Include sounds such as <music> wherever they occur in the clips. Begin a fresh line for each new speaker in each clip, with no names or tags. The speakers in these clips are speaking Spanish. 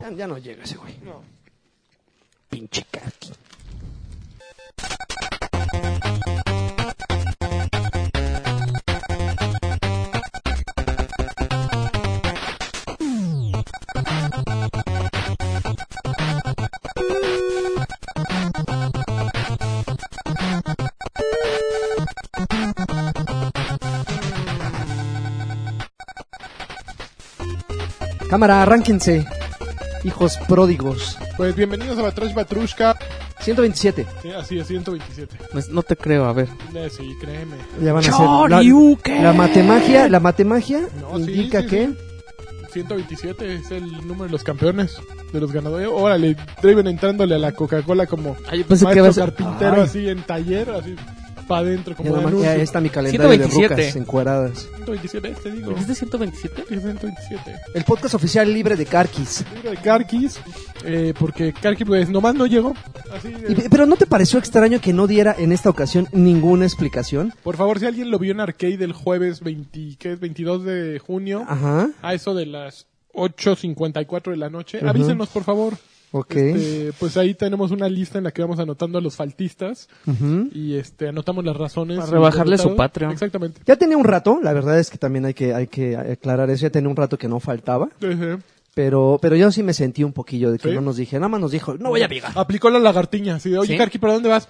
ya, ya no llega ese güey.
No.
Pinche Karki. Cámara, arránquense. Hijos pródigos.
Pues bienvenidos a Batrash Batrushka.
127.
Sí, así es, 127.
Pues no te creo, a ver.
Eh, Sí, créeme.
Ya van a ser. La, la matemagia, la matemagia
No, sí,
indica
sí,
que.
sí. 127 es el número de los campeones, de los ganadores. Órale, Draven entrándole a la Coca-Cola como
Ay, yo
Pues,
pensé
maestro
que iba a ser...
carpintero
Ay.
así en taller, así para adentro
Ya,
como
nomás-
Danuncio.
ya está mi calendario
127.
de rucas encueradas.
127, te este digo.
¿Es de 127?
Es 127.
El podcast oficial libre de Karkis.
Libro de Karkis, eh, porque Karkis pues nomás no llegó. Así de-
Y- pero ¿no te pareció extraño que no diera en esta ocasión ninguna explicación?
Por favor, si alguien lo vio en Arcade el jueves 20, ¿qué es? 22 de junio,
Ajá,
a eso de las 8.54 de la noche, avísenos por favor.
ok.
Este, pues ahí tenemos una lista en la que vamos anotando a los faltistas
Ujú.
y este anotamos las razones.
Para rebajarle su
Anotado.
Patreon.
Exactamente.
Ya tenía un rato, la verdad es que también hay que, hay que aclarar eso, ya tenía un rato que no faltaba,
Ujú.
pero, pero yo sí me sentí un poquillo de que
¿Sí?
no nos dije, nada más nos dijo, no voy a viga.
Aplicó la lagartiña, así de, oye,
¿Sí?
Karki, ¿para dónde vas?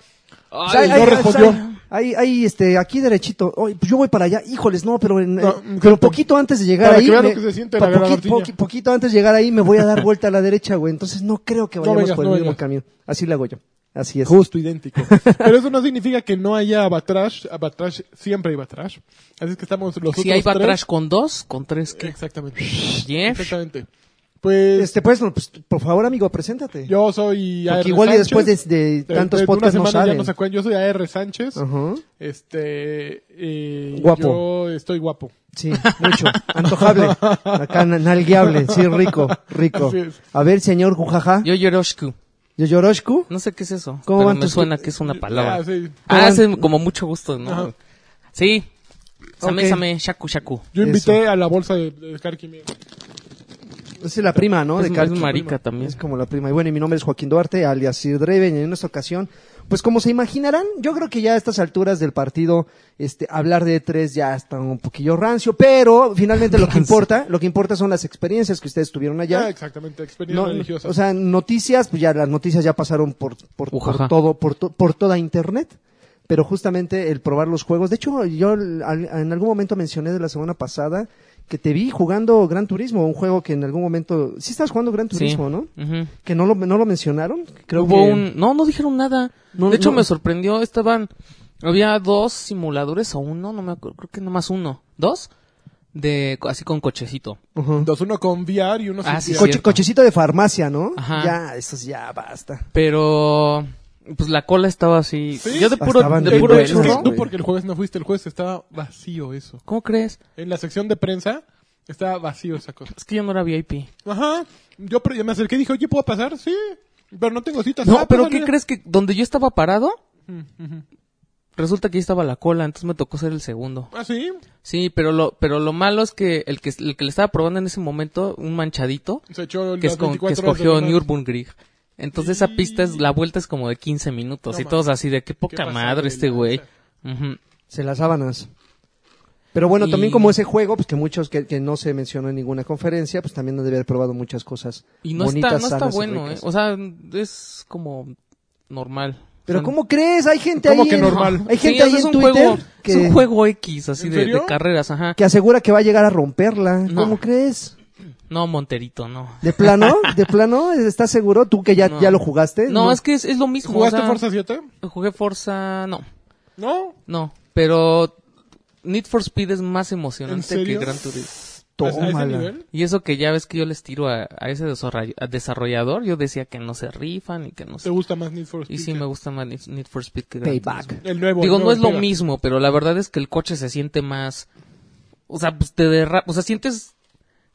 O sea,
Ay, no respondió.
Ahí, ahí, este, aquí derechito. Oye, pues yo voy para allá. Híjoles, no, pero, en,
No,
eh, pero poquito antes de llegar
para
ahí.
que vean
me-
lo que se siente
pa-
la gran
poqui-
ortiña.
poqui- poquito antes de llegar ahí me voy a dar vuelta a la derecha, güey. Entonces no creo que
No
vayamos
vengas,
por el
no
mismo
vengas.
camino. Así lo hago yo. Así es.
Justo idéntico. <laughs> Pero eso no significa que no haya Batrash. A Batrash siempre hay Batrash. Así es que estamos los
Si
otros
hay
tres.
Batrash con dos, con tres, ¿qué?
Exactamente.
Yes.
Exactamente. Pues
Este, pues, no, pues, por favor, amigo, preséntate.
yo soy
Porque
AR
igual y
Sánchez.
después de, de tantos
de una
podcasts no
semana
sale.
ya no se acuerdan. Yo soy AR Sánchez.
Ajá.
Este. eh,
Guapo.
Yo estoy guapo.
Sí, mucho. Antojable. Acá, na- nalgueable. Sí, rico, rico.
Así es.
A ver, señor Gujaja.
Yo Yoroshku.
Yoyoroshku.
No sé qué es eso.
¿Cómo
pero
van
me
tus-
suena que es una palabra.
Ah, sí.
Ah,
van-
hace como mucho gusto, ¿no?
Ajá.
Sí. Same,
Ok.
same, shaku, shaku.
Yo
Eso.
invité a la bolsa de, de Karki. mi-
Es la prima, ¿no?
es,
de
es
Karki.
marica también.
Es como la prima. Y bueno, y mi nombre es Joaquín Duarte, alias Sir Draven. Y en esta ocasión, pues como se imaginarán, yo creo que ya a estas alturas del partido, este, hablar de tres ya está un poquillo rancio, pero finalmente lo que
Rancio.
importa, lo que importa son las experiencias que ustedes tuvieron allá.
Ah, exactamente. Experiencia
No,
religiosa.
o sea, noticias, pues ya las noticias ya pasaron por, por, por
Ujaja.
todo, por, to- por toda internet. Pero justamente el probar los juegos. De hecho, yo al- al- en algún momento mencioné de la semana pasada que te vi jugando Gran Turismo, un juego que en algún momento. Sí, estabas jugando Gran Turismo,
sí.
¿no?
Ujú.
Que no lo, no lo mencionaron. Creo
Hubo
que.
un... No, no dijeron nada.
No,
de hecho,
no.
me sorprendió. Estaban... Había dos simuladores o uno, no me acuerdo. Creo que nomás uno. ¿Dos? De... Así con cochecito.
Ujú.
Dos, uno con VR y uno sin
Ah, sí,
VR.
Coche-
cierto.
cochecito de farmacia, ¿no?
Ajá.
Ya, esos ya basta.
Pero... Pues la cola estaba así.
Sí. Ah,
Yo de puro...
Estaban
De
bien
puro
buenos,
Es que
churro.
tú porque el jueves no fuiste, el jueves estaba vacío eso.
¿Cómo crees?
En la sección de prensa estaba vacío esa cosa.
Es que yo no era VIP.
Ajá. Yo pre- me acerqué y dije, oye, ¿puedo pasar? Sí. Pero no tengo citas.
No,
Ah,
pero
pásale.
¿qué crees que donde yo estaba parado?
Mm, ujú.
Resulta que ahí estaba la cola, entonces me tocó ser el segundo.
Ah, sí.
Sí, pero lo, pero lo malo es que el que, el que le estaba probando en ese momento, un manchadito,
Se echó
que,
las
es con-
24
que
horas de
escogió
reloj.
Nürburgring. Entonces esa pista es, la vuelta es como de 15 minutos
No
y todos
mames.
así de qué poca
pasada
madre
de
este güey.
lanza.
Ujú.
Se las sábanas. Pero bueno, también
Y-
como ese juego, pues que muchos que, que no se mencionó en ninguna conferencia, pues también debe haber probado muchas cosas.
Y no
bonitas,
está, no está
sanas y
bueno, ¿eh?
ricas.
O sea, es como normal.
Pero
O sea,
¿cómo crees? Hay gente
¿Cómo
ahí.
que
en-
normal?
Hay
sí,
gente
o
ahí
sea,
en
es un
Twitter
juego,
que,
es un juego X así
¿En
de, de
serio?
carreras, ajá.
que asegura que va a llegar a romperla.
No.
¿Cómo crees?
No, Monterito, no.
¿De plano? ¿De plano? ¿Estás seguro? ¿Tú que ya,
No.
ya lo jugaste?
No, es que es, es lo mismo.
¿Jugaste
o sea,
Forza 7?
Jugué Forza, no,
No.
no. Pero Need for Speed es más emocionante
¿En
que
serio?
Gran Turismo.
¿A- a ese
Tómala.
nivel?
Y eso que ya ves que yo les tiro a, a ese desarroll- a desarrollador, yo decía que no se rifan y que no
¿Te
se...
gusta más Need for Speed?
Y sí
que-
me gusta más Need- Need for Speed que Gran Turismo.
Payback.
El nuevo.
Digo,
el
no
nuevo
es lo
pega.
mismo, pero la verdad es que el coche se siente más... O sea, pues te derra... O sea, sientes...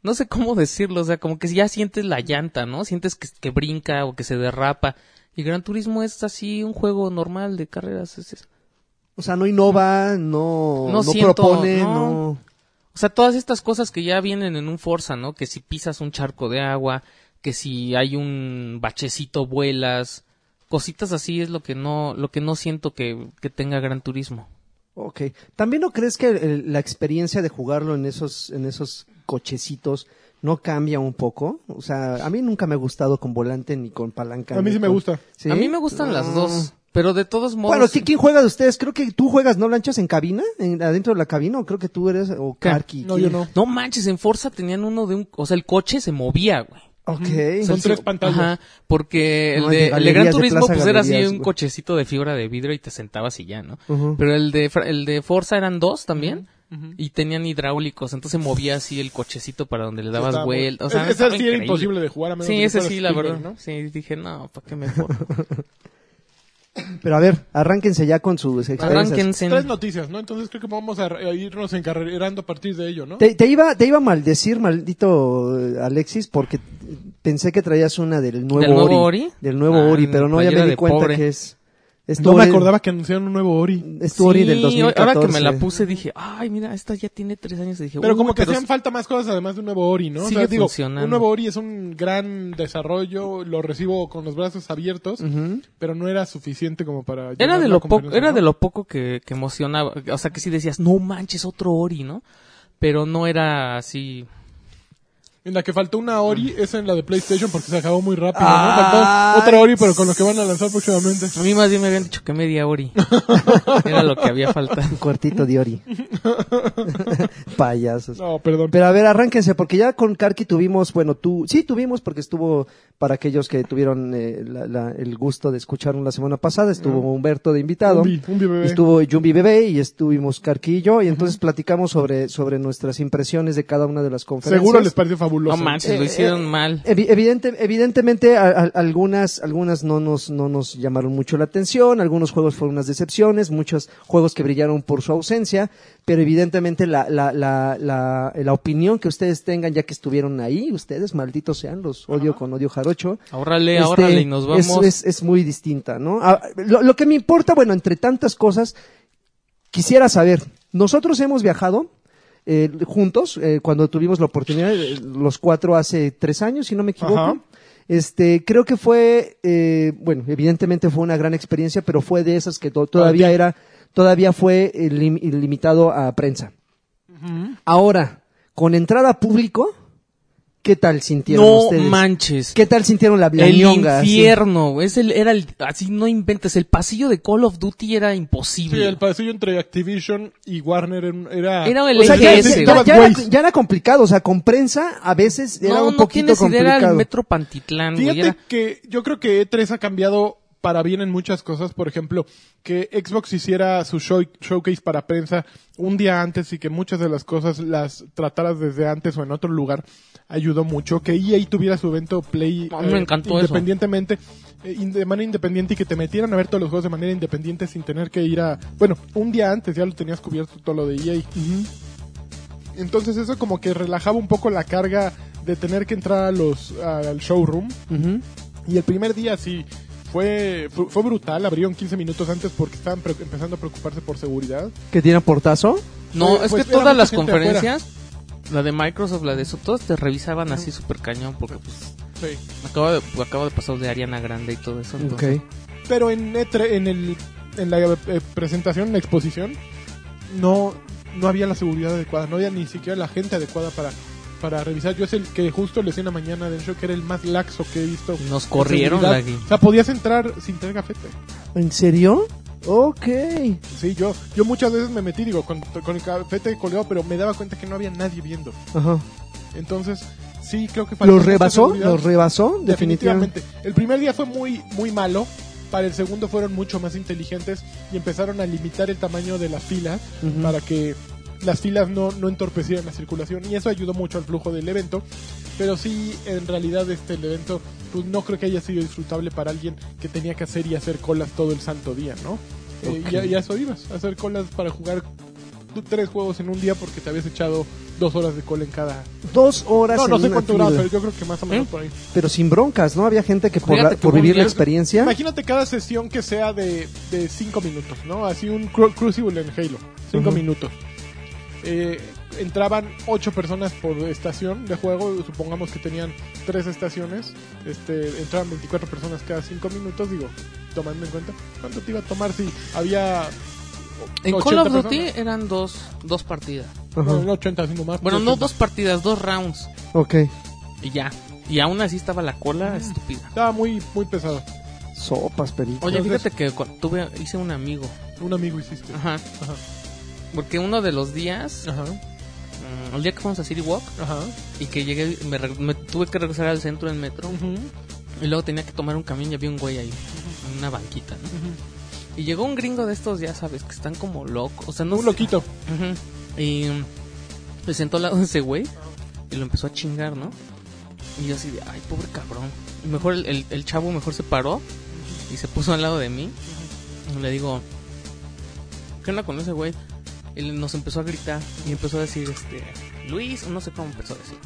No sé cómo decirlo, o sea, como que ya sientes la llanta, ¿no? Sientes que, que brinca o que se derrapa. Y Gran Turismo es así un juego normal de carreras. es- es-
O sea, no innova, no,
No
no,
siento,
propone,
no.
no.
O sea, todas estas cosas que ya vienen en un Forza, ¿no? Que si pisas un charco de agua, que si hay un bachecito vuelas, cositas así es lo que no, lo que no siento que, que tenga Gran Turismo.
Ok. ¿También no crees que el- la experiencia de jugarlo en esos, en esos cochecitos no cambia un poco? O sea, a mí nunca me ha gustado con volante ni con palanca.
A mí
ni
sí me
con-
gusta.
¿Sí?
A mí me gustan
Ah.
las dos, pero de todos modos.
Bueno, ¿qui- ¿quién juega de ustedes? Creo que tú juegas, ¿no, Lanchas, en cabina? ¿En- ¿Adentro de la cabina? ¿O creo que tú eres? ¿O
¿Qué?
Karki?
No, yo
¿quién?
no.
No manches, en Forza tenían uno de un, o sea, el coche se movía, güey.
Ok.
Son tres pantallas.
Ajá, porque el,
No, el de
de, el de
galerías,
Gran
de
Turismo
Plaza
pues era así
Galerías,
un
güey.
cochecito de fibra de vidrio y te sentabas y ya, ¿no?
Ujú.
Pero el de, Fra- el de Forza eran dos también y tenían hidráulicos, entonces se movía así el cochecito para donde le dabas
Estaba muy-
vuelta. O sea,
Es- ese
estaba
sí era
increíble.
imposible de jugar a menos de
Sí,
que
ese
fueras
sí, la
Spielberg,
verdad.
¿no?
Sí, dije, no,
<laughs>
¿para qué me forro?
Pero a ver, arránquense ya con sus experiencias.
Arránquense.
Tres noticias, ¿no? Entonces creo que vamos a, a irnos encarrerando a partir de ello, ¿no?
Te, te iba, te iba a maldecir, maldito eh, Alexis, porque pensé que traías una del nuevo,
¿Del nuevo Ori?
Del nuevo
Ah,
Ori, pero no, ya
playera
me di
de
cuenta
pobre.
que es... es tu
No me
Ori-
acordaba que anunciaron un nuevo Ori.
Es tu Ori del
Sí,
2014.
Ahora que me la puse dije, ay, mira, esta ya tiene tres años. Y dije,
Pero
uy,
como que
pero
hacían falta más cosas además de un nuevo Ori, ¿no?
Sigue
digo,
funcionando.
un nuevo Ori es un gran desarrollo, lo recibo con los brazos abiertos, <laughs>
Ujú.
pero no era suficiente como para...
Era
llenar
de
la
lo poco,
conferencia,
era
¿no?
de lo poco que, que emocionaba, o sea que sí decías, no manches, otro Ori, ¿no? Pero no era así.
En la que faltó una Ori
Mm.
es en la de PlayStation porque se acabó muy rápido,
Ah,
¿no? Faltó otra Ori, pero con lo que van a lanzar próximamente.
A mí más bien me habían dicho que media Ori. <laughs> era lo que había faltado.
Un cuartito de
<laughs>
Ori. Payasos.
No, perdón.
Pero a ver, arránquense, porque ya con Karki tuvimos, bueno, tú, sí tuvimos, porque estuvo, para aquellos que tuvieron eh, la- la- el gusto de escucharnos la semana pasada, estuvo Humberto de invitado.
Umbi, Umbi bebé.
Estuvo Yumbi Bebé y estuvimos Karki y yo, y entonces platicamos sobre, sobre nuestras impresiones de cada una de las conferencias.
Seguro les pareció fabuloso.
No manches,
Eh,
lo hicieron
eh,
mal.
Evi- evidente- evidentemente, a- a- algunas, algunas no nos, no nos llamaron mucho la atención, algunos juegos fueron unas decepciones, muchos juegos que brillaron por su ausencia, pero evidentemente la, la, la, la, la opinión que ustedes tengan, ya que estuvieron ahí, ustedes, malditos sean, los odio con odio jarocho.
Ahórrale,
este,
ahórrale y nos
es-
vamos.
Es, es muy distinta, ¿no? Ah, lo, lo que me importa, bueno, entre tantas cosas, quisiera saber, nosotros hemos viajado eh, juntos, eh, cuando tuvimos la oportunidad, eh, los cuatro hace tres años, si no me equivoco.
Ajá.
Este, creo que fue, eh, bueno, evidentemente fue una gran experiencia, pero fue de esas que to- todavía era, todavía fue eh, lim- limitado a prensa. Ahora, con entrada a público, ¿qué tal sintieron
No
ustedes?
manches.
¿Qué tal sintieron la, la
el
ñonga, así?
infierno, güey, es el, era el, así no inventes, el pasillo de Call of Duty era
Sí,
imposible.
el pasillo entre Activision y Warner era...
Era el
O sea, ya,
LGS,
ya- ya-
güey.
ya era, ya era complicado, o sea, con prensa a veces era
no,
un
no
poquito
tienes idea, era el
complicado.
metro Pantitlán, güey,
Fíjate
era-
que yo creo que E3 ha cambiado para bien en muchas cosas. Por ejemplo, que Xbox hiciera su show- showcase para prensa un día antes y que muchas de las cosas las trataras desde antes o en otro lugar ayudó mucho. Que EA tuviera su evento Play eh,
A mí me encantó eso.
independientemente, eh, in- de manera independiente y que te metieran a ver todos los juegos de manera independiente sin tener que ir a... Bueno, un día antes ya lo tenías cubierto todo lo de EA. Entonces eso como que relajaba un poco la carga de tener que entrar a los, al showroom.
Ujú.
Y el primer día sí fue fu- fue brutal, abrieron 15 minutos antes porque estaban pre- empezando a preocuparse por seguridad.
¿Que tiene portazo?
No,
Pues,
es
pues,
que
era
todas
mucha
las
gente
conferencias, la de Microsoft, la de eso, todas te revisaban así súper cañón porque pues acaba de, acaba de pasar de Ariana Grande y todo eso. entonces.
Ok.
Pero en E3 en el en la eh, presentación, en la exposición no no había la seguridad adecuada, no había ni siquiera la gente adecuada para para revisar. Yo es el que justo le decía en la mañana del show que era el más laxo que he visto. en
Nos corrieron
seguridad.
la gui-
O sea, podías entrar sin tener gafete.
¿En serio? Ok.
Sí, yo yo muchas veces me metí digo con, con el gafete colgado, pero me daba cuenta que no había nadie viendo.
Ajá.
Entonces, sí, creo que faltó
¿Los
mucha
rebasó?
seguridad.
¿Los rebasó? Definitivamente.
Definitivamente. El primer día fue muy, muy malo. Para el segundo fueron mucho más inteligentes y empezaron a limitar el tamaño de las filas
Ujú.
para que las filas no, no entorpecieran la circulación y eso ayudó mucho al flujo del evento. Pero sí, en realidad este el evento pues, no creo que haya sido disfrutable para alguien que tenía que hacer y hacer colas todo el santo día, ¿no? Eh,
Ok.
y, a- y a eso ibas, a hacer colas para jugar t- tres juegos en un día porque te habías echado dos horas de cola en cada,
Dos horas
no, no
en
sé
una
cuánto duraba,
fila.
pero yo creo que más o
¿Eh?
menos por ahí.
Pero sin broncas, ¿no? Había gente que por, la-
Fíjate que
por
hubo un
vivir la
día-
experiencia...
Imagínate cada sesión que sea de, de cinco minutos, ¿no? Así un cru- Crucible en Halo, cinco
Ujú.
minutos. Eh, entraban ocho personas por estación de juego, supongamos que tenían tres estaciones, este, entraban 24 personas cada cinco minutos, digo, tomando en cuenta cuánto te iba a tomar si había...
En
80
Call of Duty
personas?
eran dos, dos partidas.
No, no, 80, sino más.
Bueno, no
80.
dos partidas, dos rounds.
Ok.
Y ya. Y aún así estaba la
Ah.
cola estúpida.
Estaba muy, muy pesado.
Sopas, perico.
Oye,
Entonces-
fíjate que cu- tuve, hice un amigo.
Un amigo hiciste.
Ajá.
Ajá.
Porque uno de los días,
Ajá, Ah.
mm, el día que fuimos a City Walk
ajá.
y que llegué, me, re- me tuve que regresar al centro en metro.
Ujú, ujú.
Y luego tenía que tomar un camión y había un güey ahí, en una banquita, ¿no? Y llegó un gringo de estos, ya sabes, que están como locos. O sea, no
Un
sé-
loquito.
Ujú. Y mm, me sentó al lado de ese güey y lo empezó a chingar, ¿no? Y yo así de, ay, pobre cabrón. Y mejor el, el- el chavo mejor se paró y se puso al lado de mí. Y le digo, ¿qué onda con ese güey? Y le- nos empezó a gritar y empezó a decir, este, Luis, o no sé cómo empezó a decir.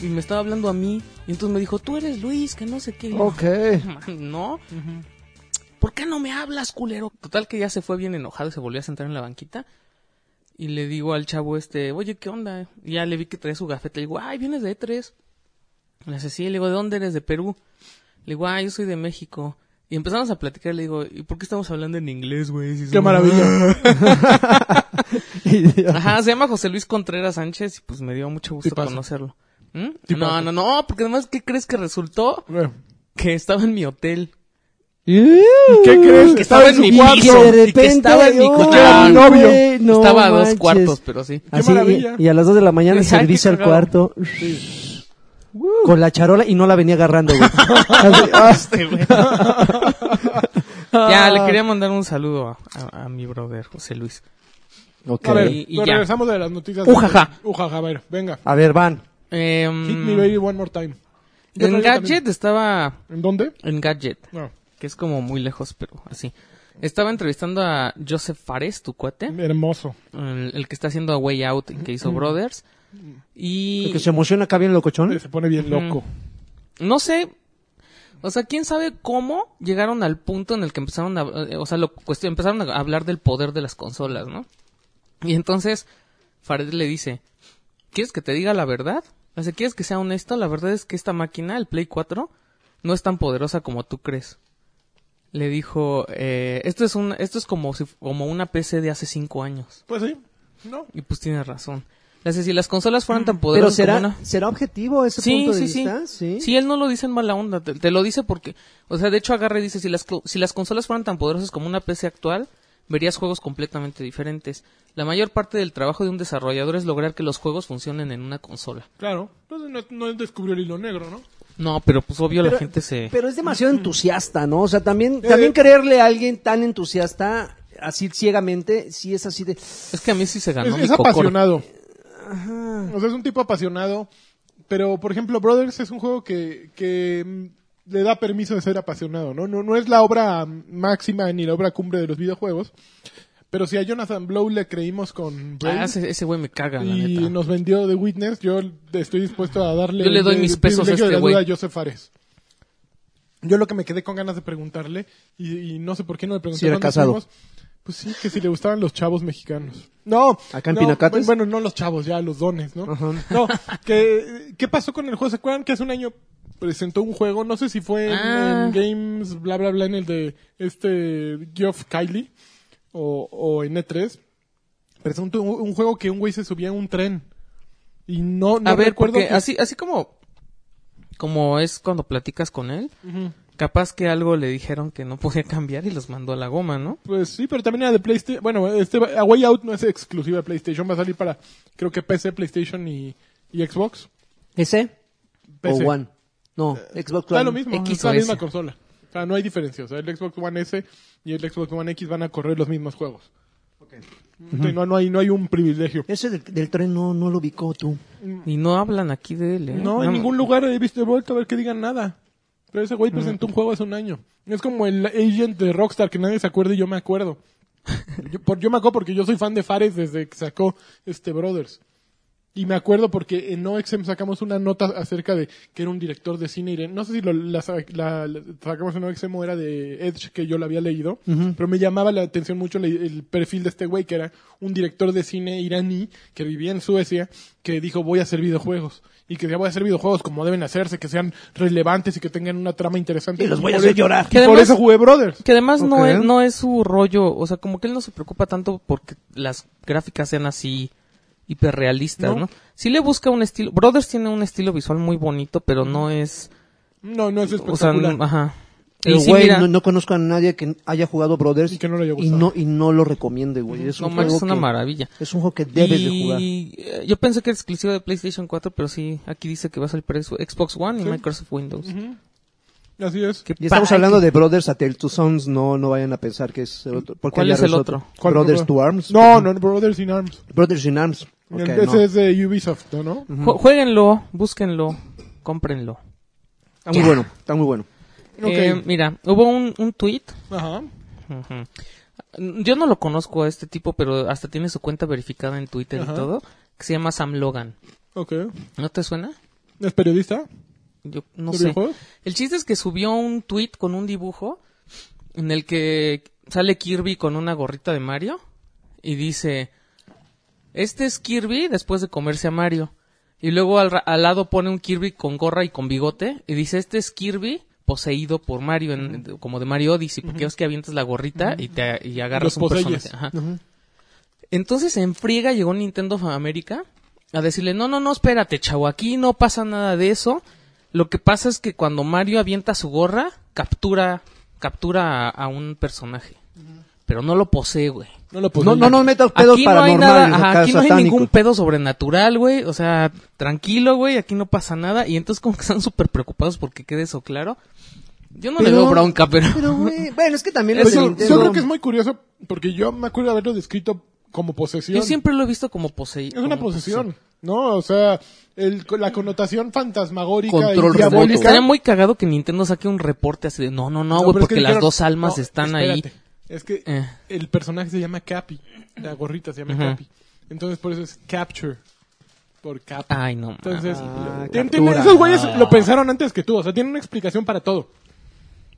Y me estaba hablando a mí y entonces me dijo, tú eres Luis, que no sé qué. Y yo,
Ok.
<laughs> No, ¿Por qué no me hablas, culero? Total que ya se fue bien enojado y se volvió a sentar en la banquita. Y le digo al chavo este, oye, ¿qué onda? Y ya le vi que traía su gafete. Le digo, ay, vienes de E3. Le dice, sí. Le digo, ¿de dónde eres? De Perú. Le digo, ay, yo soy de México. Y empezamos a platicar. Le digo, ¿y por qué estamos hablando en inglés, güey? Si
Qué
somos-
maravilla.
<laughs> Ajá, se llama José Luis Contreras Sánchez y pues me dio mucho gusto
Tipazo.
conocerlo. ¿Mm?
Tipazo.
No, no, no, porque además, ¿qué crees que resultó?
Bueno,
Que estaba en mi hotel.
¿Qué crees?
Que estaba en
su
mi
cuarto.
piso.
de
Y que
repente,
estaba en mi
¡ay,
coche.
Era mi novio.
güey, no
estaba a dos
manches!
cuartos, pero sí.
Así, y-
maravilla!
y, a las 2 de la mañana
Ay, qué
servicio al
cagado.
cuarto. Con la charola y no la venía agarrando,
<laughs>
güey. Así, ah,
Ya, le quería mandar un saludo a, a- a mi brother, José Luis.
ok.
A ver,
Y- y
nos
ya.
regresamos de las noticias.
Ujaja.
De... Ujaja, a ver, venga.
A ver, van.
Em,
Hit me baby one more time. Yo
en
traigo
Gadget estaba...
también- ¿En dónde?
En Gadget,
No,
que es como muy lejos, pero así. Estaba entrevistando a Joseph Fares, tu cuate,
hermoso.
el, el que está haciendo a Way Out, el que hizo Brothers.
El que
Y
se emociona acá bien
¿Mm?
locochón.
Se pone bien loco.
no sé, o sea, quién sabe cómo llegaron al punto en el que empezaron a, eh, o sea, lo, cuestión- empezaron a hablar del poder de las consolas, ¿no? Y entonces Fares le dice, ¿quieres que te diga la verdad? O sea, ¿quieres que sea honesto? La verdad es que esta máquina, el Play 4, no es tan poderosa como tú crees. Le dijo, eh, esto es un, esto es como si- como una PC de hace cinco años.
Pues sí. No.
Y pues tiene razón. Le dice, si las consolas fueran tan
Mm, Pero
poderosas como
será,
una-
será objetivo ese punto de vista.
sí. Sí, él no lo dice en mala onda, te, te lo dice porque, o sea, de hecho agarra y dice, si las, co- si las consolas fueran tan poderosas como una PC actual, verías juegos completamente diferentes. La mayor parte del trabajo de un desarrollador es lograr que los juegos funcionen en una consola.
Claro. Entonces no, no descubrió el hilo negro, ¿no?
No, pero pues obvio la
Pero-
gente se... Mm.
Pero es demasiado entusiasta, ¿no? O sea, también, también creerle a alguien tan entusiasta, así ciegamente, si es así de...
Es que a mí sí se ganó
Es,
mi
es
cocoro.
apasionado. O sea, es un tipo apasionado. Pero, por ejemplo, Brothers es un juego que, que mm, le da permiso de ser apasionado, ¿no? No, no es la obra máxima ni la obra cumbre de los videojuegos. Pero si a Jonathan Blow le creímos con Braid
Ah, ese ese güey me caga, la
y
neta.
nos vendió The Witness, yo estoy dispuesto a darle
Yo le doy
el
mis pesos
privilegio
a este
de la duda
güey.
a Joseph Fares. Yo lo que me quedé con ganas de preguntarle, y, y no sé por qué no le pregunté
Si era
cuando
casado.
fuimos, pues sí, que si le gustaban los chavos mexicanos. No,
¿Acá en
no,
Pinacates?
Bueno, no los chavos, ya los dones, ¿no? No, que, ¿qué pasó con el juego? ¿Se acuerdan que hace un año presentó un juego? No sé si fue en,
Ah.
en Games, bla, bla, bla, en el de este Geoff Kylie o, o en E E3. Presentó un, un juego que un güey se subía a un tren. Y no, no
a ver,
recuerdo
porque
que-
así, así como, como es cuando platicas con él,
Ujú.
capaz que algo le dijeron que no podía <laughs> cambiar y los mandó a la goma, ¿no?
Pues sí, pero también era de PlayStation. Bueno, este va- A Way Out no es exclusiva de PlayStation, va a salir para creo que PC, PlayStation y, y Xbox.
¿Ese?
PC.
O One. No,
Eh,
Xbox One.
Da lo mismo,
X
es la
o
misma
S.
consola. O sea, no hay diferencia. O sea, el Xbox One S y el Xbox One X van a correr los mismos juegos. Sí, no, no, hay, no hay un privilegio.
Ese del, del tren no, no lo ubicó tú.
Y no hablan aquí de él, ¿eh?
No, en
Nada-
ningún lugar he visto he vuelto a ver que digan nada. Pero ese güey presentó un juego hace un año. Es como el agent de Rockstar que nadie se acuerda y yo me acuerdo. Yo, por- yo me acuerdo porque yo soy fan de Fares desde que sacó este Brothers. Y me acuerdo porque en OXM sacamos una nota acerca de que era un director de cine. y No sé si lo, la, sa- la- la sacamos en OXM o era de Edge, que yo la había leído. Pero me llamaba la atención mucho la- el perfil de este güey, que era un director de cine iraní que vivía en Suecia, que dijo voy a hacer videojuegos. Y que decía voy a hacer videojuegos como deben hacerse, que sean relevantes y que tengan una trama interesante.
Y los voy a
Por
hacer
eso-
llorar.
y
Que
por
además-
eso jugué Brothers.
Que además no,
Ok.
es, no es su rollo, o sea, como que él no se preocupa tanto porque las gráficas sean así hiperrealistas,
No.
¿no? Sí le busca un estilo, Brothers tiene un estilo visual muy bonito, pero no es,
No, no es
o sea,
espectacular.
no- ajá.
Pero,
Y sí,
güey,
mira,
no, no conozco a nadie que haya jugado Brothers
Y que no le haya
y
gustado.
no, y no lo recomiende, güey. Es
no
un
manches,
juego
es una
que-
maravilla.
Es un juego que debes de
Y,
jugar.
eh, Yo pensé que era exclusivo de PlayStation 4, pero sí, aquí dice que va a salir para Xbox One y
Sí.
Microsoft Windows.
Ujú. Así es.
Qué
Y estamos
padre.
hablando de Brothers a Tale to Sons, no, no vayan a pensar que es el otro. porque
¿Cuál
ya
es el
resulta-
otro?
¿Cuál
Brothers
otro?
to Arms.
No, no, Brothers in Arms.
Brothers in Arms. Ok,
Ese
no.
es de Ubisoft, ¿no? ¿no?
Ju- Jueguenlo, búsquenlo, cómprenlo.
Está Ah, muy bueno, está muy bueno.
Ok.
Eh, mira, hubo un, un tweet
Ajá.
Ujú. Yo no lo conozco a este tipo, pero hasta tiene su cuenta verificada en Twitter
Ajá.
y todo, que se llama Sam Logan.
Ok.
¿No te suena?
¿Es periodista?
Yo no
¿De
sé.
videojuegos?
El chiste es que subió un tweet con un dibujo en el que sale Kirby con una gorrita de Mario y dice, este es Kirby después de comerse a Mario. Y luego al, ra- al lado pone un Kirby con gorra y con bigote y dice, este es Kirby poseído por Mario, en- como de Mario Odyssey, porque es que avientas la gorrita y, te, y
Los
agarras un
poseyes.
personaje. Ajá. Entonces en friega llegó Nintendo of America a decirle, no, no, no, espérate, chavo, aquí no pasa nada de eso. Lo que pasa es que cuando Mario avienta su gorra, captura, captura a, a un personaje. Pero no lo posee, güey.
No lo puse.
no, no nos metas pedos
Pues Aquí no hay
paranormales
nada,
acá,
ajá, aquí no hay
satánicos.
ningún pedo sobrenatural, güey. O sea, tranquilo, güey, aquí no pasa nada. Y entonces como que están súper preocupados porque quede eso claro. Yo no le
Pero-
veo bronca,
<laughs>
pero...
Pero, güey, bueno, es que también
Eso-
los de
Pues Yo,
Nintendo-
creo que es muy curioso porque yo me acuerdo de haberlo descrito como posesión.
Yo siempre lo he visto como poseído.
Es una posesión, ¿no? O sea, el- la connotación fantasmagórica
Control
y
remoto.
diabólica.
Pues, Estaría muy cagado que Nintendo saque un reporte así de no, no,
No,
no, güey,
pero es
porque
que
las
dijeron-
dos almas
no,
están
espérate.
ahí.
Es que
Eh.
el personaje se llama Cappy. La gorrita se llama
Ajá.
Cappy. Entonces por eso es Capture. Por Cappy.
Ay, no.
Entonces,
Ah,
lo- tienen-
captura.
esos güeyes lo pensaron antes que tú. O sea, tienen una explicación para todo.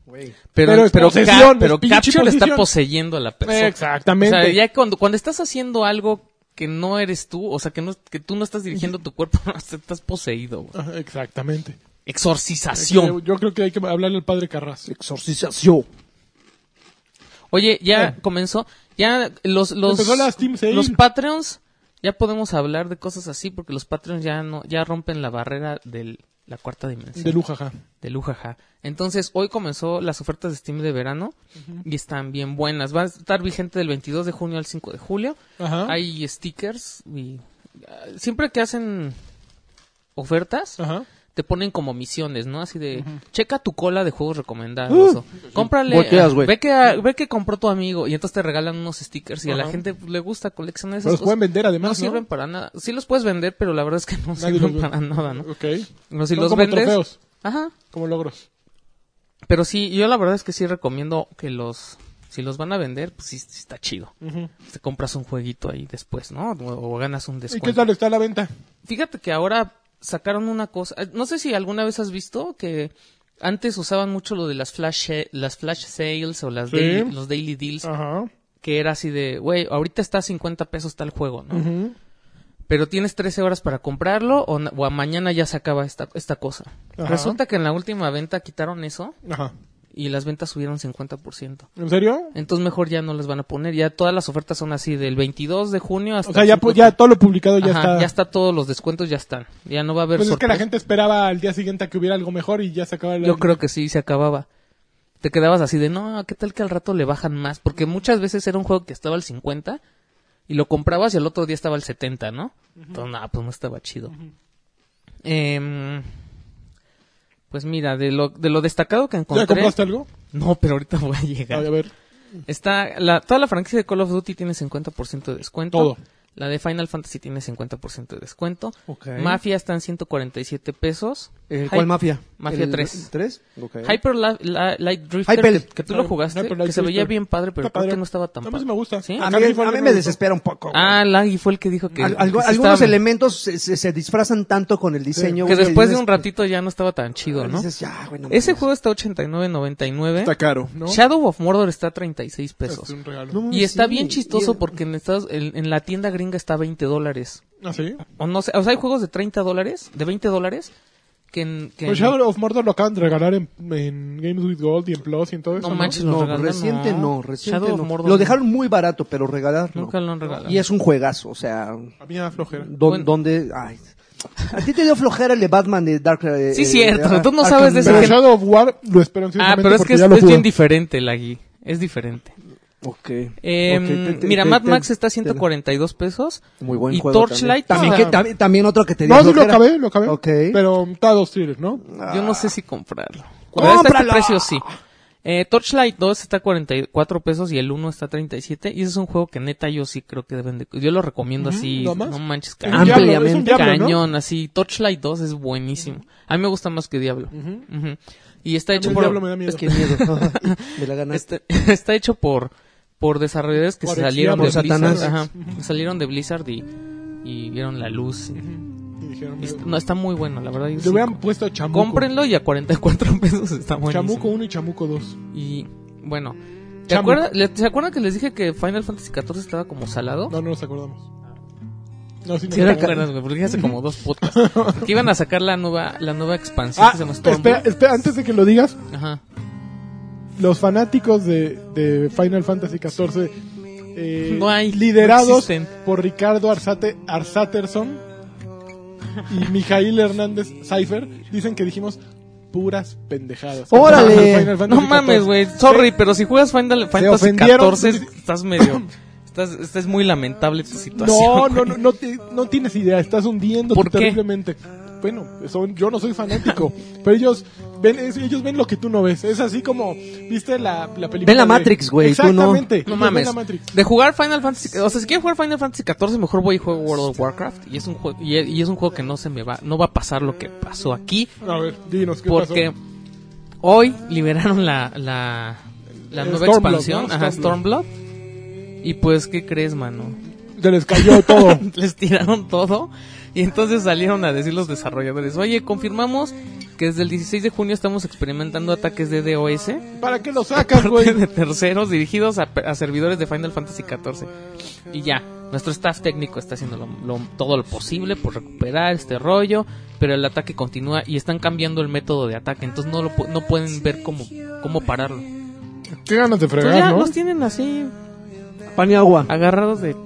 pero
pero es
pero,
posesión,
Cap- pero
es pinche
Capture está
posesión.
poseyendo a la persona.
Exactamente.
O sea, ya cuando, cuando estás haciendo algo que no eres tú, o sea, que, no, que tú no estás dirigiendo tu cuerpo, <laughs> estás poseído. güey.
Ajá, Exactamente. Yo,
Exorcización.
yo creo que hay que hablarle al padre Carras.
Exorcización.
Oye, ya
Eh.
comenzó. Ya los, los,
Empezó la Steam Sale.
los Patreons, ya podemos hablar de cosas así porque los Patreons ya no, ya rompen la barrera de la cuarta dimensión.
De Lujaja.
De Lujaja. Entonces, hoy comenzó las ofertas de Steam de verano y están bien buenas. Va a estar vigente del 22 de junio al 5 de julio.
Ajá.
Hay stickers y ah, siempre que hacen ofertas
Ajá.
te ponen como misiones, ¿no? Así de checa tu cola de juegos
Uh.
recomendados. o cómprale,
volteas,
ah,
güey.
ve que ah, ve que compró tu amigo y entonces te regalan unos stickers y a la
Ajá.
gente pues, le gusta coleccionar esas
Pero los
cosas.
pueden vender además,
no
¿no?
sirven para nada. Sí los puedes vender, pero la verdad es que no
Nadie
sirven
los ve.
para nada, ¿no?
Ok.
No, si
Son
los
como
vendes,
trofeos,
ajá,
como logros.
Pero sí, yo la verdad es que sí recomiendo que los, si los van a vender, pues sí, sí está chido.
Ujú.
Te compras un jueguito ahí después, ¿no? O, o ganas un
¿Y qué
descuento.
tal está la venta?
Fíjate que ahora sacaron una cosa, eh, no sé si alguna vez has visto que antes usaban mucho lo de las flash, she- las flash sales o las
Sí. Ah.
daily- los daily deals,
Ajá.
que era así de, güey, ahorita está a 50 pesos tal juego, ¿no?
Ujú.
pero tienes 13 horas para comprarlo o, na- o a mañana ya se acaba esta, esta cosa.
Ajá.
Resulta que en la última venta quitaron eso
Ajá.
y las ventas subieron 50%.
¿En serio?
Entonces mejor ya no las van a poner. Ya todas las ofertas son así del 22 de junio hasta...
O sea,
el
ya,
5
pu-
de
ya
julio.
todo lo publicado ya
Ajá,
está.
ya está todos los descuentos, ya están. Ya no va a haber
Pues es que la
sorpresa.
gente esperaba al día siguiente a que hubiera algo mejor y ya se acaba la...
Yo creo que sí, se acababa. Te quedabas así de, no, ¿qué tal que al rato le bajan más? Porque muchas veces era un juego que estaba al 50 y lo comprabas y al otro día estaba al 70, ¿no? Entonces, no, pues no estaba chido. Em, pues mira, de lo, de lo destacado que
¿Ya
encontré...
compraste algo?
No, pero ahorita voy a
Ay, a
llegar.
ver.
Está, la, toda la franquicia de Call of Duty tiene 50% de descuento.
Todo.
La de Final Fantasy tiene 50% de descuento.
Ok.
Mafia está en 147 pesos.
Eh,
Hi-
¿Cuál mafia?
Mafia
¿El
3.
¿Tres? Ok.
Hyper La- La- Light Drifter,
Hyper.
que, que tú lo jugaste,
Hyper Light
que se veía
Drifter.
bien padre, pero
Está
creo
padre.
que no estaba
A
tan
mí sí
padre.
me gusta.
¿Sí?
A mí,
Carly
a
Falcon
mí
Ah, me
me
gustó.
desespera un poco. güey.
Ah, Laggy fue el que dijo que...
Ah, Al- algu-
que sí
algunos
estaba-
elementos se, se- se disfrazan tanto con el diseño.
Que
güey,
después de
dices- ah,
un ratito ya no estaba tan chido, ¿no?
dices, ya, güey, no
Ese
mames.
juego ¿eh? está 89.99.
Está caro, ¿no?
Shadow of Mordor está a 36
Es
pesos.
Este, un regalo.
No,
Y está
sí,
bien chistoso
y-
porque en, Estados- en, en la tienda gringa está a 20 dólares.
¿Ah, sí?
O no sé, o sea, hay juegos de 30 dólares, de 20 dólares, que en... Que
Pues
en-
Shadow of Mordor lo acaban de regalar en, en Games with Gold y en Plus y en todo eso.
no manches, lo
No,
regalan,
reciente no, reciente
Shadow of
no.
Mordor
Lo
no.
dejaron muy barato, pero regalar no.
Nunca lo han regalado.
Y es un juegazo, o sea,
A mí me da flojera.
don-
Bueno.
donde... ay. A ti te dio flojera el de Batman de Dark... eh,
Sí,
eh,
cierto,
de-
tú no
Arkham
sabes de ese
Pero
Knight.
gen-
Shadow of War lo espero
Ah,
ansiosamente
pero es
porque
que es,
ya lo
es
jugué.
bien diferente, Laggy. Es diferente.
Ok.
Em,
Ok, te- te-
mira,
te-
Mad
te-
Max está a
te-
142 pesos.
Muy buen
y
juego
Torchlight, ah.
También,
o
También
sea-
que, también, también otro que te dio
No, sí lo
flojera.
acabé, lo acabé.
Ok.
Pero está a dos tiros, ¿no?
Yo no sé si comprarlo.
¡Cómpralo!
Pero está este precio sí. Eh, Torchlight 2 está a 44 pesos y el 1 está a 37. Y ese es un juego que neta yo sí creo que deben de... Yo lo recomiendo
Ujú,
así,
¿lo amas?
no manches,
Es un
cañón.
Ampliamente.
diablo, es un diablo, ¿no?
cañón, así. Torchlight 2 es buenísimo. A mí me gusta más que Diablo.
Ujú.
Ujú. Y está
A mí
hecho
el
por...
Diablo me da miedo.
Es que
Qué miedo. <laughs> Me la ganaste.
Está, <laughs> está hecho por por desarrolladores que
Por
se salieron de
ex- por
Blizzard,
Satanás.
ajá, salieron de Blizzard y, y vieron la luz.
Y dijeron,
Y est- no está muy bueno, la verdad. yo
le
sí-
hubieran puesto Chamuco.
Cómprenlo y a 44 <laughs> pesos está buenísimo.
Chamuco 1 y Chamuco 2.
Y bueno, ¿te
Chamuco.
acuerdas, le- ¿se acuerdan que les dije que Final Fantasy XIV estaba como salado?
No, no nos acordamos. No, sí,
Sí,
nos
te
acordamos.
acuerdas, güey, porque hace como dos podcasts.
<laughs>
que iban a sacar la nueva la nueva expansión
Ah,
que se llama Storm.
espera, espera, antes de que lo digas,
Ajá.
los fanáticos de, de Final Fantasy XIV, eh,
No hay, no
liderados
existen.
por Ricardo Arzate, Arzaterson
<laughs>
y Mijail Hernández Cypher, dicen que dijimos puras pendejadas.
¡Órale!
Final Fantasy Eh,
No mames,
XIV.
güey. Sorry, pero si juegas Final Fantasy
ofendieron.
XIV, estás medio. Estás, esta es muy lamentable tu situación. <laughs>
No, no,
güey.
no, no, te- no tienes idea, estás hundiendo
¿Por qué?
terriblemente. Bueno, son, yo no soy fanático, <laughs> pero ellos ven, es- ellos ven lo que tú no ves. Es así como, viste la, la película.
Ven la
de-
Matrix, güey, tú no.
Exactamente.
No
ellos ven
mames.
la Matrix.
De jugar Final Fantasy, o sea, si quiero jugar Final Fantasy 14, mejor voy y juego World of Warcraft y es un juego y, y es un juego que no se me va, no va a pasar lo que pasó aquí
A ver, dinos qué
porque
pasó?
hoy liberaron la la, la
El
nueva
Stormblood,
expansión,
¿no?
ajá,
Stormblood.
Stormblood. Y pues qué crees, mano?
Se les cayó
<laughs>
todo.
les tiraron todo y entonces salieron a decir los desarrolladores, oye, confirmamos que desde el 16 de junio estamos experimentando ataques de DOS
¿Para qué lo sacas,
<laughs> parte
Ah, güey?
de terceros dirigidos a, a servidores de Final Fantasy XIV. Y ya, nuestro staff técnico está haciendo lo- lo- todo lo posible por recuperar este rollo, pero el ataque continúa y están cambiando el método de ataque, entonces no, lo, pu- no pueden ver cómo, cómo pararlo.
Qué ganas de
Entonces ya
fregar, ¿no?
los tienen así,
Pan y agua.
agarrados de...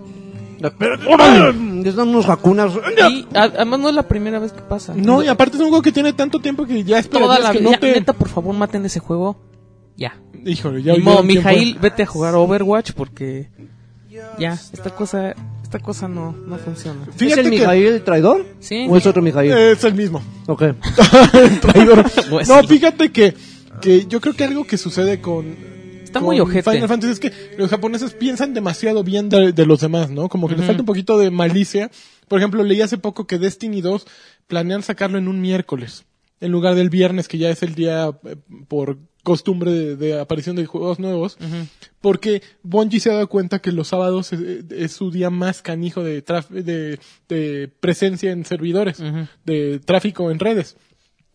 Les dan unos vacunas.
Y a- además no es la primera vez que pasa.
No, y aparte es un juego que tiene tanto tiempo que ya
toda
esperarías
la
que
vida.
no te...
Neta, por favor, maten ese juego. Ya.
Híjole, ya
Ni modo,
oyeron quién fue.
Mijail, vete a jugar Overwatch porque ya, esta cosa, esta cosa no, no funciona.
¿Es
Fíjate
el
que Eh.
Mijail el traidor?
Sí.
¿O es otro Mijail?
es el mismo.
Ok.
<laughs> Traidor.
Pues
no,
sí.
fíjate que, que yo creo que algo que sucede con,
Está
con
muy ojete.
Final Fantasy es que los japoneses piensan demasiado bien de, de los demás, ¿no? Como que les
Ujú.
falta un poquito de malicia. Por ejemplo, leí hace poco que Destiny 2 planean sacarlo en un miércoles, en lugar del viernes, que ya es el día eh, por costumbre de, de aparición de juegos nuevos,
Ujú.
porque Bungie se ha dado cuenta que los sábados es, es su día más canijo de, traf- de, de presencia en servidores,
Ujú.
de tráfico en redes.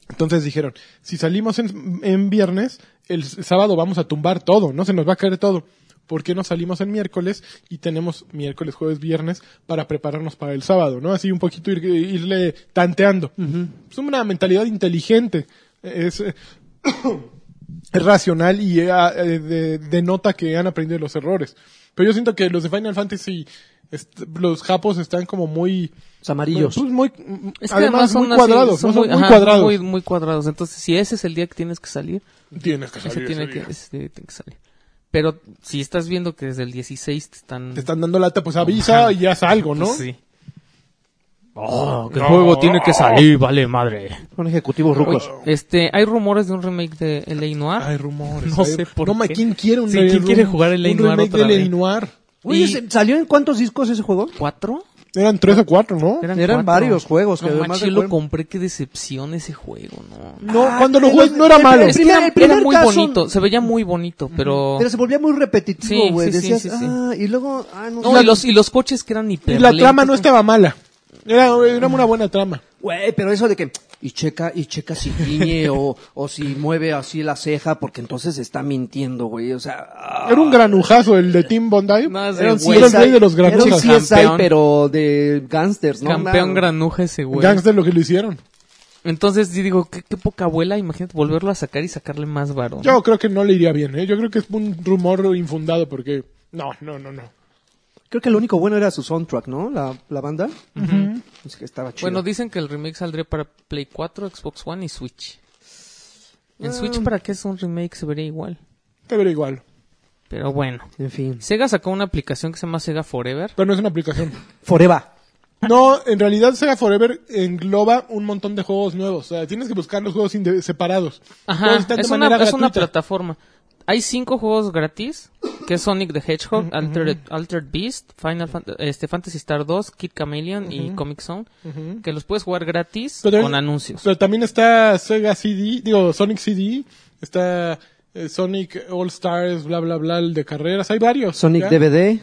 Entonces dijeron, si salimos en, en viernes, el s- sábado vamos a tumbar todo, ¿no? Se nos va a caer todo. ¿Por qué no salimos en miércoles y tenemos miércoles, jueves, viernes para prepararnos para el sábado, ¿no? Así un poquito ir- irle tanteando. Es una mentalidad inteligente. Es, eh, <coughs> es racional y eh, ah, eh, de- denota que han aprendido de los errores. Pero yo siento que los de Final Fantasy, est- los japos están como muy...
Los amarillos.
Pues muy,
Es que
además, muy
son así,
cuadrados,
son
¿no? Son muy,
ajá,
cuadrados.
Muy, muy cuadrados. Entonces, si ese es el día que tienes que salir,
Tienes que
ese,
salir
tiene
ese
que,
día.
ese día tiene que salir. Pero si estás viendo que desde el 16 te están...
Te están dando lata, pues avisa
Ajá.
y haz algo, ¿no?
Pues sí.
Oh, que el juego tiene que salir, vale madre.
pues,
Son ejecutivos rucos.
Este, hay rumores de un remake de L.A. Noir.
Hay rumores.
No
hay-
sé por
no, ma,
qué.
¿quién quiere un
Sí, ¿quién
un-
quiere jugar el
un
Lenoir
remake
otra
del
vez?
Lenoir?
Oye,
Y-
¿se- ¿salió en cuántos discos ese juego?
¿Cuatro?
Eran tres o cuatro, ¿no?
Eran
cuatro.
varios juegos que
no,
además
manches,
de
yo lo
juego-
compré, qué decepción ese juego, no.
No, cuando lo
pero
jugué no era
el-
malo.
el
Es que
primer-
era,
el primer
era muy
caso-
bonito, se veía muy bonito, pero...
Pero se volvía muy repetitivo,
Sí,
güey.
sí, sí,
Decías,
sí, sí.
ah, y luego, ah, no.
No, y los, y los coches que eran
Y
hiper
la trama no estaba mala. Era, era una buena trama.
Güey, pero eso de que, y checa, y checa si guiñe o, o si mueve así la ceja, porque entonces está mintiendo, güey. O sea, ah.
Era un granujazo el de Tim Bondi.
No, ese
era un
güey.
era el rey de los
Era un
granujas.
CSI,
Campeón.
pero de gangsters, ¿no?
Campeón
Nah.
granuja ese güey.
Gangster lo que le hicieron.
Entonces sí digo, qué, qué poca abuela, imagínate volverlo a sacar y sacarle más varón.
Yo creo que no le iría bien, ¿eh? Yo creo que es un rumor infundado porque... No, no, no, no.
Creo que lo único bueno era su soundtrack, ¿no? La, la banda. Pues que estaba chido.
Bueno, dicen que el remake saldría para Play 4, Xbox One y Switch. En Switch, ¿para qué es un remake? Se vería igual.
Te veré igual.
Pero bueno.
en fin.
Sega sacó una aplicación que se llama Sega Forever.
Pero no es una aplicación.
Forever.
No, en realidad Sega Forever engloba un montón de juegos nuevos. O sea, tienes que buscar los juegos inde- separados.
Ajá,
Todos están de
es una,
manera
es una
gratuita.
plataforma. Hay cinco juegos gratis, que es Sonic the Hedgehog, Altered, Altered Beast, Final Fan- este, Fantasy Star 2, Kid Chameleon y Comic Zone, que los puedes jugar gratis
Pero
con
también-
anuncios.
Pero también está Sega CD, digo, Sonic CD, está eh, Sonic All Stars, bla, bla, bla, el de carreras. Hay varios.
Sonic
¿ya?
DVD.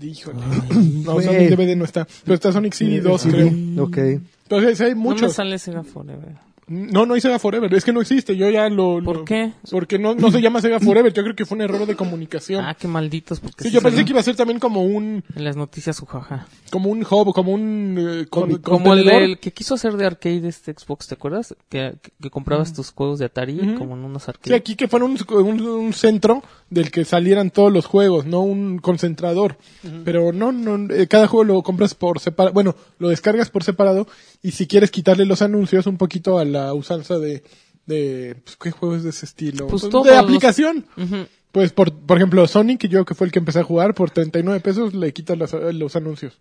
Híjole. No, Sonic
Güey.
DVD no está. Pero está Sonic CD 2, creo.
Ok.
Entonces hay
No me
muchos.
sale Sega Forever.
No, no hay Sega Forever. Es que no existe. Yo ya lo...
¿Por
lo-
qué?
Porque no, no se llama Sega Forever. Yo creo que fue un error de comunicación.
Ah, qué malditos, porque
sí,
sí
yo
salió
pensé que iba a ser también como un...
en las noticias, ujaja.
Como un hub, como un... eh, con-
Como el
contenedor.
del que quiso hacer de arcade este Xbox, ¿te acuerdas? Que, que- que comprabas tus juegos de Atari como en unos
Sí,
arcades.
aquí que fuera un, un- un centro del que salieran todos los juegos, no un concentrador. Pero no, no, eh, cada juego lo compras por separado, bueno, lo descargas por separado y si quieres quitarle los anuncios un poquito a la usanza de, de pues, ¿qué juegos de ese estilo?
Pues
Pues,
todos
de
los-
aplicación.
Ujú.
Pues por, por ejemplo, Sonic, yo que fue el que empecé a jugar, por 39 pesos le quitas los, los anuncios.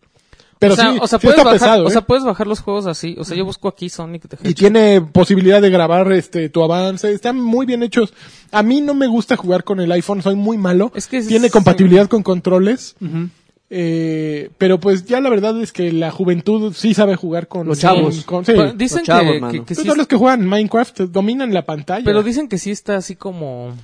Pero
o sea,
sí,
o sea,
sí
puedes
está
bajar,
pesado.
o
¿eh?
sea, puedes bajar los juegos así. O sea, yo busco aquí Sonic the
y
Hedgehog.
tiene posibilidad de grabar este tu avance, están muy bien hechos. A mí no me gusta jugar con el iPhone, soy muy malo.
Es que es-
tiene compatibilidad con controles. Eh, pero pues ya la verdad es que la juventud sí sabe jugar con
Los chavos.
con- sí.
Pero dicen
Los chavos,
que- que,
mano.
que
Pues
sí,
todos los que juegan Minecraft dominan la pantalla.
pero dicen que sí está así como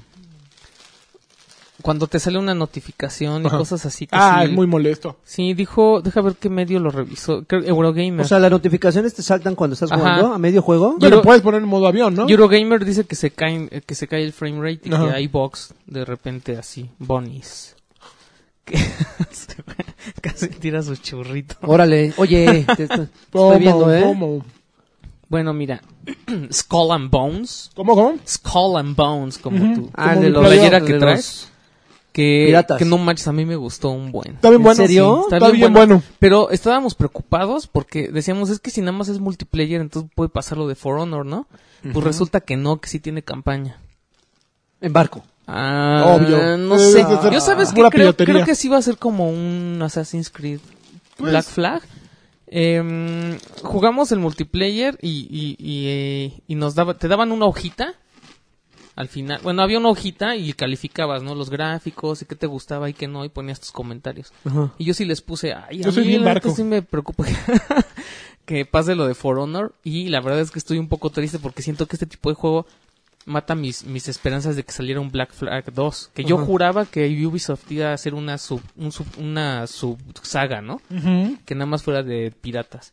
cuando te sale una notificación y
Ajá.
cosas así. que
ah,
sí-
es muy molesto.
Sí, dijo, deja ver qué medio lo revisó. Creo- Eurogamer.
O sea, las notificaciones te saltan cuando estás
Ajá.
jugando a medio juego.
Pero puedes poner en modo avión, ¿no?
Eurogamer dice que se cae, que se cae el frame rate y
Ajá.
que hay box de repente así, bonis. <laughs> Que- Casi tira su churrito.
Órale, oye,
<laughs>
te est- estoy viendo, ¿eh?
¿Cómo?
Bueno, mira, <clears throat> Skull and Bones,
¿Cómo, cómo?
Skull and Bones como
Ujú.
tú.
Ah,
Como
el de
mi
los,
playera
el
que
de
traes. Que,
Piratas.
que no manches, a mí me gustó un buen.
Está bien
¿En
bueno.
serio?
sí,
Está
Está,
bien
bien,
bueno.
bueno.
Pero estábamos preocupados porque decíamos, es que si nada más es multiplayer, entonces puede pasar lo de For Honor, ¿no? Pues resulta que no, que sí tiene campaña.
En barco.
Ah,
Obvio.
No
Debe
sé.
de ser
Yo sabes que
pura
creo,
piratería.
creo que sí va a ser como un Assassin's Creed
Pues-
Black Flag. Em, jugamos el multiplayer y, y, y, eh, y nos daba, te daban una hojita al final. Bueno, había una hojita y calificabas, ¿no? Los gráficos y qué te gustaba y qué no y ponías tus comentarios. Y yo sí les puse, ay, a
Yo soy
mí
bien
la neta
barco.
sí me preocupa <laughs> que pase lo de For Honor y la verdad es que estoy un poco triste porque siento que este tipo de juego mata mis, mis esperanzas de que saliera un Black Flag 2, que yo juraba que Ubisoft iba a hacer una sub, un sub- una sub saga, ¿no? Que nada más fuera de piratas.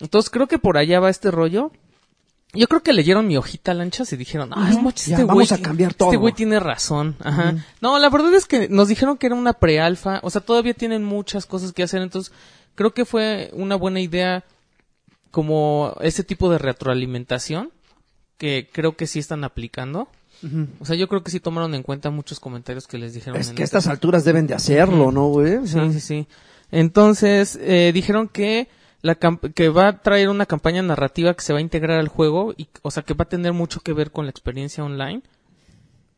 Entonces creo que por allá va este rollo. Yo creo que leyeron mi hojita lanchas y dijeron, ah, es macho,
Ya,
este
vamos
güey.
a
tiene-
cambiar
Este
todo".
güey tiene razón. Ajá. No, la verdad es que nos dijeron que era una prealfa. O sea, todavía tienen muchas cosas que hacer. Entonces, creo que fue una buena idea como ese tipo de retroalimentación que creo que sí están aplicando. O sea, yo creo que sí tomaron en cuenta muchos comentarios que les dijeron.
Es
en
que a
ese-
estas alturas deben de hacerlo, ¿no, güey?
Sí, sí, sí. Entonces, eh, dijeron que la camp- que va a traer una campaña narrativa que se va a integrar al juego y o sea, que va a tener mucho que ver con la experiencia online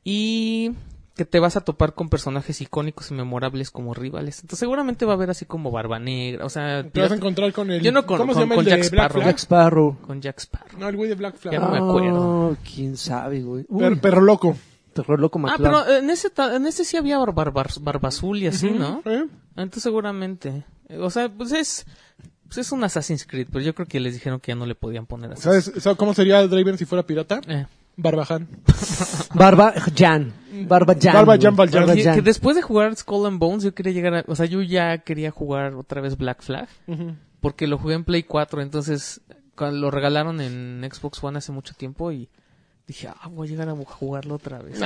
y que te vas a topar con personajes icónicos y memorables como rivales. Entonces, seguramente va a haber así como Barba Negra, o
Te
sea,
vas
pirata-
a encontrar con el
Yo no con-
¿Cómo
con-
se llama
con
el
Jack
de Black
Sparrow.
Flag?
Jack Sparrow.
con Jack Sparrow.
No, el güey de Black Flag.
Ya no me acuerdo.
Ah, quién sabe, güey. Uy,
Per- perro loco.
terror loco
Ah,
McClan.
pero en ese, ta- en ese sí había barba, barba, azul y así, ¿no?
¿Eh?
Entonces seguramente. Eh, O sea, pues es, pues es un Assassin's Creed, pero yo creo que les dijeron que ya no le podían poner Assassin's
¿Sabes, ¿Sabes cómo sería Draven si fuera pirata?
Creed. Eh.
Barbaján.
Barba Jan. Barba Jan.
Barba
güey.
Jan Valjean.
Barba
Ahora
Que-
Jan.
que después de jugar Skull and Bones, yo quería llegar a... O sea, yo ya quería jugar otra vez Black Flag. Porque lo jugué en Play 4, entonces cuando lo regalaron en Xbox One hace mucho tiempo y dije, ah, voy a llegar a jugarlo otra vez.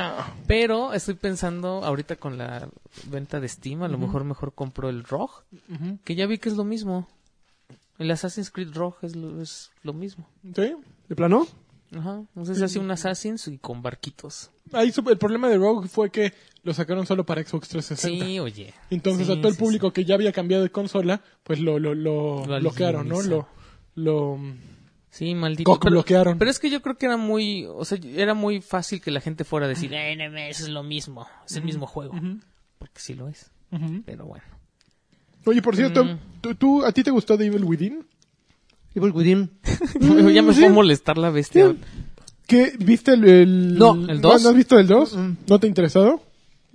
Pero estoy pensando ahorita con la venta de Steam, a lo mejor mejor compro el ROG,
Ujú.
que ya vi que es lo mismo. El Assassin's Creed ROG es lo, es lo mismo.
¿Sí?
¿De plano?
Ajá. No sé si hace un Assassin's y con barquitos.
Ahí supe- el problema de Rogue fue que lo sacaron solo para Xbox 360.
Sí, oye.
Entonces
Sí,
a todo el
sí,
público que ya había cambiado de consola, pues lo, lo, lo,
Lo
bloquearon, ¿no?
aliviniza.
Lo, lo...
Sí, Sí, maldito.
Cock bloquearon.
Pero es que yo creo que era muy, o sea, era muy fácil que la gente fuera a decir, "Ay, no, no, eso es lo mismo, es el mismo juego.
Ujú,
Porque sí lo es.
ujú. <laughs>
Pero bueno. <laughs>
Oye, por cierto,
Mm.
¿tú, tú- a ti te gustó Devil Within?
Evil Within.
ya me
sí.
fue a molestar la bestia.
¿Qué? ¿Viste el... el-
No, Mm.
¿el dos?
¿No has visto el 2? ¿No te ha interesado?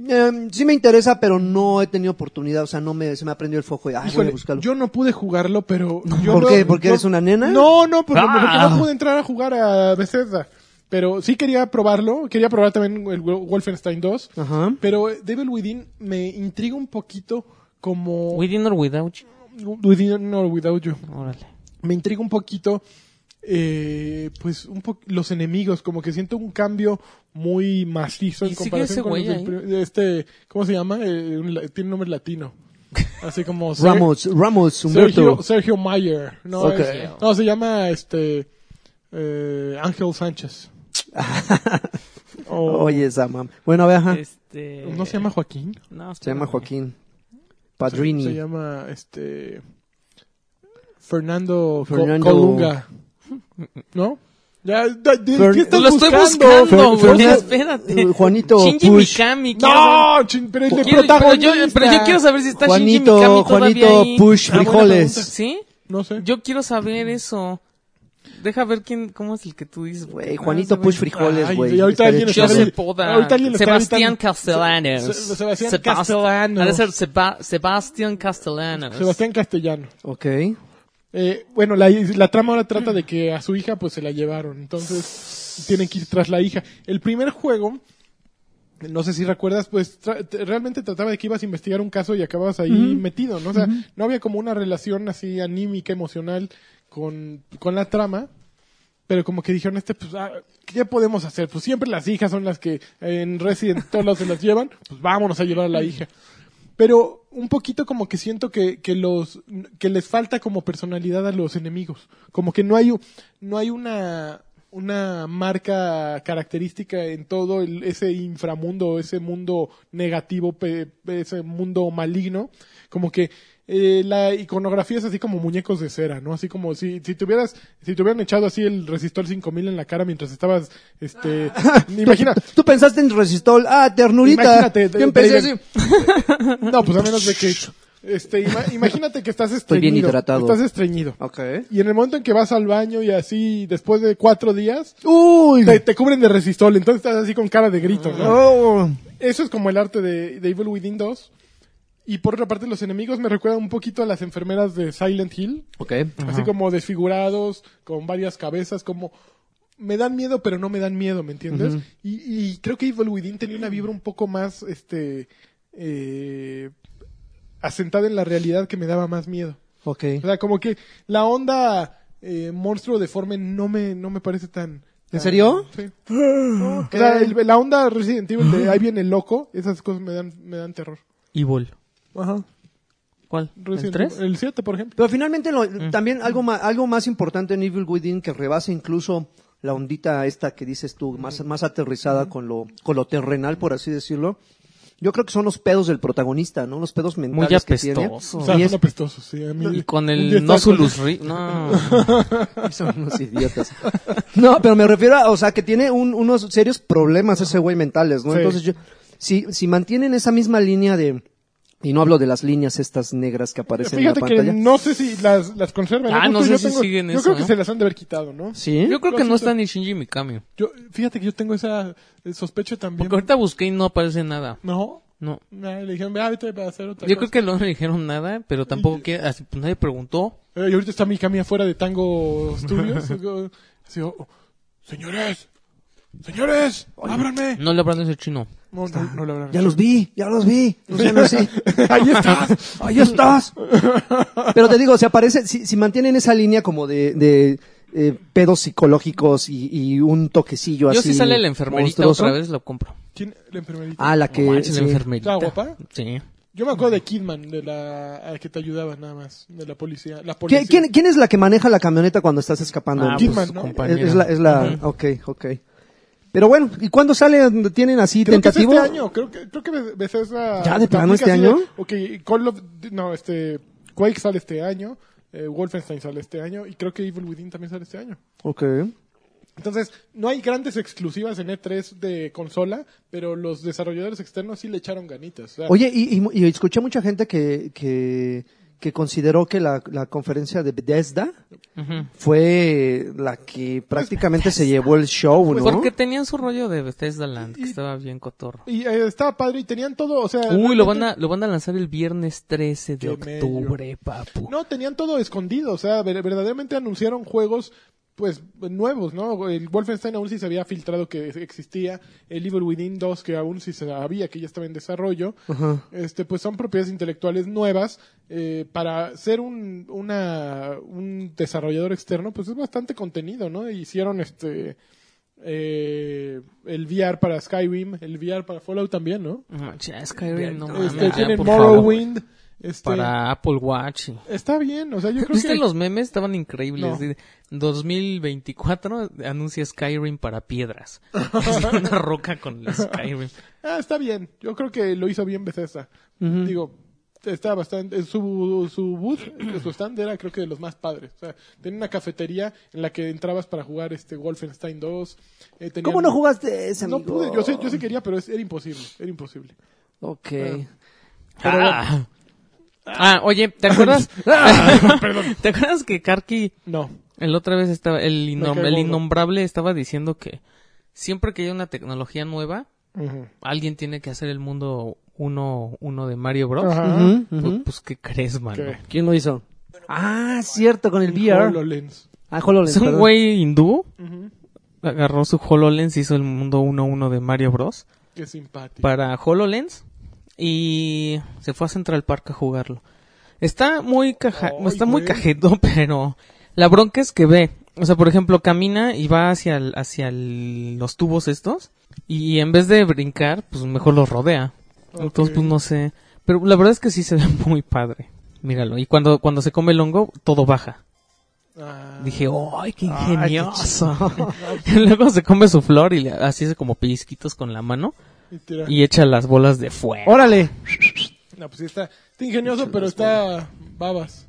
Eh, sí me interesa, pero no he tenido oportunidad. O sea, no me, se me ha prendido el foco. y, Ay, voy
Híjole,
a buscarlo.
yo no pude jugarlo, pero... yo
Ah, ¿por
no-
qué? ¿Porque
yo-
eres una nena?
No, no, porque,
Ah.
porque no pude entrar a jugar a Bethesda. Pero sí quería probarlo. Quería probar también el Wo- Wolfenstein 2.
Ajá.
Pero eh, Devil Within me intriga un poquito como...
Within or without you.
Within or Without You.
Órale.
me intriga un poquito eh, pues un po- los enemigos como que siento un cambio muy macizo en
Y sigue
comparación
ese
con los
güey
del
ahí.
pri- este cómo se llama Eh, un la- tiene un nombre latino así
<laughs>
como Ser-
Ramos, Ramos, Humberto.
Sergio, Sergio Mayer no
Ok.
es- no se llama este eh, Ángel Sánchez O-
Oh. Oye, esa mam. Bueno, a ver, ajá.
Este...
Ah. no se llama Joaquín
No,
Se llama
espérame.
Joaquín.
se,
Padrini.
se llama este Fernando, Co-
Fernando-
Colunga no ya, da- de-
Fer-
¿qué estás
Lo estoy
Fer-
buscando, güey.
Fernan-
<laughs>
Espérate.
Juanito
Shinji
Push.
Mikami. quiero ver-
No, chin, pero el de
quiero- pero, yo,
protagonista.
pero yo quiero saber si está Shinji
Juanito,
Mikami todavía
Juanito
ahí.
Push
Ah, buena
Frijoles.
¿Sí?
No sé.
Yo quiero saber eso. Deja ver quién, cómo es el que tú dices. porque-
Güey,
Ah,
Juanito
ese
Push
güey-
Frijoles,
Ay,
güey.
y ahorita alguien
Estaría
está-
chido.
Joseph
Ahorita
Poda.
alguien lo está
Sebastián
gritando.
Castellanos.
Se- se- Sebastián
Sebast-
Castellanos.
Ha de ser Seba- Sebastián Castellanos.
Sebastián Castellano.
Ok.
Eh, bueno, la, la trama ahora trata de que a su hija pues se la llevaron. Entonces tienen que ir tras la hija. El primer juego, no sé si recuerdas, pues tra- te- realmente trataba de que ibas a investigar un caso y acababas ahí metido, ¿no? O sea, no había como una relación así anímica, emocional con, con la trama. Pero como que dijeron, este, pues, ah, ¿qué podemos hacer? Pues siempre las hijas son las que en Resident todos lados se las llevan. Pues vámonos a llevar a la hija pero un poquito como que siento que, que los que les falta como personalidad a los enemigos como que no hay u- no hay una una marca característica en todo el- ese inframundo ese mundo negativo pe- pe- ese mundo maligno como que eh, la iconografía es así como muñecos de cera, ¿no? Así como si, si tuvieras, si te hubieran echado así el resistor 5000 en la cara mientras estabas, este,
<laughs>
imagina,
Tú pensaste en Resistol. Ah, ternurita.
Imagínate,
Yo empecé así.
Draven. No, pues a menos de que. Este, ima- imagínate que estás estreñido.
bien hidratado.
Estás estreñido.
Ok.
Y en el momento en que vas al baño y así, después de cuatro días,
Uy.
te, te cubren de resistol. Entonces estás así con cara de grito. ¿no?
Oh.
Eso es como el arte de, de Evil Within 2. Y por otra parte, los enemigos me recuerdan un poquito a las enfermeras de Silent Hill.
Ok.
Así como desfigurados, con varias cabezas, como me dan miedo, pero no me dan miedo, ¿me entiendes? y, y creo que Evil Within tenía una vibra un poco más este eh, asentada en la realidad que me daba más miedo.
Ok.
O sea, como que la onda eh, monstruo deforme no me, no me parece tan. tan-
serio?
Sí. O sea, el- la onda Resident Evil de ahí viene el loco, esas cosas me dan, me dan terror.
Evil.
Ajá.
¿Cuál? ¿El 3?
El 7, por ejemplo.
Pero finalmente lo-
Mm.
también algo más, algo más importante en Evil Within que rebasa incluso la ondita esta que dices tú, más,
Mm.
más aterrizada con lo, con lo terrenal, por así decirlo. Yo creo que son los pedos del protagonista, ¿no? Los pedos mentales que tiene.
apestoso.
O sea,
Y
son
es-
apestosos, sí. a mí-
Y con
un día
el
estaba
Nosulus Ri- No. <laughs>
<laughs> Son unos idiotas. No, pero me refiero a, o sea, que tiene un- unos serios problemas ese güey mentales, ¿no?
Sí.
Entonces yo, si, si mantienen esa misma línea de, y no hablo de las líneas estas negras que aparecen
Fíjate
en la pantalla.
que no sé si las, las conservan.
Ah,
Yo
no
justo
sé
yo
si siguen
Yo
eso,
creo que
¿eh?
se las han de haber quitado, ¿no?
¿Sí?
Yo creo que
Lo
no
siento.
está ni Shinji Mikami.
Yo, fíjate que yo tengo esa eh, sospecha también.
Porque ahorita busqué y no aparece nada.
No.
No.
Nah, le dijeron, "Ah, vete a hacer otra
Yo creo
cosa".
que no le dijeron nada, pero tampoco que así, pues, nadie preguntó.
Eh, y ahorita está mi cami afuera de Tango
<laughs>
Studios. eh, así, oh, señores, señores, ábranme.
No le habrán ese chino.
No, no, no le abran.
Ya los vi, ya los vi, Luciano, sí.
<laughs> Ahí estás.
¡Ahí estás! Pero te digo, se aparece, si, si mantienen esa línea como de, de, eh, pedos psicológicos y, y un toquecillo
Yo
así.
si sale la enfermerita
monstruoso.
otra vez, lo compro.
¿Quién? La enfermerita.
Ah, la que.
No manches,
sí.
la enfermerita.
¿Está guapa?
Sí.
Yo me acuerdo de Kidman, de la a la que te ayudaba nada más, de la policía. La policía.
¿Quién, quién, quién es la que maneja la camioneta cuando estás escapando?
Ah,
Pues,
Kidman,
su
¿no?
es,
compañera.
es la. Es la
Ujú.
ok, ok. Pero bueno, ¿y cuándo sale? ¿Tienen así
Creo que es
tentativo?
este año, creo que, creo que Be- Bethesda...
¿Ya de
la
plano este
aplica así
año?
de, ok, Call of... No, este... Quake sale este año, eh, Wolfenstein sale este año, y creo que Evil Within también sale este año.
Ok.
Entonces, no hay grandes exclusivas en E3 de consola, pero los desarrolladores externos sí le echaron ganitas. O sea,
Oye, y, y- y escuché mucha gente que, que, que consideró que la, la conferencia de Bethesda
Ujú.
fue la que prácticamente se llevó el show,
Pues,
¿no?
Pues, Porque tenían su rollo de Bethesda Land, que estaba bien cotorro.
Y eh, estaba padre y tenían todo, o sea...
Uy,
realmente-
lo van a, lo van a lanzar el viernes 13 de
Qué medio.
octubre, papu.
No, tenían todo escondido, o sea, ver- verdaderamente anunciaron juegos pues nuevos, ¿no? El Wolfenstein aún sí se había filtrado que existía, el Evil Within 2 que aún sí se sabía que ya estaba en desarrollo,
Ajá.
este pues son propiedades intelectuales nuevas eh, para ser un una un desarrollador externo, pues es bastante contenido, ¿no? Hicieron este eh, el VR para Skyrim, el VR para Fallout también, ¿no?
No, ya, Skyrim, no mames.
Este,
ya,
tienen
por
Morrowind, este
favor. Para Apple Watch. y-
está bien, o sea, yo creo
¿Viste
que
los memes? Estaban increíbles.
No.
Así, 2024 anuncia Skyrim para piedras. Así, una roca con el Skyrim.
Ah, está bien. Yo creo que lo hizo bien Bethesda. Digo, está bastante. eh, Su, su booth, eh, su stand era creo que de los más padres. O sea, tenía una cafetería en la que entrabas para jugar este Wolfenstein 2. eh, tenían-
¿Cómo no jugaste ese, amigo?
No pude. Yo, sé, yo sí quería, pero es- era imposible. Era imposible.
Ok.
ah. Ah, oye, ¿te acuerdas? <laughs> ¿Te acuerdas que Karki
No.
el otra vez estaba el, innom-
Me cae
el
gordo.
innombrable estaba diciendo que siempre que hay una tecnología nueva, alguien tiene que hacer el mundo uno uno de Mario Bros.
Ajá.
Ujú, ujú.
Pues, pues, qué crees, mano.
¿Qué?
¿Quién lo hizo? Ah, cierto, con el VR.
HoloLens.
Ah, HoloLens,
Es un
perdón.
güey hindú
Ujú.
agarró su HoloLens, hizo el mundo 1-1 de Mario Bros.
Qué simpático.
para HoloLens y se fue a Central Park a jugarlo. Está muy caja,
Ay,
está muy
güey.
cajeto, <laughs> pero la bronca es que ve, o sea, por ejemplo, camina y va hacia el- hacia el- los tubos estos y en vez de brincar, pues mejor los rodea. Entonces,
Ok.
pues no sé, pero la verdad es que sí se ve <laughs> muy padre. Míralo, y cuando cuando se come el hongo, todo baja.
Ah.
Dije, ¡ay, qué
Ay, qué
ingenioso! <laughs> y luego se come su flor y le- así hace como pellizquitos con la mano
Y tira.
y echa las bolas de fuego.
Órale.
No, pues sí está. Está ingenioso, pero está babas.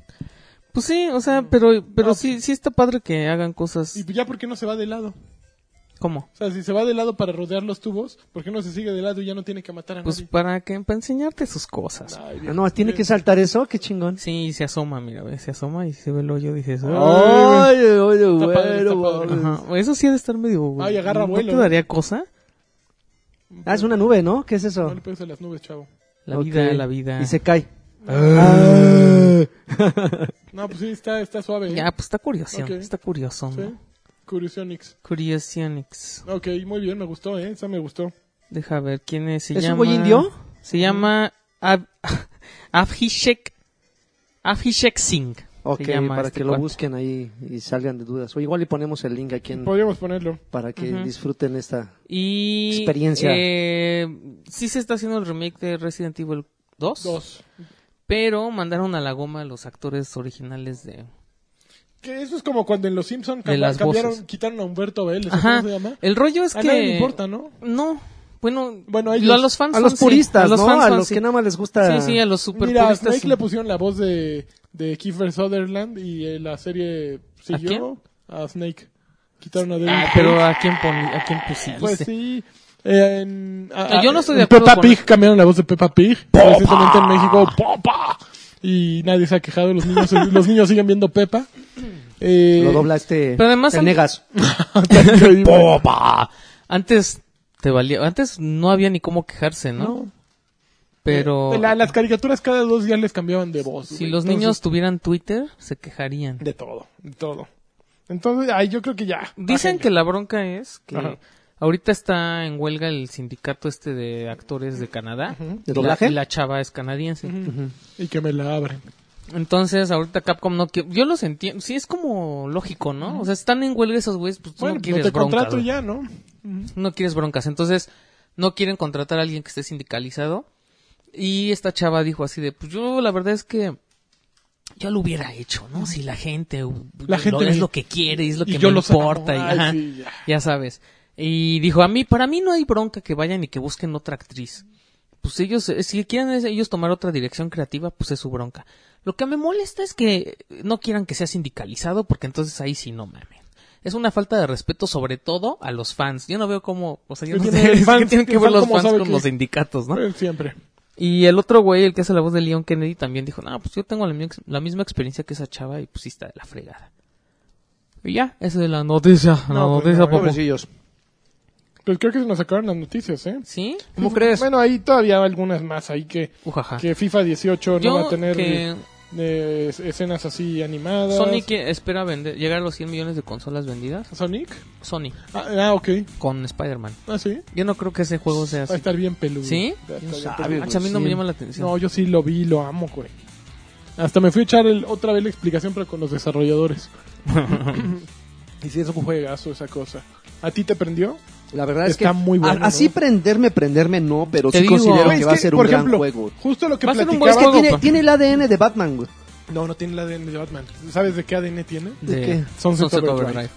Pues sí, o
Mm.
sea, pero, pero
Ah,
sí, sí está padre que hagan cosas.
¿Y ya por qué no se va de lado?
¿Cómo?
O sea, si se va de lado para rodear los tubos, ¿por qué no se sigue de lado y ya no tiene que matar a
Pues
nadie?
para que, para enseñarte sus cosas.
Ay,
Ah,
Dios.
no, tiene que saltar eso, qué chingón.
Sí, se asoma, mira, ve, se asoma y se ve el hoyo, dices.
Oh,
"Ay,
Ay, ay,
Está padre, está
güey.
padre.
Ajá. Eso sí ha de estar medio.
Ay, agarra
¿No
vuelo,
te
¿eh?
daría cosa?
Ah, es una nube, ¿no? ¿Qué es
No
eso?
le pegues a las nubes, chavo.
La
Ok.
vida, la vida.
Y se cae.
No, pues sí, está, está suave. ¿eh?
Ah. Ya, pues está curioso,
Ok.
está curioso. ¿no?
Sí. Curiosionix.
Curiosionics.
Ok, muy bien, me gustó, ¿eh? Esa me gustó.
Deja ver quién es. Se
¿Es un
llama-
güey indio?
Se llama Ab- <laughs> Abhishek. Abhishek Singh. se
Ok,
llama
para
este
que lo
cuate.
busquen ahí y salgan de dudas. O igual y ponemos el link aquí en-
Podríamos ponerlo.
para que
Ujú.
disfruten esta.
Y.
Experiencia.
Eh, sí se está haciendo el remake de Resident Evil 2.
Dos.
Pero mandaron a la goma a los actores originales de.
Que eso es como cuando en Los Simpsons
De las
cambiaron,
voces.
quitaron a Humberto Vélez. ¿o
Ajá.
¿Cómo se llama?
El rollo es
A
que.
nadie le importa, ¿no?
No. Bueno,
Bueno,
lo-
ellos-
a los fans
A los
son, sí.
puristas,
A los
¿no?
fans
a
son,
los
sí.
que nada más les gusta.
Sí, sí, a los super
Mira, a
puristas.
Snake
sí.
le pusieron la voz de, de Kiefer Sutherland y eh, la serie siguió a, Snake. Quitaron a David.
Ah, pero ¿a quién, poni- a quién pusiste?
Pues sí. eh, en- a- a-
Yo no estoy de
en
acuerdo
Peppa
con
Pig cambiaron la voz de Peppa Pig. Recientemente en México, ¡Popa! Y nadie se ha quejado. Los niños, los niños siguen viendo Peppa. Eh,
Lo dobla este.
Pero además son-
Venegas.
está increíble.
Opa. Antes te valía. Antes no había ni cómo quejarse, ¿no?
No.
Pero
Eh, la- las caricaturas cada dos días les cambiaban de voz.
si
güey.
los
Entonces,
niños tuvieran Twitter, se quejarían.
De todo, de todo. Entonces, ay, yo creo que ya.
Dicen
bájenle.
que la bronca es que
Ajá.
ahorita está en huelga el sindicato este de actores de Canadá.
¿De
La-
doblaje?
Y la chava es canadiense.
Y que me la abren.
Entonces, ahorita Capcom no quiere... Yo los entiendo. Sí, es como lógico, ¿no? O sea, están en huelga esos güeyes, pues tú
Bueno,
no
pues no
quieres
te
broncas,
contrato
güey.
ya, ¿no?
No quieres broncas. Entonces, no quieren contratar a alguien que esté sindicalizado. Y esta chava dijo así de, pues yo la verdad es que... Yo lo hubiera hecho, ¿no? Si la gente,
La
lo-
gente
es
me-
lo que quiere, y es lo
y
que
yo
me
los
importa.
amo.
y-
Ay,
ajá.
sí, ya.
Ya sabes. Y dijo, a mí, para mí no hay bronca que vayan y que busquen otra actriz. Pues ellos, eh, si quieren es- ellos tomar otra dirección creativa, pues es su bronca. Lo que me molesta es que no quieran que sea sindicalizado, porque entonces ahí sí no mamen. Es una falta de respeto sobre todo a los fans. Yo no veo cómo, o sea, yo
¿Qué
no
tiene
<laughs> sé
el fan?
qué tienen que
¿El
ver
fan
los
cómo
fans
sabe
con
que-
los sindicatos, ¿no?
Eh, Siempre.
Y el otro güey, el que hace la voz de Leon Kennedy, también dijo, no, pues yo tengo la, mi- la misma experiencia que esa chava y pues sí está de la fregada. Y ya, esa es la noticia, la
No, pues,
noticia,
no,
<laughs>
papá.
Pobrecillos.
Pues creo que se nos sacaron las noticias, ¿eh?
¿Sí? ¿Cómo
Sí,
crees?
Bueno, ahí todavía algunas más. Ahí que,
Ujaja.
que FIFA 18
Ah. Yo
no va a tener
que
eh, es- escenas así animadas.
Sony que espera vender, llegar a los 100 millones de consolas vendidas.
¿Sonic?
Sony,
Ah, ah, ok.
con Spider-Man.
Ah, sí.
Yo no creo que ese juego sea
Va a
así.
estar bien peludo.
¿Sí?
Va a estar bien
sabe,
Macho, a mí no me llama la atención.
No, yo sí lo vi, lo amo, güey. Hasta me fui a echar el- otra vez la explicación, pero con los
<laughs>
desarrolladores. y si es un juegazo esa cosa. ¿A ti te prendió?
La verdad es que
Está muy bueno,
a- así
¿no?
prenderme, prenderme no, pero
Te
sí
digo,
considero
Güey,
que
es
va a
que,
ser un
por
gran
ejemplo,
juego.
Justo lo que
Va a ser un
platicaba.
buen
Es que
juego,
tiene,
pa.
tiene el ADN de Batman, güey.
No, no tiene el ADN de Batman. ¿Sabes de qué ADN tiene?
¿De qué?
Sunset Overdrive.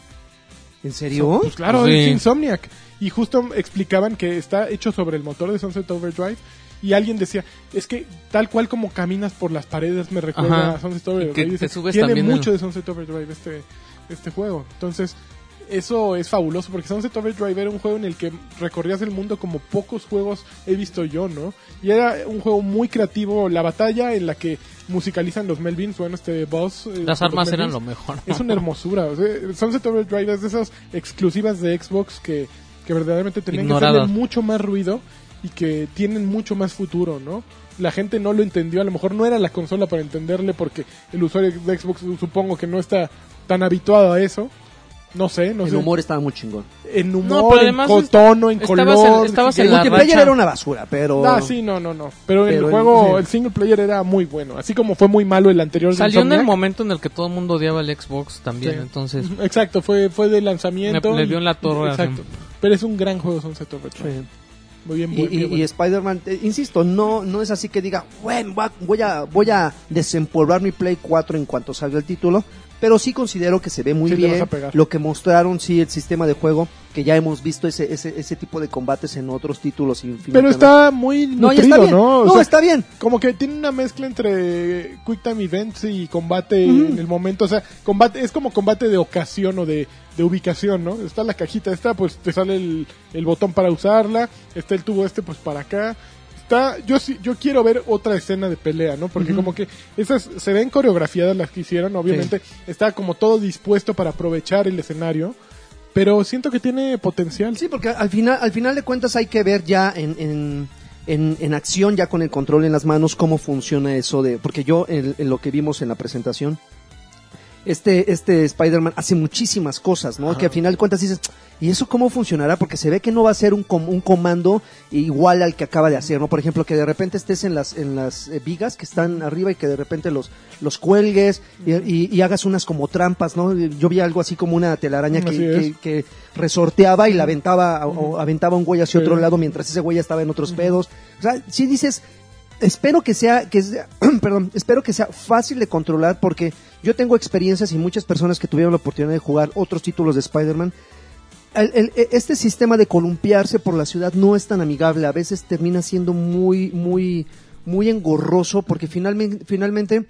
¿En serio?
Pues claro,
Sí.
es Insomniac. Y justo explicaban que está hecho sobre el motor de Sunset Overdrive. Y alguien decía, es que tal cual como caminas por las paredes me recuerda
Ajá.
a Sunset
Y
Overdrive.
que
Y dice,
te subes
tiene
también en-
mucho de Sunset Overdrive este, este juego. Entonces, eso es fabuloso porque Sunset Overdrive era un juego en el que recorrías el mundo como pocos juegos he visto yo, ¿no? Y era un juego muy creativo. La batalla en la que musicalizan los Melvins, bueno, este boss. eh,
Las
los
armas eran
Melvins.
lo mejor.
Es una hermosura. o sea, Sunset Overdrive es de esas exclusivas de Xbox que, que verdaderamente tenían que
Ignoradas.
hacerle mucho más ruido y que tienen mucho más futuro, ¿no? La gente no lo entendió, a lo mejor no era la consola para entenderle porque el usuario de Xbox supongo que no está tan habituado a eso. No sé, no
el
pues,
sé.
humor estaba muy chingón.
En humor,
No, pero además
en
es-
co- tono, en
estabas
color.
en- estabas
El
en la
multiplayer
racha.
era una basura, pero...
Ah, sí, no, no, no. Pero,
Pero
el
el-
juego,
sí.
el single player era muy bueno. Así como fue muy malo el anterior. de
Salió en el
Insomniac.
momento en el que todo el mundo odiaba el Xbox también,
Sí.
entonces...
Exacto, fue, fue de lanzamiento.
Me- le
y-
dio en la torre,
Exacto.
así.
Pero es un gran juego Sunset Overdrive.
Sí.
Muy bien,
Y,
muy bien.
y- y
bueno.
Spider-Man, eh, insisto, no, no es así que diga, bueno, va- voy a, voy a desempolvar mi Play 4 en cuanto salga el título, pero sí considero que se ve muy
Sí, le vas a
bien
pegar.
lo que mostraron, sí, el sistema de juego, que ya hemos visto ese, ese, ese tipo de combates en otros títulos
Pero
infinitamente.
está muy
No, ya
nutrido,
está bien.
¿no?
No,
O sea,
está bien.
Como que tiene una mezcla entre Quick Time Events y combate en el momento. O sea, combate es como combate de ocasión o de, de ubicación, ¿no? Está la cajita esta, pues te sale el, el botón para usarla. Está el tubo este, pues para acá. Está, yo sí, yo quiero ver otra escena de pelea, ¿no? Porque como que esas se ven coreografiadas las que hicieron, obviamente. Está como todo dispuesto para aprovechar el escenario. Pero siento que tiene potencial.
Sí, porque al final, al final de cuentas hay que ver ya en, en, en, en acción, ya con el control en las manos, cómo funciona eso de... Porque yo, en, en lo que vimos en la presentación, este, este Spider-Man hace muchísimas cosas, ¿no? Que al final de cuentas dices, ¿y eso cómo funcionará? Porque se ve que no va a ser un, com- un comando igual al que acaba de hacer, ¿no? Por ejemplo, que de repente estés en las, en las eh, vigas que están arriba y que de repente los, los cuelgues y, y- y hagas unas como trampas, ¿no? Yo vi algo así como una telaraña que,
Así es.
que- que resorteaba y la aventaba, o- o aventaba un güey hacia otro
Sí.
lado mientras ese güey estaba en otros pedos. O sea, si dices, espero que sea, que sea- <clears throat> perdón, espero que sea fácil de controlar porque yo tengo experiencias y muchas personas que tuvieron la oportunidad de jugar otros títulos de Spider-Man. El- el- este sistema de columpiarse por la ciudad no es tan amigable, a veces termina siendo muy, muy, muy engorroso porque finalmente, finalmente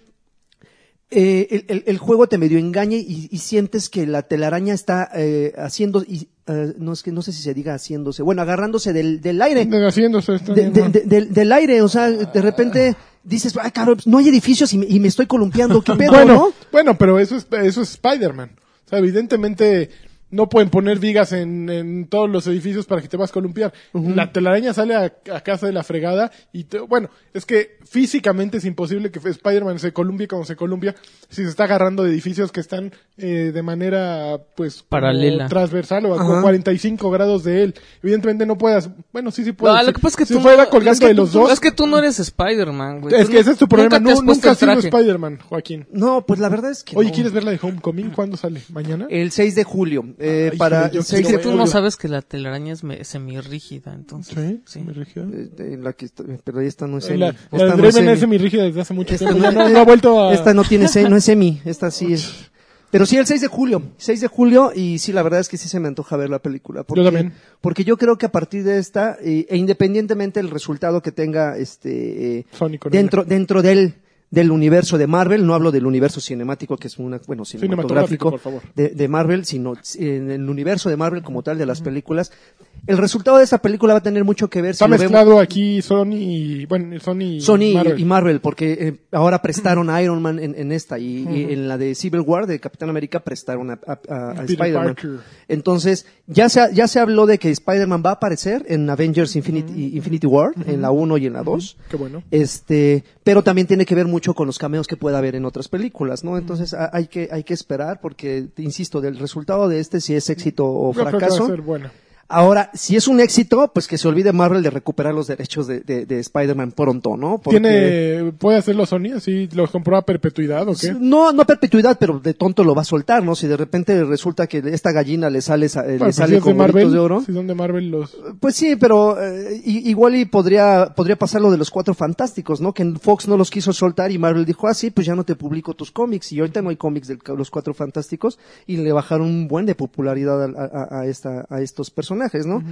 eh, el, el- el juego te medio engaña y, y sientes que la telaraña está eh, haciendo, y, eh, no es que no sé si se diga haciéndose, bueno, agarrándose del, del aire
Haciéndose, está
de-
bien,
de-
¿no?
de- del, del aire, o sea, de repente dices, ay, cabrón, pues, no hay edificios y me, y me <laughs> estoy columpiando, qué pedo,
bueno,
¿no?
bueno, pero eso es, eso es Spider-Man. O sea, evidentemente no pueden poner vigas en, en todos los edificios para que te vas a columpiar. La telaraña sale a, a casa de la fregada y, te- bueno, es que físicamente es imposible que Spider-Man se columpie como se columpia si se está agarrando de edificios que están eh, de manera, pues, como
Paralela.
transversal o a
Ajá.
45 grados de él. Evidentemente no puedas, bueno, sí, sí puedes.
No,
Si-
Ah, lo que pasa es que
Pues, si
tú
fuera
no-
colgando
es que
de
tú-
los
tú-
dos.
Es que tú no eres Spider-Man, güey.
Es
Tú
que ese es tu problema.
Nunca te
Nu-
has puesto
Nunca
el
has sido
traje.
Spider-Man, Joaquín.
No, pues la verdad es que.
Oye,
no.
¿quieres ver la de Homecoming? ¿Cuándo sale? ¿Mañana?
El 6 de julio. eh,
Ay,
para
híjole, yo
el 6
quiero
de
que
ver.
tú no
julio.
sabes que la telaraña es me- semirrígida, entonces. Sí.
¿Me rigió?
Eh, eh, la que está- pero esta no es
Eh,
semi.
La,
esta
la de
no es
Draven es
semi.
semirrígida desde hace mucho
Esta
tiempo. Ya
es-
no, no ha vuelto a...
Esta no tiene semi, no es semi, esta sí es. Pero sí el 6 de julio, 6 de julio y sí la verdad es que sí se me antoja ver la película. Porque,
Yo también.
Porque yo creo que a partir de esta eh, e independientemente el resultado que tenga este eh,
Sony con
dentro dentro del del universo de Marvel, no hablo del universo cinemático que es una bueno
Cinematográfico,
cinematográfico,
por favor.
De, de Marvel, sino en el universo de Marvel como tal de las películas. El resultado de esta película va a tener mucho que ver
Está
si lo vemos-
mezclado aquí Sony y... Bueno, Sony y
Sony y-
Marvel.
y Marvel, porque eh, ahora prestaron a Iron Man en, en esta y, y en la de Civil War de Capitán América prestaron a, a- a- a
Peter
Spider-Man.
Parker.
Entonces, ya se, ha- ya se habló de que Spider-Man va a aparecer en Avengers Infinity, Infinity War, en la 1 y en la 2.
Qué bueno.
Este, pero también tiene que ver mucho con los cameos que pueda haber en otras películas, ¿no? Entonces a- hay que, hay que esperar porque, te insisto, del resultado de este, si es éxito o
Yo creo que va a
fracaso.
ser buena.
Ahora, si es un éxito, pues que se olvide Marvel de recuperar los derechos de, de, de Spider-Man pronto, ¿no? Porque-
¿Tiene... ¿Puede hacerlo Sony? ¿Así los compró a perpetuidad o qué?
pues, No, no a perpetuidad, pero de tonto lo va a soltar, ¿no? Si de repente resulta que esta gallina le sale, sa- eh,
Bueno,
le
pues si
sale
es de
con
Marvel,
gorritos de oro.
Si son de Marvel los...
Pues sí, pero eh, i- igual y podría, podría pasar lo de los cuatro fantásticos, ¿no? Que Fox no los quiso soltar y Marvel dijo, ah, sí, pues ya no te publico tus cómics. Y ahorita no hay cómics de los cuatro fantásticos y le bajaron un buen de popularidad a, a- a esta, a estos personajes, ¿no?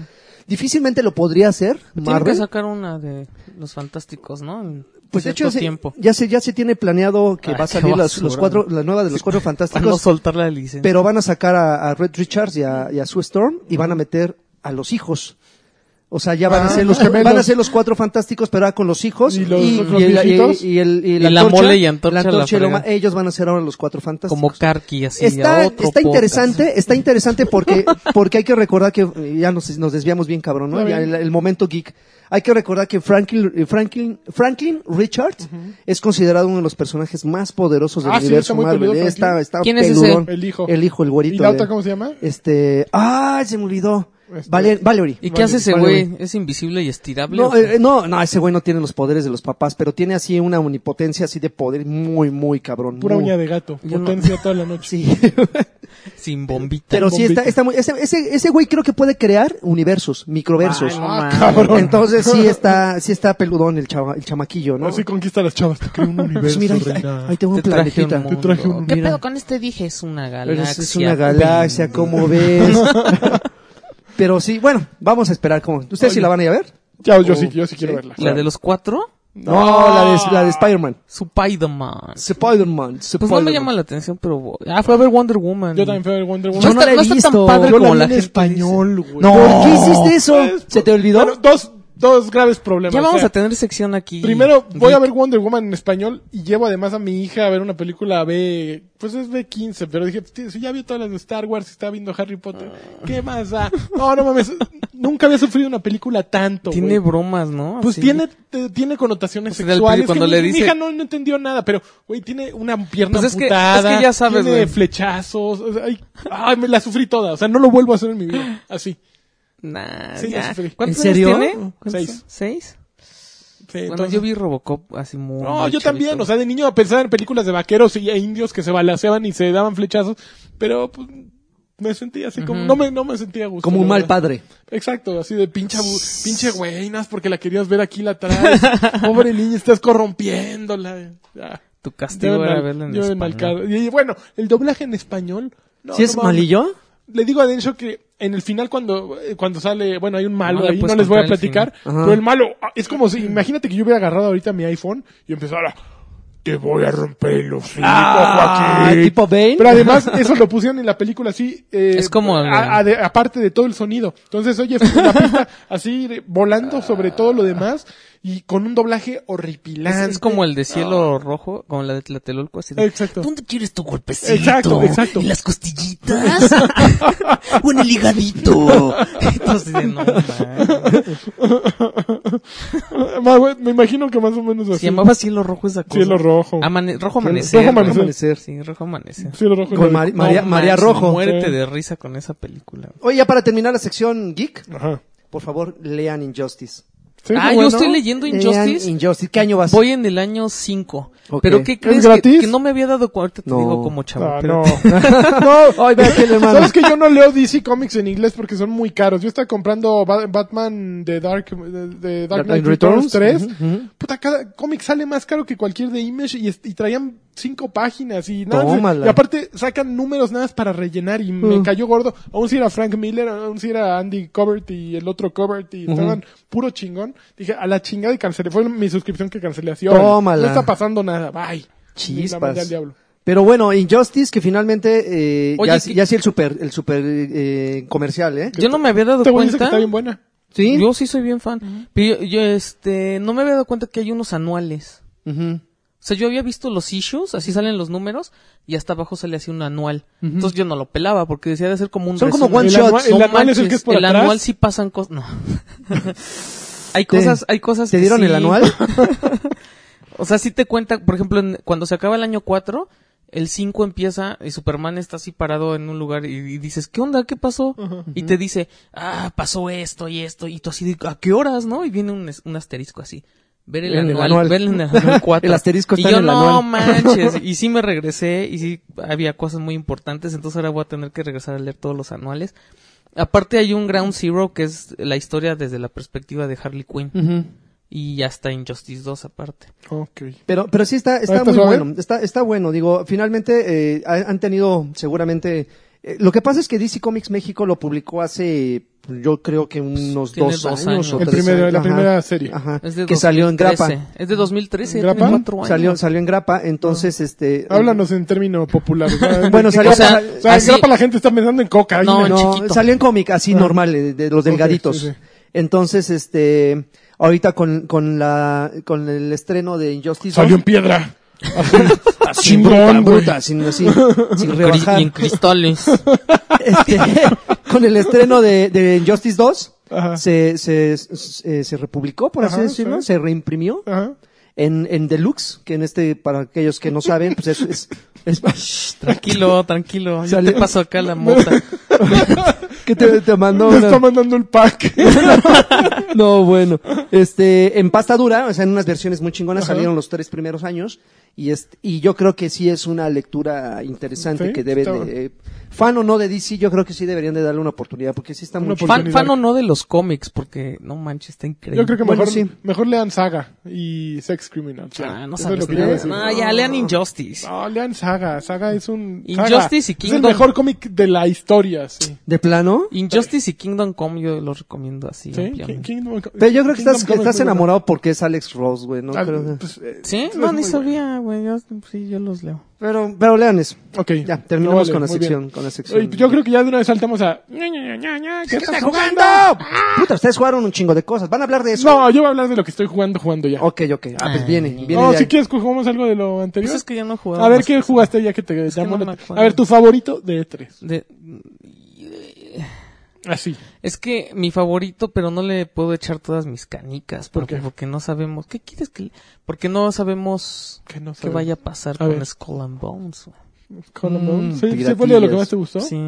Difícilmente lo podría hacer
Tienen que
Marvel.
sacar una de los fantásticos, ¿no? En
Pues de hecho,
cierto
se-
tiempo.
ya se, ya se tiene planeado que
Ay,
va a
qué
salir las- los
basura,
cuatro, la nueva de los
<laughs>
cuatro
Para no
fantásticos.
soltar la licencia.
pero van a sacar a, a Red Richards y a, y a Sue Storm y van a meter a los hijos. O sea, ya van a
Ah,
ser los
<laughs>
los gemelos.
van a ser los cuatro fantásticos, pero ahora con los hijos
¿Y los- los
el-
viejitos?
y el- y
Y la mole y antorcha
la
a la
antorcha y lo ma-
fregada.
ellos van a ser ahora los cuatro fantásticos.
como Karki, así.
Está,
a otro
está
podcast.
interesante,
<laughs>
está interesante porque, porque hay que recordar que eh, ya nos, nos desviamos bien cabrón, ¿no?
Está
Ya
bien.
el, el momento geek. Hay que recordar que Franklin, eh, Franklin, Franklin Richards es considerado uno de los personajes más poderosos del
Ah, sí,
universo
está muy
Marvel.
peludo,
eh, Está,
Franklin.
está
¿Quién es ese?
peludón.
El hijo.
El hijo, el
¿Y
güerito.
la otra
de-
cómo se llama?
Este, ah, se me olvidó.
Este-
Valer- Valerie.
¿Y qué hace ese
Valerie.
güey? ¿Es invisible y estirable?
No,
o qué?
eh, no, no, ese güey no tiene los poderes de los papás, pero tiene así una omnipotencia así de poder muy, muy cabrón.
Pura
muy-
uña de gato.
Yo no-
Potencia
<laughs>
toda la noche. <laughs>
Sí.
Sin bombita.
eh, Pero sí está,
bombita.
está muy, ese, ese, ese güey creo que puede crear universos, microversos.
Ay, no
Ah,
mames.
cabrón.
Entonces <laughs> sí está, sí está peludón el chava, el chamaquillo, ¿no?
Así conquista a
<laughs>
las chavas. Te <laughs> creo un
Pues
universo,
mira, ahí,
reina.
ahí tengo un
Te traje un
planetita.
mundo.
traje un-
¿Qué
Mira.
pedo con este dije? Es una
Pero
galaxia.
es- Es una galaxia, ¿cómo ves? <laughs> Pero sí, bueno, vamos a esperar cómo. ¿Ustedes sí
Oye.
la van a ir a ver?
Ya,
Oh,
yo sí, yo sí quiero verla.
¿La de los cuatro?
No, la de, la de Spider-Man.
Spider-Man.
Spider-Man.
Pues no me llama la atención, pero... voy. Ah, fue a ver Wonder Woman.
Yo también fui a ver Wonder
No,
Woman.
Yo no
está,
la he
no está
visto.
tan padre
Yo la
como
vi
la
en
gente
español, güey. Pues,
No. Pues, ¿Por qué hiciste eso? ¿Se te olvidó?
Bueno, dos, dos graves problemas.
dice. Ya vamos
O sea,
a tener sección aquí.
Primero, voy a ver Wonder Woman en español y llevo además a mi hija a ver una película B, pues es B15, pero dije, "Pues, "Tío, si ya vio todas las de Star Wars y está viendo Harry Potter,
Ah.
¿qué más da? No, no mames, nunca había sufrido una película tanto, güey.
Tiene bromas, ¿no?
Pues
Así.
tiene, te- tiene connotaciones
O sea, del
sexuales.
pri- cuando
que
le
mi, mi
dice-
hija no, no entendió nada, pero, güey, tiene una pierna
Pues es que- es que
putada.
ya sabes,
Tiene
güey.
flechazos. o sea, ay, ay, me la sufrí toda. O sea, no lo vuelvo a hacer en mi vida. Así.
Nah,
Sí,
ya.
sí, sí.
¿Cuántos
¿En serio?
años tiene? ¿Cuántos
Seis.
son? ¿Seis?
Sí,
Bueno,
entonces-
yo vi Robocop así muy...
No,
muy
yo
chavito.
también. O sea, de niño pensaba en películas de vaqueros y e indios que se balaceaban y se daban flechazos. Pero, pues, me sentía así como... No me, no me sentía a gusto.
Como un
la
mal
verdad.
padre.
Exacto, así de pinche, abu- pinche güey, no es porque la querías ver aquí la
<laughs>
traes. Pobre niña, estás corrompiéndola. Ya.
Tu
Yo
castigo era
mal-
verla en
yo
español.
malcado. Y, y bueno, el doblaje en español. no,
¿Sí
no
es
mames.
malillo?
Le digo a Dencho que en el final cuando, eh, cuando sale, bueno, hay un malo
No le
ahí, no
puedes
les voy a
contar el
platicar,
final. Ajá.
pero el malo ah, es como si, imagínate que yo hubiera agarrado ahorita mi iPhone y empezara, Te voy a romper el hocico,
Ah,
Joaquín.
tipo Bane.
Pero además, eso lo pusieron en la película así. eh,
Es como-
a- a de- aparte de todo el sonido. Entonces, oye, la pista <laughs> así de- volando sobre todo lo demás y con un doblaje
Es,
horripilante.
es como el de cielo rojo, como la de Tlatelolco, así
<laughs>
de,
Exacto.
¿Dónde quieres tu golpecito?
Exacto, exacto.
¿En las costillitas? ¿O en el higadito? <laughs> Entonces, de, no, man.
<laughs> Ma, güey, Me imagino que más o menos así.
Se llamaba cielo rojo esa cosa.
Cielo rojo.
Amane- rojo
Cielo-
amanecer.
Rojo
¿no?
Amanecer.
Sí, rojo amanecer.
Cielo rojo.
Con
No,
Mari- María,
No
María
manches,
Rojo.
Muerte
Sí.
de risa con esa película.
Oye, ya para terminar la sección geek,
Ajá.
por favor, lean Injustice.
Sí,
Ah,
bueno.
yo estoy leyendo
Lean
Injustice.
Injustice. ¿Qué año vas?
Voy en el año 5.
Ok.
Pero ¿qué
¿Es
crees? Que-
gratis?
Que, no me había dado cuenta, te
No.
digo como chavo.
Ah,
pero-
no.
<laughs>
<laughs> no, ay, ve
<laughs>
aquel hermano.
Sabes que yo no leo DC Comics en inglés porque son muy caros. Yo estaba comprando Ba- Batman de Dark, de, de
Dark
Dark Knight
Knight
Returns
Returns,
3.
ujú, ujú.
Puta, cada cómic sale más caro que cualquier de Image y, es- y traían cinco páginas y nada.
Tómala.
Y aparte sacan números nada más para rellenar y me cayó gordo. Aún si era Frank Miller, aún si era Andy Covert y el otro Covert y estaban puro chingón. Dije, a la chingada y cancelé. Fue mi suscripción que cancelé así. órale,
Tómala.
No está pasando nada. Bye. Y la mandé al
Chispas.
diablo.
Pero bueno, Injustice, que finalmente, eh,
Oye,
ya,
¿qué-
ya sí el super, el super eh, comercial, ¿eh?
Yo no me había dado
Te voy a decir Este que está
cuenta.
bien buena.
Sí.
Yo sí soy bien fan. Pero yo, yo, este, no me había dado cuenta que hay unos anuales.
Ujú.
O sea, yo había visto los issues, así salen los números, y hasta abajo sale así un anual. Entonces yo no lo pelaba, porque decía de ser como un
Son como
resumen.
one
El
shots.
anua- el
No
anual es el
manches,
que es por
el
atrás.
anual sí pasan
<laughs>
cosas. No. hay cosas, hay cosas
¿Te
que
dieron
sí-
el
<laughs>
anual?
O sea, sí te cuenta, por ejemplo, en- cuando se acaba el año 4, el 5 empieza y Superman está así parado en un lugar y, y dices, ¿qué onda? ¿Qué pasó? Y te dice, ah, pasó esto y esto. Y tú así, de, ¿a qué horas, no? Y viene un, es- un asterisco así. Ver el,
En el
anual,
anual. <laughs>
ver el anual 4.
El asterisco está
y yo,
en el
no
anual". <laughs>
manches. Y sí me regresé y sí había cosas muy importantes. Entonces ahora voy a tener que regresar a leer todos los anuales. Aparte hay un Ground Zero que es la historia desde la perspectiva de Harley Quinn.
Ujú.
Y ya está Injustice 2 aparte.
Ok.
Pero, pero sí está,
Ah,
está
¿está
muy
suave?
bueno. Está, está bueno. Digo, finalmente eh, ha- han tenido seguramente. eh, lo que pasa es que DC Comics México lo publicó hace, yo creo que unos
Pues, tiene
dos,
dos
años,
años.
o
El
tres
primero,
años.
la
Ajá.
primera serie.
Ajá.
Es de
que salió en
2013.
grapa.
Es de 2013,
¿Grapa?
tiene cuatro años.
Salió, salió en grapa. Entonces, este.
Háblanos en término popular.
<laughs>
o sea,
Bueno,
¿qué
salió-
O sea,
sal-
o sea,
así-
grapa la gente está pensando en coca.
No,
No,
chiquito. Ah.
salió en cómic, así normal, eh, de, los delgaditos.
sí, sí.
Entonces, este, ahorita con, con la, con el estreno de Injustice.
<laughs> Salió en
¿no? <laughs>
piedra.
sin bruta,
Chingón, güey.
bruta, sin, así, sin
<laughs> Cri-
rebajar.
Y en cristales.
Este, <laughs> con el estreno de, de Injustice 2,
Ajá.
se, se, se, eh, se republicó, por así
Ajá,
decirlo,
sí.
se reimprimió
Ajá.
en, en Deluxe, que en este, para aquellos que no saben, pues es, es,
<laughs>
es-
<laughs> tranquilo, tranquilo. Yo
Salió-
te paso acá la mota.
que te, te <laughs> mandó
Me
una-
está mandando el pack. <laughs>
<laughs> No, bueno. Este, en pasta dura, o sea, en unas versiones muy chingonas
Ajá.
salieron los tres primeros años. Y, este, y yo creo que sí es una lectura interesante
Sí,
que debe
está
de, fan o no de DC, yo creo que sí deberían de darle una oportunidad, porque sí está
Una
muy
oportunidad.
Fan, fan o no de los cómics, porque no manches, está increíble.
Yo creo que
Bueno,
mejor,
sí.
mejor lean Saga y Sex Criminal.
Ah,
Eso
no
es
sabes
lo que yo iba a
nada.
decir. Ah,
No, ya lean Injustice.
No, lean Saga. Saga es un. Saga.
Injustice y
Es el
Kingdom.
mejor cómic de la historia, sí.
¿De plano?
Injustice y Kingdom Come yo los recomiendo así
¿Sí? Ki-
ampliamente.
Kingdom-
Pero yo creo que
Kingdom
estás,
Come es
estás
muy
enamorado porque es Alex Ross, güey, ¿no?
bueno. Ah,
Creo-
pues, eh,
¿Sí?
es
No, ni
muy
sabía, güey. yo- Sí, yo los leo.
pero, pero lean eso.
bueno. Ok.
Ya, terminamos
No, vale,
con la
muy
sección,
bien.
con la sección.
Oye, pues Yo creo que ya de una vez saltamos a. Ña, Ña, Ña, Ña, Ña, ¿Qué estás jugando?
Puta, ustedes jugaron un chingo de cosas. ¿Van a hablar de eso?
No, yo voy a hablar de lo que estoy jugando, jugando ya.
Ok, ok. Ah, pues viene, viene
No,
de
si
ahí.
quieres jugamos algo de lo anterior.
Pues es que ya no he jugado
a ver
más
qué
cosas.
jugaste ya que te
que
llamó
no
la-
me acuerdo.
A ver, tu favorito de E E3.
De- Ah,
Así.
Es que mi favorito, pero no le puedo echar todas mis canicas.
¿Por
porque,
qué?
Porque no sabemos. ¿Qué quieres que.? le- Porque no sabemos
Que no
qué
sabemos.
vaya a pasar
A
con
ver.
Skull and Bones. güey.
Colin
Mm,
Bones. ¿Sí, ¿Sí
piratillas.
fue lo que más te gustó? Mm,
Sí.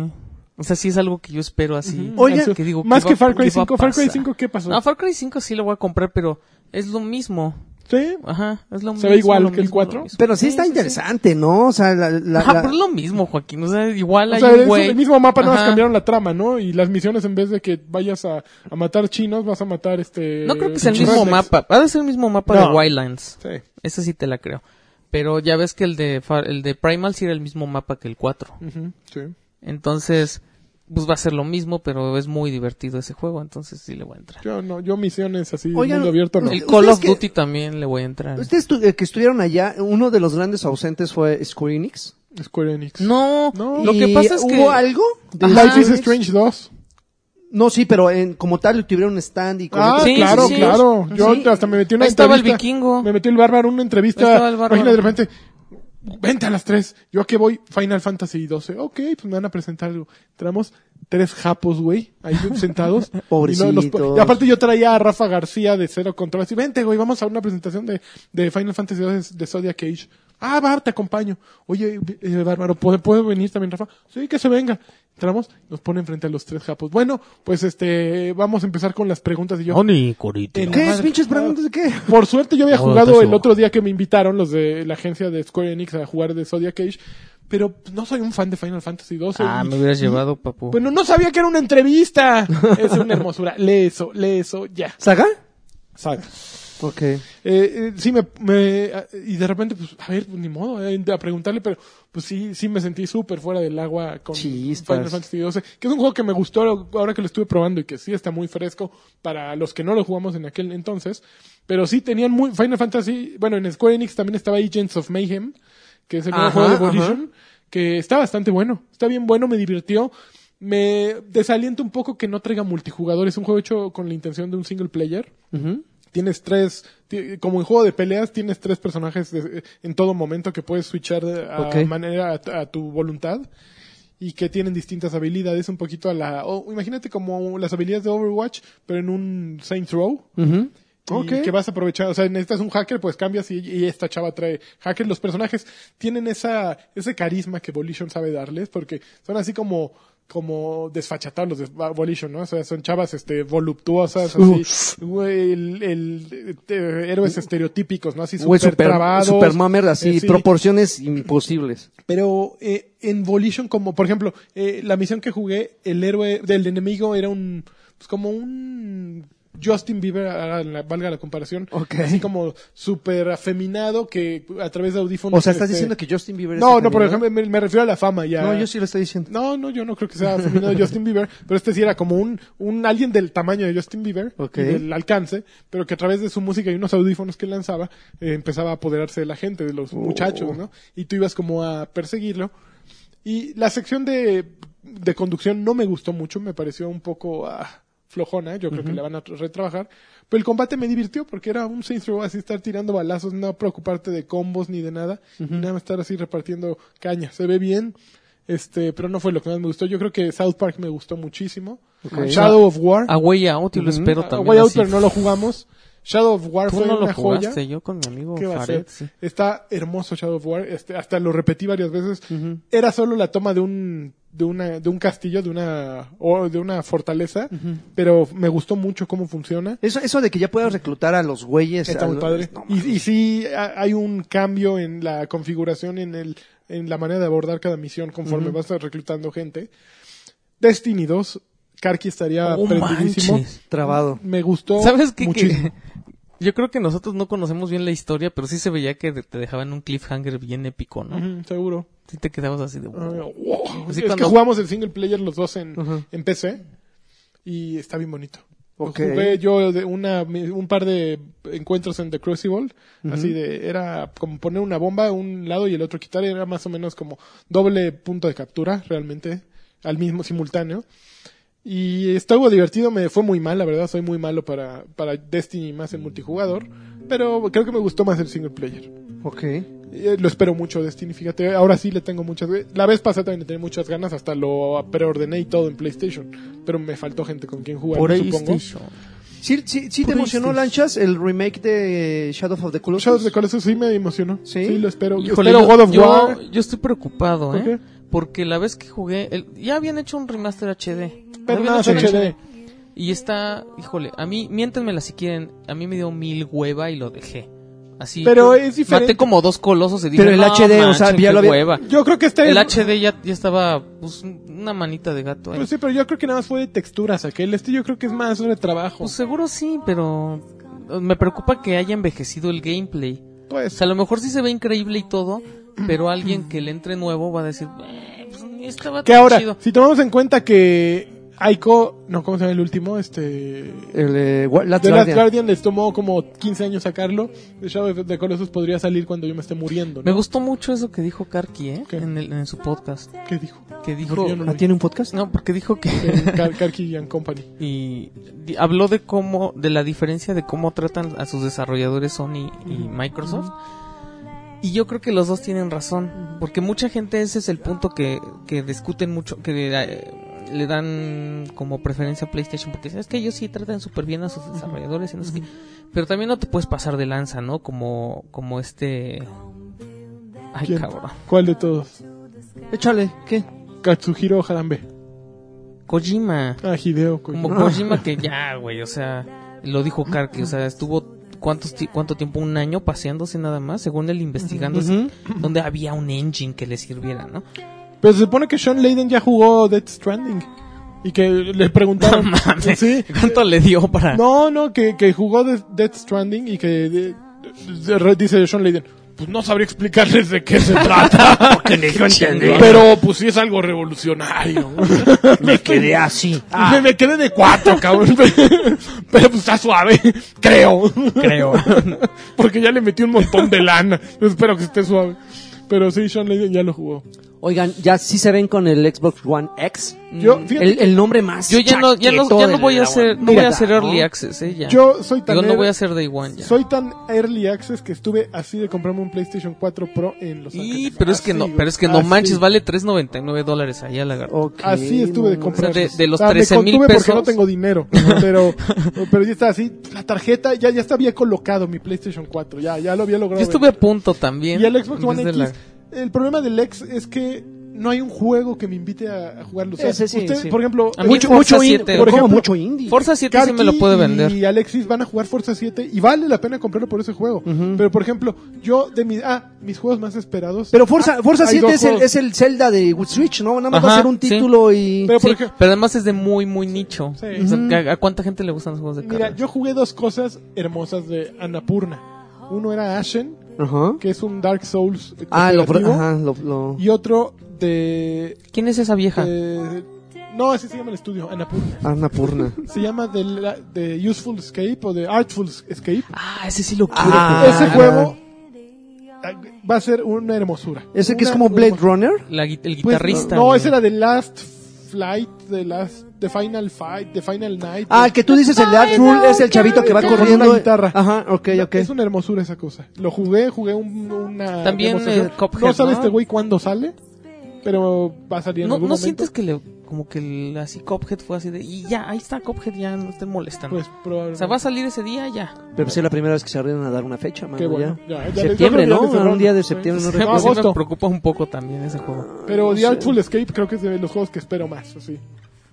O sea, sí es algo que yo espero así.
Ujú. Oye,
Así digo,
Más
¿qué
que
va-
Far Cry
qué va a
5. Far Cry
pasar?
5, ¿qué pasó?
No, Far Cry 5 sí lo voy a comprar, pero es lo mismo.
Sí.
Ajá, es lo mismo.
¿Se ve igual
lo
que el
mismo,
4?
lo mismo.
Pero sí está interesante, ¿no? O sea, la, la,
Ajá,
la-
pero es lo mismo, Joaquín. O sea, igual
O
hay
sea,
un
es
güey.
el mismo mapa, nada más
Ajá.
cambiaron la trama, ¿no? Y las misiones, en vez de que vayas a, a matar chinos, vas a matar este.
No creo que sea el
pinches
mismo
rednecks.
mapa. Ha de ser el mismo mapa
No.
de Wildlands.
Sí.
Ese sí te la creo. Pero ya ves que el de, Far- el de Primal sí era el mismo mapa que el 4.
Ujú, sí.
Entonces, pues va a ser lo mismo, pero es muy divertido ese juego, entonces sí le voy a entrar.
Yo no, yo misiones así,
Oigan,
mundo abierto no.
no-
El Call of
que-
Duty también le voy a entrar.
Ustedes tu- eh, que estuvieron allá, uno de los grandes ausentes fue Square Enix.
Square Enix.
No,
No.
lo que
¿Y
pasa es
¿Hubo
que...
algo? de
Ajá.
Square
Life is
Enix?
Strange 2.
No, sí, pero en, como tal tuvieron un stand y con
Ah,
otros-
Sí,
claro,
sí, sí.
claro. Yo
Sí.
hasta me metí en una
Ahí estaba el
entrevista.
vikingo.
Me metí el bárbaro en una
Ahí estaba
entrevista.
el bárbaro.
Imagina de repente, vente a las 3. Yo aquí voy, Final Fantasy 12. Ok, pues me van a presentar algo. Tenemos tres japos, güey, ahí sentados.
Pobrecitos.
Y, luego los po- y aparte yo traía a Rafa García de Cero Control. Así, vente, güey, vamos a una presentación de, de Final Fantasy 12 de Zodiac Cage. Ah, va, te acompaño. Oye, eh, bárbaro, ¿puedo, puedo venir también, Rafa? Sí, que se venga. Entramos, nos ponen frente a los tres japos. Bueno, pues este, vamos a empezar con las preguntas y yo.
Oni, corito.
En-
¿Qué es,
Madre-
pinches preguntas de qué?
Por suerte yo había
No,
jugado
estás
el
loco.
otro día que me invitaron los de la agencia de Square Enix a jugar de Zodiac Cage, pero no soy un fan de Final Fantasy 12.
Ah, me hubieras llevado, papu.
Bueno, no sabía que era una entrevista. es una hermosura. Lee eso, lee eso, ya.
¿Saga?
Saga.
Ok.
Eh, eh, sí, me, me- a- y de repente, pues, a ver, pues, ni modo, eh, a preguntarle, pero pues sí, sí me sentí súper fuera del agua con
Chispas.
Final Fantasy XII, que es un juego que me gustó ahora que lo estuve probando y que sí está muy fresco para los que no lo jugamos en aquel entonces, pero sí tenían muy, Final Fantasy, bueno, en Square Enix también estaba Agents of Mayhem, que es el nuevo
Ajá,
juego de
ajá.
Volition, que está bastante bueno, está bien bueno, me divirtió. Me desalienta un poco que no traiga multijugador. Es un juego hecho con la intención de un single player.
Ujú.
Tienes tres, ti- como en juego de peleas, tienes tres personajes de- en todo momento que puedes switchar de- a,
Ok.
manera, a, a tu voluntad y que tienen distintas habilidades, un poquito a la... o imagínate como las habilidades de Overwatch, pero en un Saints Row.
Ujú.
Y
Ok.
que vas a aprovechar, o sea, necesitas un hacker, pues cambias y, y esta chava trae hacker. Los personajes tienen esa, ese carisma que Volition sabe darles, porque son así como, como desfachatados los de Volition, ¿no? O sea, son chavas, este, voluptuosas, así, güey, el, el- eh, héroes estereotípicos, ¿no? Así
Güey,
super,
super,
trabados.
super mamer, así,
Eh, sí.
proporciones imposibles.
Pero eh, en Volition, como por ejemplo, eh, la misión que jugué, el héroe del enemigo era un. Pues como un. Justin Bieber, ah, la- valga la comparación.
Ok.
Así como súper afeminado que a través de audífonos.
O sea, estás
este-
diciendo que Justin Bieber es
No, no, por
afeminado?
ejemplo, me, me refiero a la fama ya.
No, yo sí lo estoy diciendo.
No, no, yo no creo que sea afeminado Justin Bieber, pero este sí era como un, un alguien del tamaño de Justin Bieber,
Ok.
y del alcance, pero que a través de su música y unos audífonos que lanzaba, eh, empezaba a apoderarse de la gente, de los muchachos, ¿no? Y tú ibas como a perseguirlo. Y la sección de, de conducción no me gustó mucho, me pareció un poco ah, flojona, yo creo que la van a tra- retrabajar. Pero el combate me divirtió porque era un Saints Row así estar tirando balazos, no preocuparte de combos ni de nada, y nada más estar así repartiendo caña. Se ve bien, este, pero no fue lo que más me gustó. Yo creo que South Park me gustó muchísimo.
Ok.
Shadow of War.
A Way Out y lo espero
Ah,
también.
Way Out,
así.
pero no lo jugamos. Shadow of War
Tú
fue
no
una
lo
joya.
jugaste, yo con mi amigo
¿Qué va a
Fared.
ser?
sí.
Está hermoso Shadow of War, este, hasta lo repetí varias veces. Era solo la toma de un de una de un castillo, de una o de una fortaleza, pero me gustó mucho cómo funciona.
Eso, eso de que ya puedas reclutar a los güeyes.
Está
a
muy
los-
padre.
no,
y, y sí ha- hay un cambio en la configuración en el en la manera de abordar cada misión conforme vas reclutando gente. Destiny 2, Karki estaría
Oh,
prendidísimo.
manches.
trabado.
Me gustó
¿Sabes qué? Que-
muchísimo.
<laughs> yo creo que nosotros no conocemos bien la historia, pero sí se veía que de- te dejaban un cliffhanger bien épico, ¿no?
Ujú, seguro.
Sí te quedabas así de...
Ah, wow.
Así
es
cuando-
que jugamos el single player los dos en,
Ajá.
en PC y está bien bonito.
Ok.
Jugué yo de una, un par de encuentros en The Crucible, así de, era como poner una bomba a un lado y el otro quitar, era más o menos como doble punto de captura realmente, al mismo simultáneo. Y estuvo divertido, me fue muy mal, la verdad, soy muy malo para, para Destiny más en multijugador, pero creo que me gustó más el single player.
Ok.
Eh, Lo espero mucho, Destiny, fíjate. Ahora sí le tengo muchas... La vez pasada también le tenía muchas ganas, hasta lo preordené y todo en PlayStation. Pero me faltó gente con quien jugar,
Por ahí
supongo.
¿Sí, sí, sí te
Puristas.
emocionó, Lanchas, el remake de Shadow of the Colossus?
Shadow of the Colossus sí me emocionó.
¿Sí?
Sí, lo espero.
Híjole,
espero
yo,
God of
yo-
War.
yo estoy preocupado, ¿eh?
¿Por qué?
Porque la vez que jugué... el- ya habían hecho un remaster HD.
Pero
Habían
nada,
hecho un
HD.
Y está... Híjole, a mí... Miéntenmela si quieren. A mí me dio mil hueva y lo dejé. Así...
Pero es diferente.
Maté como dos colosos y dije...
Pero el
"No,
HD, o sea,
manchen,
ya
qué
lo había-
<laughs>
hueva".
Yo creo que este...
El HD ya, ya estaba... Pues una manita de gato ¿eh? ahí.
Pues sí, pero yo creo que nada más fue de texturas aquel. Este yo creo que es más de trabajo.
Pues seguro sí, pero eh, me preocupa que haya envejecido el gameplay. O
Pues...
sea, a lo mejor sí se ve increíble y todo, pero alguien que le entre nuevo va a decir, "Eh, pues, estaba
Que
tan
ahora,
chido.
si tomamos en cuenta que Aiko, no, ¿cómo se llama el último? Este.
El, eh, Wa- Last
The Last
Guardian.
Guardian les tomó como 15 años sacarlo. The Shadow of the Colossus podría salir cuando yo me esté muriendo.
Me
¿no?
gustó mucho eso que dijo Karki, ¿eh?
¿Qué?
En, el- en su podcast.
¿Qué dijo?
Que dijo...
Porque yo no lo
Ah,
vi.
¿Tiene un podcast?
No, porque dijo que...
Eh, Car- Karki and Company.
y di- habló de cómo... De la diferencia de cómo tratan a sus desarrolladores Sony y Microsoft. Y yo creo que los dos tienen razón. Porque mucha gente ese es el punto que, que discuten mucho... Que eh, le dan como preferencia a PlayStation. Porque es que ellos sí tratan súper bien a sus desarrolladores. y no sé qué. Pero también no te puedes pasar de lanza, ¿no? Como, como este... Ay,
¿Quién?
cabrón.
¿Cuál de todos?
Échale, ¿qué?
Katsuhiro Harambe.
Kojima.
Ah, Hideo. Kojima.
Como Kojima que ya, güey, o sea, lo dijo Karki, o sea, estuvo cuántos ti- cuánto tiempo, un año paseándose nada más, según él investigando así, donde había un engine que le sirviera, ¿no?
Pero se supone que Sean Layden ya jugó Death Stranding. Y que le preguntaron.
mames.
<laughs> Sí.
<laughs> ¿Cuánto le dio para
No, no, que, que jugó de- Death Stranding y que de- de- re- dice Sean Layden. Pues no sabría explicarles de qué se
<laughs>
trata. Pero pues sí es algo revolucionario.
Me quedé así.
Ah.
Me, me quedé de cuatro, cabrón. <laughs> Pero pues está suave,
<laughs>
creo.
creo?
Porque ya le metí un montón de lana. Yo espero que esté suave. Pero sí, Sean Layden ya lo jugó.
Oigan, ya sí se ven con el Xbox One X.
Mm,
Yo, fíjate,
El, el nombre más.
Yo ya no ya no,
chaqueto
ya no
de
voy a
la
hacer no voy
bandera,
a hacer early
¿no?
access, eh, ya.
yo soy tan
Digo, no
er-
voy a hacer day one ya.
soy tan early access que estuve así de comprarme un PlayStation 4 Pro en Los Ángeles.
Y pero es que
Así,
no,
güey. Ah, Oh,
pero es que no
Así.
manches, vale 3.99 dólares allá la
Ok,
Así estuve de
no.
comprar.
O sea, de- de los
Ah, me
13,000
contuve
pesos.
porque no tengo
<laughs>
dinero. Pero, pero ya está así. La tarjeta ya, ya estaba colocado mi PlayStation 4. Ya, ya lo había logrado.
Yo estuve a punto también.
Y el Xbox
en vez
One
de
X.
la-
El problema del X es que no hay un juego que me invite a, a jugarlo. O sea,
Ese sí,
usted,
sí.
por ejemplo,
A
eh,
mí
Mucho,
Forza
mucho, in-
7,
por
¿no?
ejemplo, mucho indie.
Forza 7 sí me lo
Karki
puede vender.
Y Alexis van a jugar Forza 7 y vale la pena comprarlo por ese juego. Pero por ejemplo, yo de mis ah, mis juegos más esperados.
Pero
Ah,
Forza, Forza
hay
7
dos
es el,
juegos.
es el Zelda de Switch, ¿no? Nada más va a
Ajá,
ser un
sí.
título y...
Pero por
Sí,
ejemplo,
pero además es de muy, muy nicho.
Sí.
O sea, ¿a- ¿A cuánta gente le gustan los juegos de
mira,
cartas?
yo jugué dos cosas hermosas de Annapurna. Uno era Ashen,
Ajá.
que es un Dark Souls eh,
Ah, lo, pro-
cooperativo,
ajá, lo, lo-
y otro de,
¿Quién es esa vieja?
de- no, así se llama el estudio, Annapurna.
Annapurna.
Se llama de, la- de Useful Escape o de Artful Escape.
Ah, ese sí lo quiero.
Ah,
pero-
Ese juego eh, va a ser una hermosura.
¿Ese que es
Una
como Blade
hermosura.
Runner?
La gui- el
Pues,
guitarrista.
no,
güey.
ese era de Last Flight, de Last, The Final Fight, The Final Night.
Ah, el que tú dices, el de Art Rule, es el chavito que va
Con una
corriendo.
guitarra.
Ajá, ok, ok.
Es una hermosura esa cosa. Lo jugué, jugué un- una.
También,
demostración.
eh, Cuphead,
No sabes
¿no?
este güey cuándo sale, pero va a salir en
¿No,
algún
¿no
momento.
sientes que le, como que el- así Cophead fue así de, y ya, ahí está Cophead, ya no estén molestando?
Pues
o
probablemente.
sea, va a salir ese día ya.
Pero pues es la primera vez que se arriesgan a dar una fecha, mano,
Qué bueno.
ya.
Ya, ya les-
Septiembre,
yo creo que ya
¿no?
les cerraron.
Un día de septiembre, no
Sí.
recuerdo.
Pues sí
agosto.
me preocupa un poco también ese juego.
Pero
No
The
sé.
Artful Escape creo que es de los juegos que espero más, sí.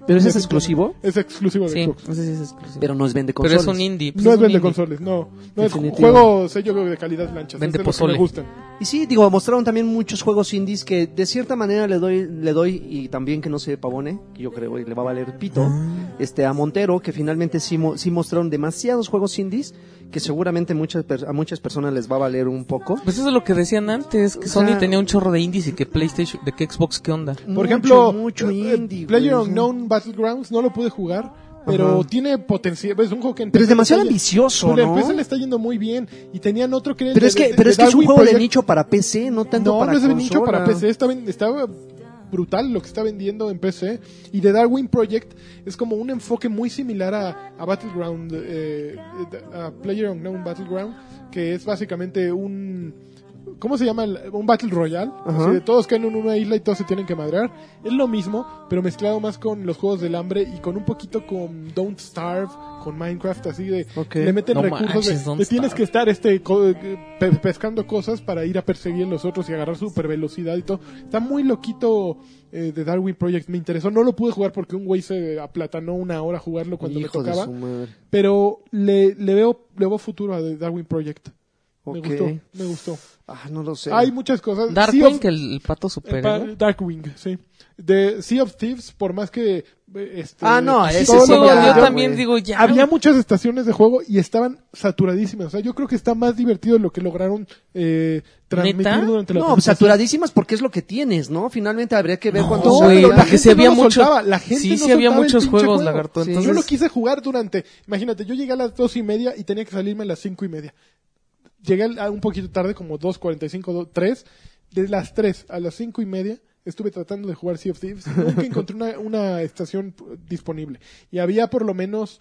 ¿Pero ese es exclusivo?
Es exclusivo de
Sí,
Xbox.
no sé si es exclusivo.
Pero no es vende
Pero
consolas.
es un indie. pues
No es
un
vende
indie.
consoles, no. No es eh, un
Definitivo.
juego sello de calidad lancha.
Vende
es de los que me
pozole.
gustan.
Y sí, digo, mostraron también muchos juegos indies que de cierta manera le doy, le doy y también que no se pavone, que yo creo que le va a valer pito, este, a Montero, que finalmente sí, mo- sí mostraron demasiados juegos indies que seguramente muchas per- a muchas personas les va a valer un poco.
Pues eso es lo que decían antes, que
O sea-
Sony tenía un chorro de indies y que PlayStation, de que Xbox, ¿qué onda?
Por
Mucho,
ejemplo,
mucho
eh, eh,
indie, güey, o sea.
PlayerUnknown Battlegrounds no lo pude jugar, pero
Ajá.
tiene potencial. Es un juego que en
Pero es
PC le
demasiado
está-
ambicioso,
pero en
¿no?
PC le está yendo muy bien. Y tenían otro que era el
Pero
de-
es que,
de-
pero
de
es que es un
Darwin
juego de
Project.
nicho para PC, no tanto
No,
para
no es de nicho
consola.
para PC. Está, ven- está brutal lo que está vendiendo en PC. Y The Darwin Project es como un enfoque muy similar a, a Battleground, eh, a PlayerUnknown Battleground, que es básicamente un. ¿Cómo se llama? el- un Battle Royale.
Ajá.
Así de todos caen en una isla y todos se tienen que madrear. Es lo mismo, pero mezclado más con los juegos del hambre y con un poquito con Don't Starve, con Minecraft, así de.
Ok.
Le meten
No
recursos. de-
manches, Don't
de tienes
Starve.
que estar este co- eh, pe- pescando cosas para ir a perseguir a los otros y agarrar super velocidad y todo. Está muy loquito eh, de Darwin Project, me interesó. No lo pude jugar porque un güey se aplatanó una hora a jugarlo cuando
Hijo
me
de
tocaba.
su madre.
Pero le, le veo le veo futuro a The Darwin Project.
Ok.
Me gustó, me gustó.
Ah, no lo sé.
Hay muchas cosas. Sea
Darkwing,
of-
el, el pato
eh,
superior.
pa- Darkwing, sí. De Sea of Thieves, por más que... eh, este,
Ah, no,
todo
ese
lo
sí,
juego,
que
ya,
yo
haya-
güey.
también digo ya.
Había muchas estaciones de juego y estaban saturadísimas. O sea, yo creo que está más divertido lo que lograron eh, transmitir
¿Neta?
durante la
No,
presentación.
saturadísimas porque es lo que tienes, ¿no? Finalmente habría que ver cuando
No,
salga
pero
la-
la
porque sí
gente
había
no lo
mucho-
soltaba, la gente
sí,
no
sí había
soltaba el
muchos
pinche
juegos,
juego.
lagarto,
Sí.
Yo
entonces-
lo quise jugar durante, imagínate, yo llegué a las dos y media y tenía que salirme a las cinco y media. Llegué al- a un poquito tarde, como dos cuarenta y cinco, do- tres. De las tres a las cinco y media estuve tratando de jugar Sea of
<laughs>
Thieves. Nunca encontré una, una estación p- disponible. Y había por lo menos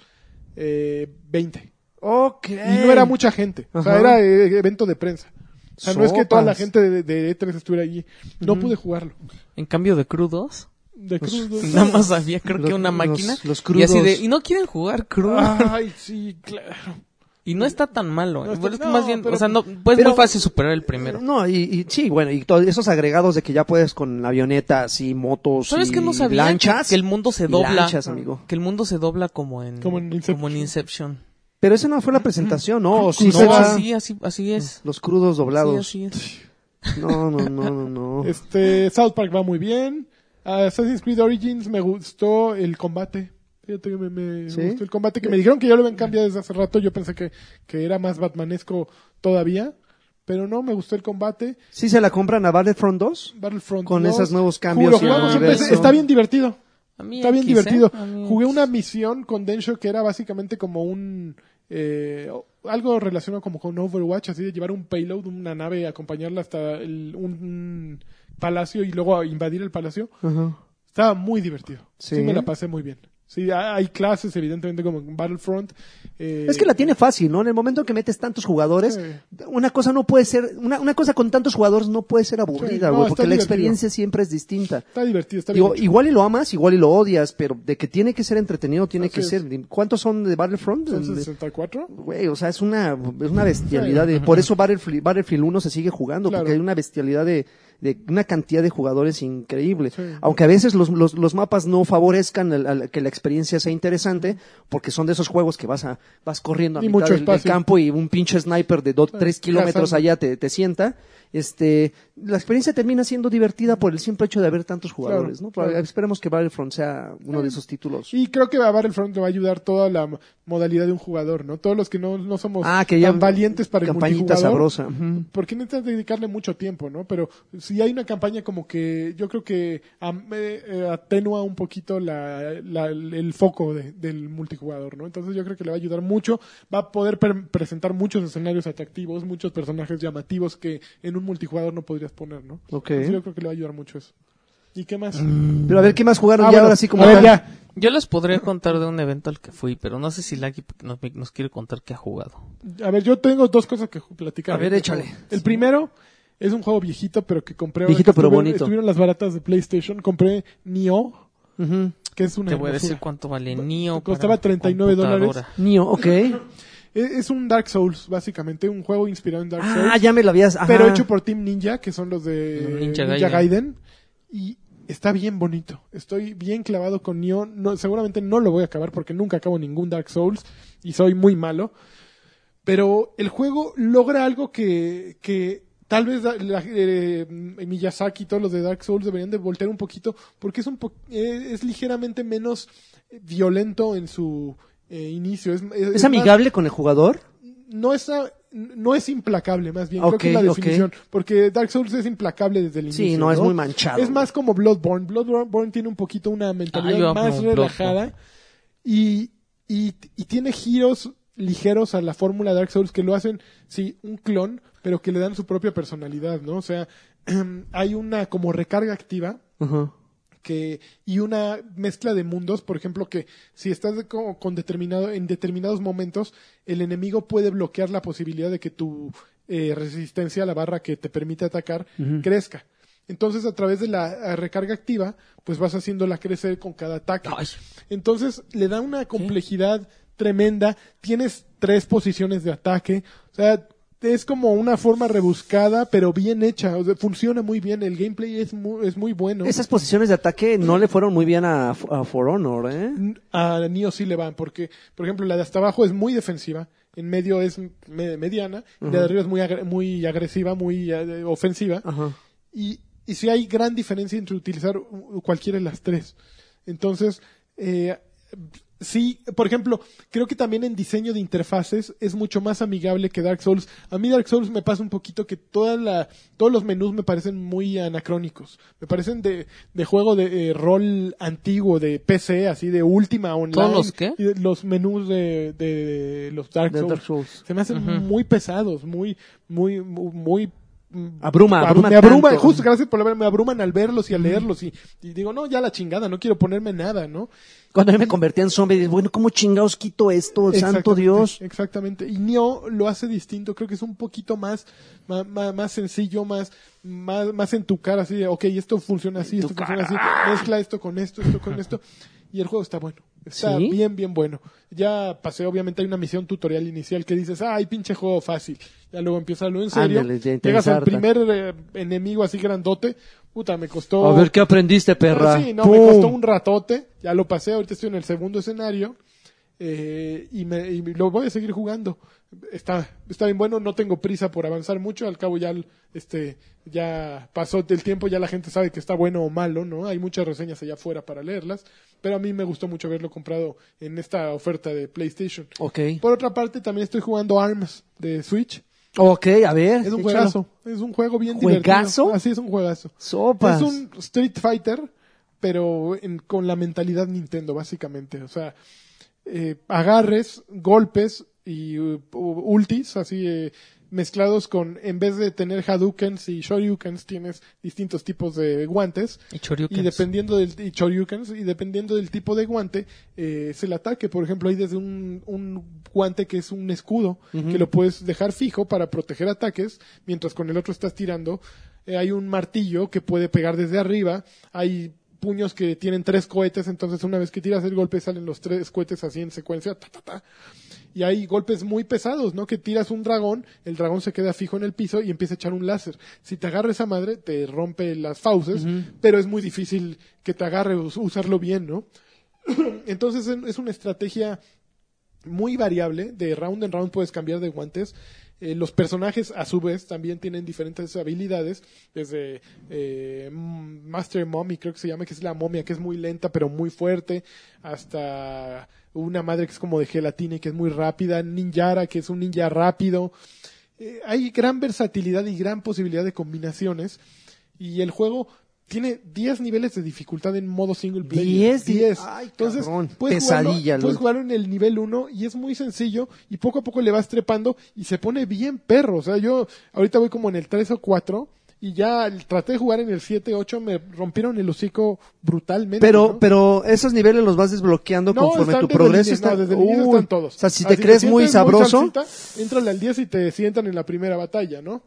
eh, 20.
Ok.
Y no era mucha gente. O sea,
Ajá.
era eh, evento de prensa. O sea, no es que toda la
Sopas.
gente de, de E3 estuviera allí. No pude jugarlo.
En cambio de crudos, <laughs>
De
Pues,
Cruz dos.
nada más había creo que
Los-
una
los-
máquina.
los
Y así de,
crudos.
y no quieren jugar crudo.
Ay, sí, claro.
Y no está tan malo.
Ah.
eh.
No está-
Bueno, es que
no,
más bien,
pero-
o sea, no, pues
pero-
muy fácil superar el primero.
No, y, y sí, bueno, y todos esos agregados de que ya puedes con avionetas y motos
¿Sabes
y
que no sabía
lanchas.
que, que el mundo se
y
dobla?
lanchas, amigo.
Que el mundo se dobla como en
Como en Inception.
como en Inception.
Pero esa no fue la presentación, ¿no? Sí,
No,
fue la-
así, así, así es.
Mm,
Los crudos doblados.
Sí, así es.
No, no, no, no,
<laughs>
no.
Este, South Park va muy bien. Assassin's Creed Origins me gustó el combate. Fíjate que me, me
¿Sí?
gustó el combate. Que me dijeron que ya lo habían cambiado desde hace rato. Yo pensé que, que era más batmanesco todavía. Pero no, me gustó el combate.
¿Sí se la compran a Battlefront 2?
Battlefront
Con
2,
esos nuevos cambios
juro,
y el
jugamos,
universo.
empecé- Está bien divertido.
A mí
Está bien
X, ¿eh?
divertido.
A mí
Jugué
X.
una misión con Densho que era básicamente como un... eh, algo relacionado como con Overwatch, así de llevar un payload, una nave, y acompañarla hasta el- un palacio y luego invadir el palacio.
Ajá.
Estaba muy divertido. Sí.
Sí.
me la pasé muy bien. Sí, ha- hay clases, evidentemente, como en Battlefront. eh,
Es que la tiene fácil, ¿no? En el momento que metes tantos jugadores,
Sí.
una cosa no puede ser, una, una cosa con tantos jugadores no puede ser aburrida,
Sí, no,
güey,
está
porque la
divertido.
experiencia siempre es distinta.
Está divertido, está
Digo,
bien. hecho.
igual y lo amas, igual y lo odias, pero de que tiene que ser entretenido, tiene
Así
que
es.
ser. ¿Cuántos son de Battlefront?
¿Son
De-
64?
Güey, o sea, es una, es una bestialidad. De, por eso Battlefield, Battlefield 1 se sigue jugando,
Claro.
porque hay una bestialidad de, de una cantidad de jugadores increíble.
Sí.
Aunque a veces los, los, los mapas no favorezcan el- al- que la experiencia sea interesante, porque son de esos juegos que vas a, vas corriendo a
Y
mitad
mucho
del, del
espacio.
campo y un pinche sniper de 3 tres kilómetros
cazando.
allá te, te sienta. Este, la experiencia termina siendo divertida por el simple hecho de haber tantos jugadores,
Claro,
¿no? Pero
claro.
Esperemos que Battlefront sea uno de esos títulos.
Y creo que a Battlefront le va a ayudar toda la m- modalidad de un jugador, ¿no? Todos los que no, no somos
Ah, que ya-
tan valientes para el
campañita
multijugador.
sabrosa. Ujú.
Porque necesitas dedicarle mucho tiempo, ¿no? Pero si hay una campaña como que yo creo que am- eh, eh, atenúa un poquito la, la- el foco de- del multijugador, ¿no? Entonces yo creo que le va a ayudar mucho. Va a poder pre- presentar muchos escenarios atractivos, muchos personajes llamativos que en un multijugador no podrías poner, ¿no?
Ok.
Entonces yo creo que le va a ayudar mucho eso. ¿Y qué más?
Pero a ver, ¿qué más jugaron
Ah,
ya
bueno,
ahora sí como
a ver,
tal?
ya.
Yo les podría contar de un evento al que fui, pero no sé si Lucky nos, nos quiere contar qué ha jugado.
A ver, yo tengo dos cosas que ju- platicar.
A ver, échale.
El primero es un juego viejito, pero que compré.
Viejito,
que
pero
estuvieron-
bonito.
Estuvieron las baratas de PlayStation. Compré Nioh,
Ujú.
que es una.
Te voy a decir
hermosura.
cuánto vale Nio.
Costaba 39 dólares.
Nio, ok.
Es, E-, es un Dark Souls, básicamente. Un juego inspirado en Dark Souls.
Ah, ya me lo habías. ajá.
Pero hecho por Team Ninja, que son los de
Los
Ninja,
Ninja
Gaiden.
Gaiden.
Y está bien bonito. Estoy bien clavado con Nioh. No, seguramente no lo voy a acabar porque nunca acabo ningún Dark Souls y soy muy malo. Pero el juego logra algo que, que tal vez la- la- eh, Miyazaki y todos los de Dark Souls deberían de voltear un poquito porque es, un po- eh, es ligeramente menos violento en su eh, inicio. Es, es- es
¿Es
más-
amigable con el jugador?
no es a- no es implacable, más bien,
Ok,
creo que es la
ok.
definición, porque Dark Souls es implacable desde el
Sí,
inicio.
no, es muy manchado.
Es más como Bloodborne. Bloodborne tiene un poquito una
Ah, yo
mentalidad
amo
más
Bloodborne.
relajada y, y, y tiene giros ligeros a la fórmula Dark Souls que lo hacen, sí, un clon, pero que le dan su propia personalidad, ¿no? O sea, <clears throat> hay una como recarga activa
Ajá.
que y una mezcla de mundos, por ejemplo, que si estás de- como con determinado en determinados momentos el enemigo puede bloquear la posibilidad de que tu eh, resistencia a la barra que te permite atacar crezca. Entonces, a través de la eh, recarga activa, pues vas haciéndola crecer con cada ataque.
Ay.
Entonces, le da una complejidad tremenda. Tienes tres posiciones de ataque. O sea, es como una forma rebuscada, pero bien hecha. O sea, funciona muy bien. El gameplay es muy, es muy bueno.
Esas posiciones de ataque no le fueron muy bien a, a For Honor, ¿eh?
A Neo sí le van, porque, por ejemplo, la de hasta abajo es muy defensiva. En medio es me- mediana. y La de arriba es muy, agre- muy agresiva, muy eh, ofensiva.
Ajá.
Y, y sí hay gran diferencia entre utilizar u- cualquiera de las tres. Entonces, eh, sí, por ejemplo, creo que también en diseño de interfaces es mucho más amigable que Dark Souls. A mí Dark Souls me pasa un poquito que toda la, todos los menús me parecen muy anacrónicos. Me parecen de, de juego de eh, rol antiguo, de PC, así de última online.
¿Todos los qué?
Y de- los menús de, de los Dark
De
Souls.
Dark Souls.
Se me hacen muy pesados, muy, muy, muy, muy mm,
Abruma,
abru-
abruma
me abruma,
tanto.
justo, gracias por la ver- me abruman al verlos y al leerlos y, y digo, no, ya la chingada, no quiero ponerme nada, ¿no?
Cuando yo me convertí en zombie, dije, bueno, ¿cómo chingados quito esto? Santo
Exactamente,
Dios.
Exactamente. Y Neo lo hace distinto, creo que es un poquito más, ma- ma- más, sencillo, más, más, más en tu cara, así de, ok, esto funciona así, esto funciona así, mezcla esto con esto, esto con esto. Y el juego está bueno. Está
¿Sí?
bien, bien bueno. Ya pasé, obviamente, hay una misión tutorial inicial que dices, ay, pinche juego fácil. Ya luego empieza lo en serio.
Ándale, ya
Llegas al
interesarte.
primer eh, enemigo así grandote. Puta, me costó.
¿qué aprendiste,
Ah, sí, no, me costó un ratote. Ya lo pasé, ahorita estoy en el segundo escenario. eh, y, me, y lo voy a seguir jugando. Está, está bien bueno, no tengo prisa por avanzar mucho. Al cabo ya, el- este, ya pasó el tiempo, ya la gente sabe que está bueno o malo, ¿no? Hay muchas reseñas allá afuera para leerlas. Pero a mí me gustó mucho haberlo comprado en esta oferta de PlayStation.
Ok.
Por otra parte, también estoy jugando ARMS de Switch.
Ok, a ver.
Es un
échalo.
juegazo. Es un juego bien
¿Juegazo?
divertido. Así es un juegazo.
Sopas.
Es un Street Fighter, pero en- con la mentalidad Nintendo, básicamente. O sea, eh, agarres, golpes y uh, ultis, así eh, mezclados con, en vez de tener Hadoukens y Shoryukens, tienes distintos tipos de guantes.
Y Choryukens.
Y dependiendo del y Choryukens, y dependiendo del tipo de guante, eh, es el ataque. Por ejemplo, hay desde un, un guante que es un escudo, que lo puedes dejar fijo para proteger ataques, mientras con el otro estás tirando. Eh, hay un martillo que puede pegar desde arriba. Hay puños que tienen tres cohetes, entonces una vez que tiras el golpe salen los tres cohetes así en secuencia. ta, ta, ta y hay golpes muy pesados, ¿no? Que tiras un dragón, el dragón se queda fijo en el piso y empieza a echar un láser. Si te agarra esa madre, te rompe las fauces, pero es muy difícil que te agarre o us- usarlo bien, ¿no? <clears throat> Entonces en- es una estrategia muy variable, de round en round puedes cambiar de guantes. Eh, los personajes a su vez también tienen diferentes habilidades, desde eh, mm, Master Mommy creo que se llama, que es la momia que es muy lenta pero muy fuerte, hasta una madre que es como de gelatina y que es muy rápida, Ninjara que es un ninja rápido. Eh, hay gran versatilidad y gran posibilidad de combinaciones y el juego tiene 10 niveles de dificultad en modo single player.
10,
10.
ay,
Entonces,
cabrón,
puedes jugarlo-
pesadilla,
puedes
Lord.
jugarlo en el nivel 1 y es muy sencillo y poco a poco le vas trepando y se pone bien perro. O sea, yo ahorita voy como en el 3 o 4 y ya el- traté de jugar en el 7, 8, me rompieron el hocico brutalmente.
Pero,
¿no?
pero esos niveles los vas desbloqueando
No,
conforme
están
tu
desde el
progreso.
inicio,
está-
no, desde el inicio
Uy,
están todos.
O sea, si
Así
te
que
crees
si
muy
entras
sabroso,
salsita, entras al 10 y te sientan en la primera batalla, ¿no?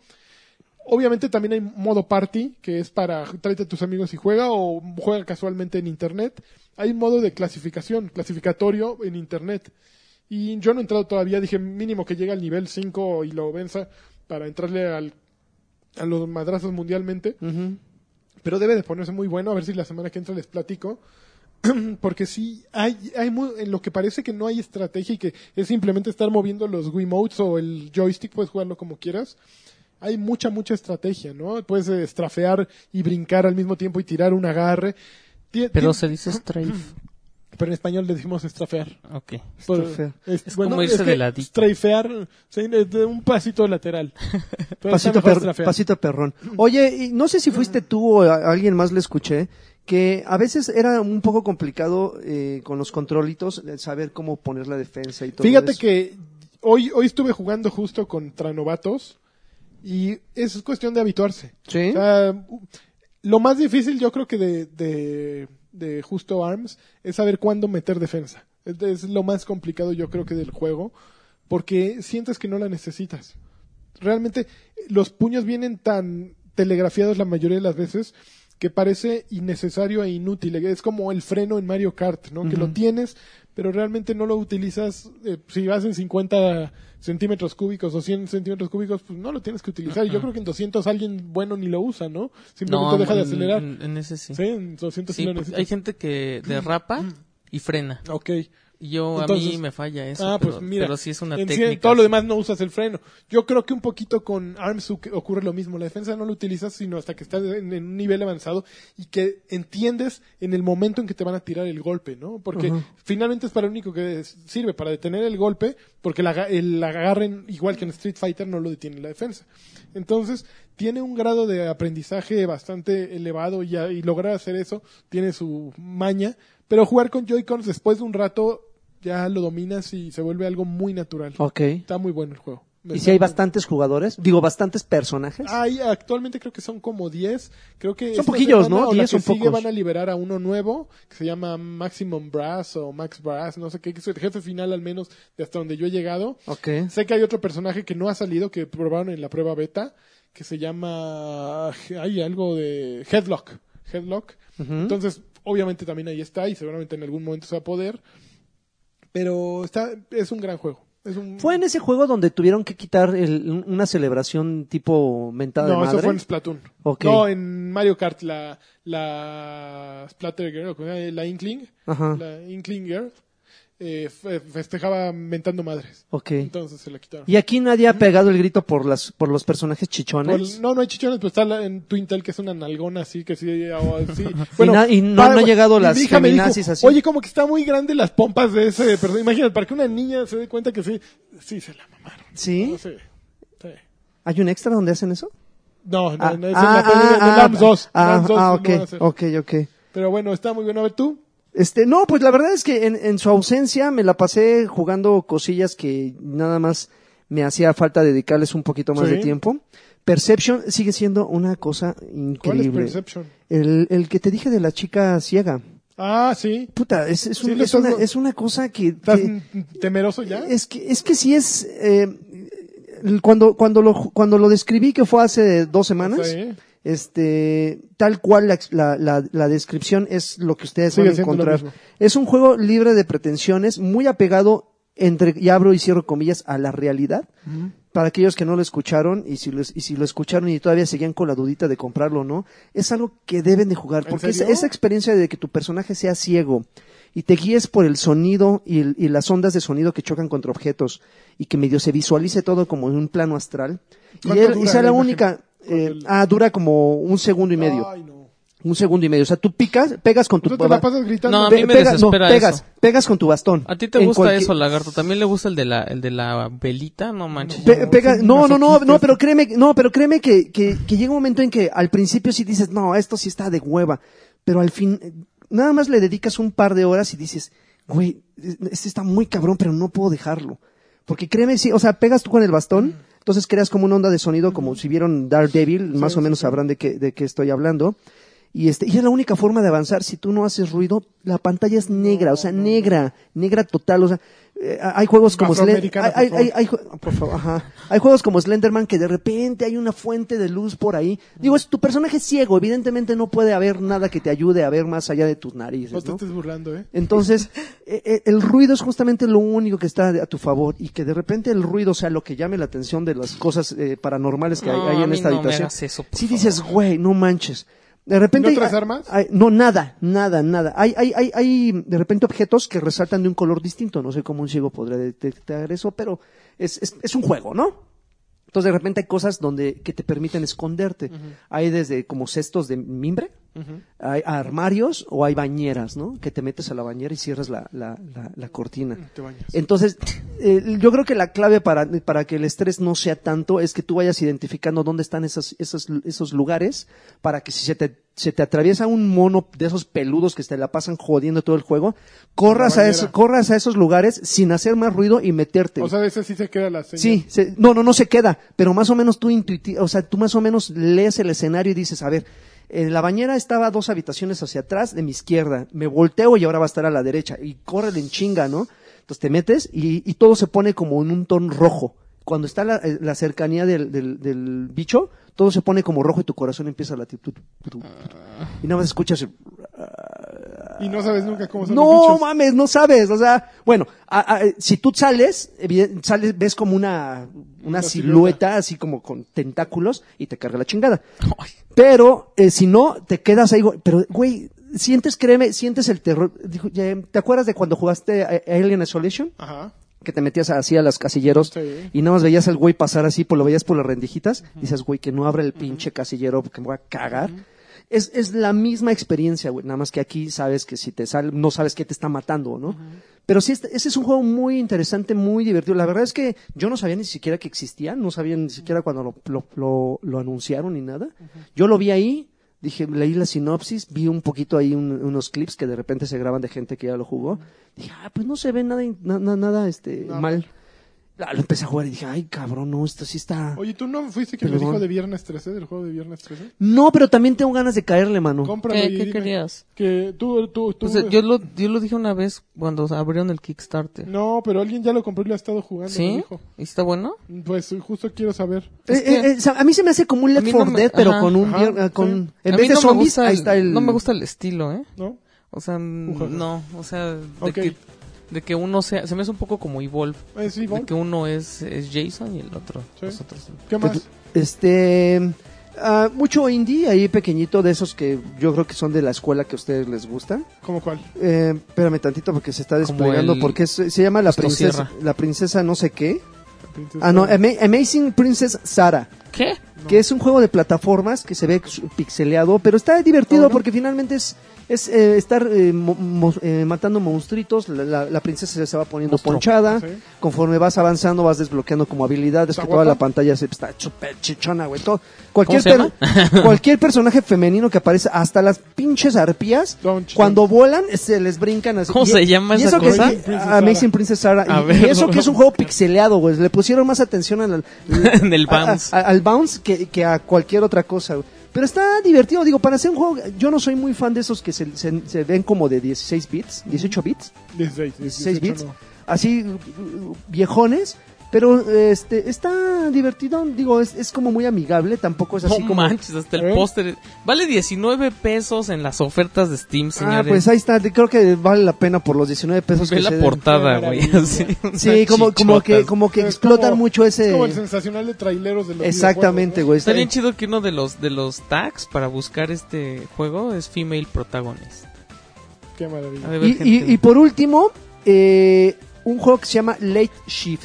Obviamente también hay modo party, que es para tráete a tus amigos y juega, o juega casualmente en internet. Hay modo de clasificación, clasificatorio en internet. Y yo no he entrado todavía, dije mínimo que llegue al nivel 5 y lo venza para entrarle al, a los madrazos mundialmente. Pero debe de ponerse muy bueno, a ver si la semana que entra les platico. <clears throat> Porque sí, hay, hay mu- en lo que parece que no hay estrategia y que es simplemente estar moviendo los Wiimotes o el joystick, puedes jugarlo como quieras. Hay mucha, mucha estrategia, ¿no? Puedes eh, estrafear y brincar al mismo tiempo y tirar un agarre. Tie-
Pero
tie-
se dice strafe.
pero en español le decimos estrafear.
<clears throat> Ok.
Por-
Estrafear.
es,
como irse
que
de ladito.
Strafear, sí, de- de un pasito
<laughs>
lateral. Pero está
pasito,
mejor
per-
estrafear.
pasito perrón. Oye, y no sé si fuiste tú o a- alguien más le escuché, que a veces era un poco complicado eh, con los controlitos eh, saber cómo poner la defensa y todo
Fíjate
eso.
que hoy, hoy estuve jugando justo contra novatos y es cuestión de habituarse.
Sí.
O sea, lo más difícil yo creo que de, de, de justo ARMS es saber cuándo meter defensa. Es, es lo más complicado yo creo que del juego porque sientes que no la necesitas. Realmente los puños vienen tan telegrafiados la mayoría de las veces que parece innecesario e inútil. Es como el freno en Mario Kart, ¿no? Que lo tienes, pero realmente no lo utilizas. eh, si vas en 50 centímetros cúbicos o 100 centímetros cúbicos, pues no lo tienes que utilizar. Y yo creo que en 200 alguien bueno ni lo usa, ¿no? Simplemente deja de
en-
acelerar.
En, en ese mm, sí.
Sí, en 200 sí
Sí,
lo
porque
necesitas.
hay gente que derrapa y frena.
Ok.
Y Yo a
Mm. Entonces-
mí me falla eso.
Ah, pues
pero,
mira.
pero sí es una
en sí, en
técnica.
todo lo demás no usas el freno. Yo creo que un poquito con ARMS uc- ocurre lo mismo. La defensa no lo utilizas sino hasta que estás en, en un nivel avanzado y que entiendes en el momento en que te van a tirar el golpe, ¿no? Porque finalmente es para lo único que es- sirve, para detener el golpe, porque la, aga- el agarren, igual que en Street Fighter, no lo detiene la defensa. Entonces, tiene un grado de aprendizaje bastante elevado y, a- y lograr hacer eso tiene su maña. Pero jugar con Joy-Cons después de un rato ya lo dominas y se vuelve algo muy natural.
Ok.
Está muy bueno el juego.
¿Y si hay bastantes jugadores? Digo, bastantes personajes.
Hay- actualmente creo que son como 10. Creo que esta
poquillos,
semana
¿no?
o la
10
que
son
sigue
pocos.
van a liberar a uno nuevo que se llama Maximum Brass o Max Brass, no sé qué, que es el jefe final al menos de hasta donde yo he llegado.
Ok.
Sé que hay otro personaje que no ha salido que probaron en la prueba beta que se llama hay algo de Headlock, Headlock. Entonces, obviamente también ahí está y seguramente en algún momento se va a poder. Pero está es un gran juego. Es un
¿Fue en ese juego donde tuvieron que quitar el- un- una celebración tipo mentada
No,
de
eso
madre?
fue en Splatoon.
Ok.
No, en Mario Kart, la, la Splatter Girl, ¿cómo se llama? la Inkling,
Ajá.
la Inkling Girl, eh, fe- festejaba mentando madres.
Ok.
Entonces se la quitaron.
Y aquí nadie ha pegado el grito por las por los personajes
Por-
chichones.
no, no hay chichones, pero está la- en Twintel, que es una nalgona así, que sí. o así.
na- <laughs> y no-
para-
no han llegado
mi
las
hija me dijo,
feminazis así.
Oye, como que está muy grande las pompas de ese personaje. Imagínate, para que una niña se dé cuenta que sí, sí se la mamaron.
¿Sí?
No sé. Sí.
¿Hay un extra donde hacen eso?
No, no,
Ah,
no, es en
ah,
la peli de-
ah,
de Lambs 2.
ah,
Lambs 2
ah,
lo
ok,
van a hacer.
ok, ok.
Pero bueno, está muy bueno. A ver tú.
Este, no, pues la verdad es que en, en su ausencia me la pasé jugando cosillas que nada más me hacía falta dedicarles un poquito más
Sí.
de tiempo. Perception sigue siendo una cosa
¿Cuál es
increíble.
Perception?
el, el que te dije de la chica ciega.
Ah, sí.
Puta, es, es, un-
Sí, lo
es una,
estás-
es una cosa que...
¿Estás
que-
mm, <laughs> temeroso ya?
Es que, es que sí es... eh, el- cuando, cuando, lo, ju- cuando lo describí, que fue hace dos semanas,
Sí.
este, tal cual la, ex- la, la- la descripción es lo que ustedes
Sigue
van a
siendo lo
encontrar.
mismo.
Es un juego libre de pretensiones, muy apegado entre, y abro y cierro comillas, a la realidad. Para aquellos que no lo escucharon y si lo, y si lo escucharon y todavía seguían con la dudita de comprarlo o no, es algo que deben de jugar.
¿En
Porque es-
serio?
esa experiencia de que tu personaje sea ciego y te guíes por el sonido y, el- y las ondas de sonido que chocan contra objetos y que medio se visualice todo como en un plano astral. Y,
¿Cuánto
él- y
dura
sea
la
la
imagen?
única... eh,
¿Cuánto le-
ah, dura como un segundo y medio
Ay, no.
un segundo y medio. O sea, tú picas, pegas con tu
¿Tú te la pasas gritando?
No, a
pe-
mí me
pegas, no,
desespera
pegas,
eso.
pegas con tu bastón.
A ti te
En
gusta
cualquier-
eso, lagarto. También le gusta el de la, el de la velita, no manches.
Pe- pega-
sí,
no, no, no,
masoquistas.
no, pero créeme, no, pero créeme que, que, que llega un momento en que al principio sí dices, no, esto sí está de hueva, pero al fin, eh, nada más le dedicas un par de horas y dices, güey, este está muy cabrón, pero no puedo dejarlo. Porque créeme, sí, o sea, pegas tú con el bastón, entonces creas como una onda de sonido, como si vieron Daredevil, más o menos sabrán de qué, de qué estoy hablando. Y, este, y es la única forma de avanzar. Si tú no haces ruido, la pantalla es negra, o sea, negra, negra total. O sea, eh, hay juegos como Slend-
Afroamericana,
hay-
por
hay- hay jue- por favor, ajá. Hay juegos como Slenderman que de repente hay una fuente de luz por ahí. Digo, es tu personaje es ciego, evidentemente no puede haber nada que te ayude a ver más allá de tus
No
narices.
te
¿no?
estés burlando, ¿eh?
Entonces, eh, eh, el ruido es justamente lo único que está a tu favor y que de repente el ruido sea lo que llame la atención de las cosas eh, paranormales que hay,
No,
hay
a
en
mí
esta
no me
habitación.
hagas eso, por
si dices, güey, no manches. De repente
¿No otras
ah,
armas?
Ay, no, nada, nada, nada. Hay, hay, hay, hay de repente objetos que resaltan de un color distinto. No sé cómo un ciego podría detectar eso, pero es, es, es un juego, ¿no? Entonces de repente hay cosas donde que te permiten esconderte. Hay desde como cestos de mimbre, hay armarios o hay bañeras, ¿no? Que te metes a la bañera y cierras la, la, la, la cortina.
Te bañas.
Entonces, eh, yo creo que la clave para, para que el estrés no sea tanto es que tú vayas identificando dónde están esas, esos, esos lugares para que si se te, se te atraviesa un mono de esos peludos que te la pasan jodiendo todo el juego, corras
La
a,
bañera.
eso, corras a esos lugares sin hacer más ruido y meterte.
O sea, de ese sí se queda la señal.
Sí, se- no, no, no se queda, pero más o menos tú intuiti- o sea, tú más o menos lees el escenario y dices, a ver, en la bañera estaba dos habitaciones hacia atrás de mi izquierda, me volteo y ahora va a estar a la derecha, y corre en chinga, ¿no? Entonces te metes y, y todo se pone como en un tono rojo. Cuando está la, eh, la cercanía del, del- del bicho, todo se pone como rojo y tu corazón empieza a latir. tu- tu- tu- tu. Y nada más escuchas el-
Y no sabes nunca cómo son los
No
bichos.
mames, no sabes. O sea, bueno, a- a- si tú sales, eviden- sales, ves como una, una
Una
silueta así como con tentáculos y te carga la chingada. Pero eh, si no, te quedas ahí. güey, Pero, güey, sientes, créeme, sientes el terror. Dijo, ya, ¿Te acuerdas de cuando jugaste a- a Alien Isolation?
Ajá.
que te metías así a las casilleros
Sí.
y nada más veías al güey pasar así, por lo veías por las rendijitas, y dices, güey, que no abra el pinche casillero porque me voy a cagar. Es, es la misma experiencia, güey, nada más que aquí sabes que si te sale, no sabes qué te está matando, ¿no? Pero sí, este- ese es un juego muy interesante, muy divertido. La verdad es que yo no sabía ni siquiera que existía, no sabía ni siquiera cuando lo, lo, lo- lo anunciaron ni nada. Yo lo vi ahí, dije, leí la sinopsis, vi un poquito ahí un- unos clips que de repente se graban de gente que ya lo jugó. Dije, ah, pues no se ve nada, in- na- na- nada este,
Nada.
mal. Ah, lo empecé a jugar y dije, ay, cabrón, no, esto sí está...
Oye, ¿tú no fuiste quien me
Perdón.
dijo de Viernes 13, del juego de Viernes 13?
No, pero también tengo ganas de caerle, mano.
Cómpralo
¿Qué,
y
qué
dime
querías?
Que tú, tú, tú.
Pues,
O
eh,
sea, yo, lo, yo lo dije una vez cuando abrieron el Kickstarter.
No, pero alguien ya lo compró y lo ha estado jugando. Mm, me
¿Sí?
dijo.
¿Y está bueno?
Pues justo quiero saber.
Eh, eh, eh, o sea, a mí se me hace como un
A
Left
mí no
4
me-
Dead, pero
ajá,
con un...
ajá,
vier- ah, con-
sí.
En
A
vez
mí
de
no me
zombies,
gusta
ahí está el...
No me gusta el estilo, ¿eh?
¿No?
O sea,
Ujú.
mm, no. O sea, de,
Ok.
que, de que uno sea... Se me hace un poco como Evolve.
Eh, sí,
De
Ivonne.
que uno es, es Jason y el otro.
Sí.
los otros-
¿Qué más?
Este... ah, mucho indie ahí pequeñito de esos que yo creo que son de la escuela que a ustedes les gusta.
¿Cómo cuál?
Eh, espérame tantito porque se está desplegando
el
porque es- se llama la
Justo
princesa,
Sierra.
la princesa no sé qué.
Princesa-
Ah, no, Ama- Amazing Princess Sara.
¿Qué?
que es un juego de plataformas que se ve su- pixeleado, pero está divertido
¿Cómo no?
porque finalmente es, es eh, estar eh, mo- mo- eh, matando monstruitos, la, la- la princesa se va poniendo
Monstruo.
ponchada,
Sí.
conforme vas avanzando vas desbloqueando como habilidades, que
¿Está
toda
guapa?
la pantalla se, está súper chichona, güey. todo. Cualquier,
se llama?
per- <laughs>
<laughs>
cualquier personaje femenino que aparece, hasta las pinches arpías,
Don't you-
cuando volan se les brincan así. e-
¿Cómo se llama esa
eso que
cosa?
sí, Amazing Princess Sarah.
A
Y-
ver,
y eso
no,
que es un
no.
juego pixeleado, güey. Le pusieron más atención al,
<laughs> en el bounce.
a- a- al bounce que, que a cualquier otra cosa. güey. Pero está divertido, digo, para hacer un juego, yo no soy muy fan de esos que se, se- se ven como de 16 bits, 18 bits,
16,
16
18,
eh, bits,
no.
así uh, viejones, pero este está divertido, digo, es, es como muy amigable, tampoco es
No
así como...
manches, hasta el
¿Eh?
póster. Vale 19 pesos en las ofertas de Steam,
Ah,
señores.
pues ahí está, creo que vale la pena por los 19 pesos
Ve
que
la
se den.
<laughs> portada,
Qué
güey.
maravilla.
así,
Sí,
unas
como, como que,
chichotas.
como que
Es
explotan
como-
mucho ese...
Es como el sensacional de traileros de los
Exactamente,
videojuegos,
güey.
Está
está-
bien chido que uno de los de los tags para buscar este juego es female protagonist.
¿no? Qué
Ha
maravilla.
de haber
Y,
gente-
y- y por último, eh, un juego que se llama Late Shift.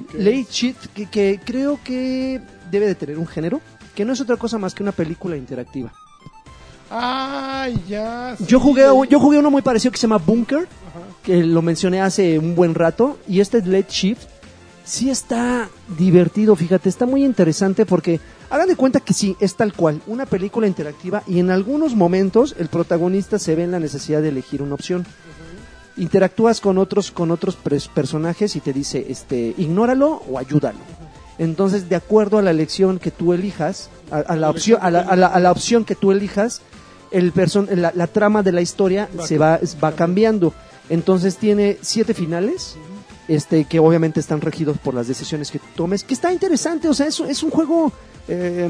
Ok.
Late Shift, que, que creo que debe de tener un género, que no es otra cosa más que una película interactiva.
Ay, ya. sí,
Yo jugué,
leí.
yo jugué uno muy parecido que se llama Bunker,
Ajá.
que lo mencioné hace un buen rato, y este Late Shift sí está divertido, fíjate, está muy interesante porque hagan de cuenta que sí, es tal cual, una película interactiva y en algunos momentos el protagonista se ve en la necesidad de elegir una opción. Interactúas con otros, con otros pres- personajes y te dice, este, ignóralo o ayúdalo. Entonces, de acuerdo a la elección que tú elijas, a, a la, opción, a, la, a la- a la opción que tú elijas, el person- la, la trama de la historia
Va
se va, va cambiando. Entonces tiene siete finales este que obviamente están regidos por las decisiones que tú tomes, que está interesante, o sea, es, es un juego eh,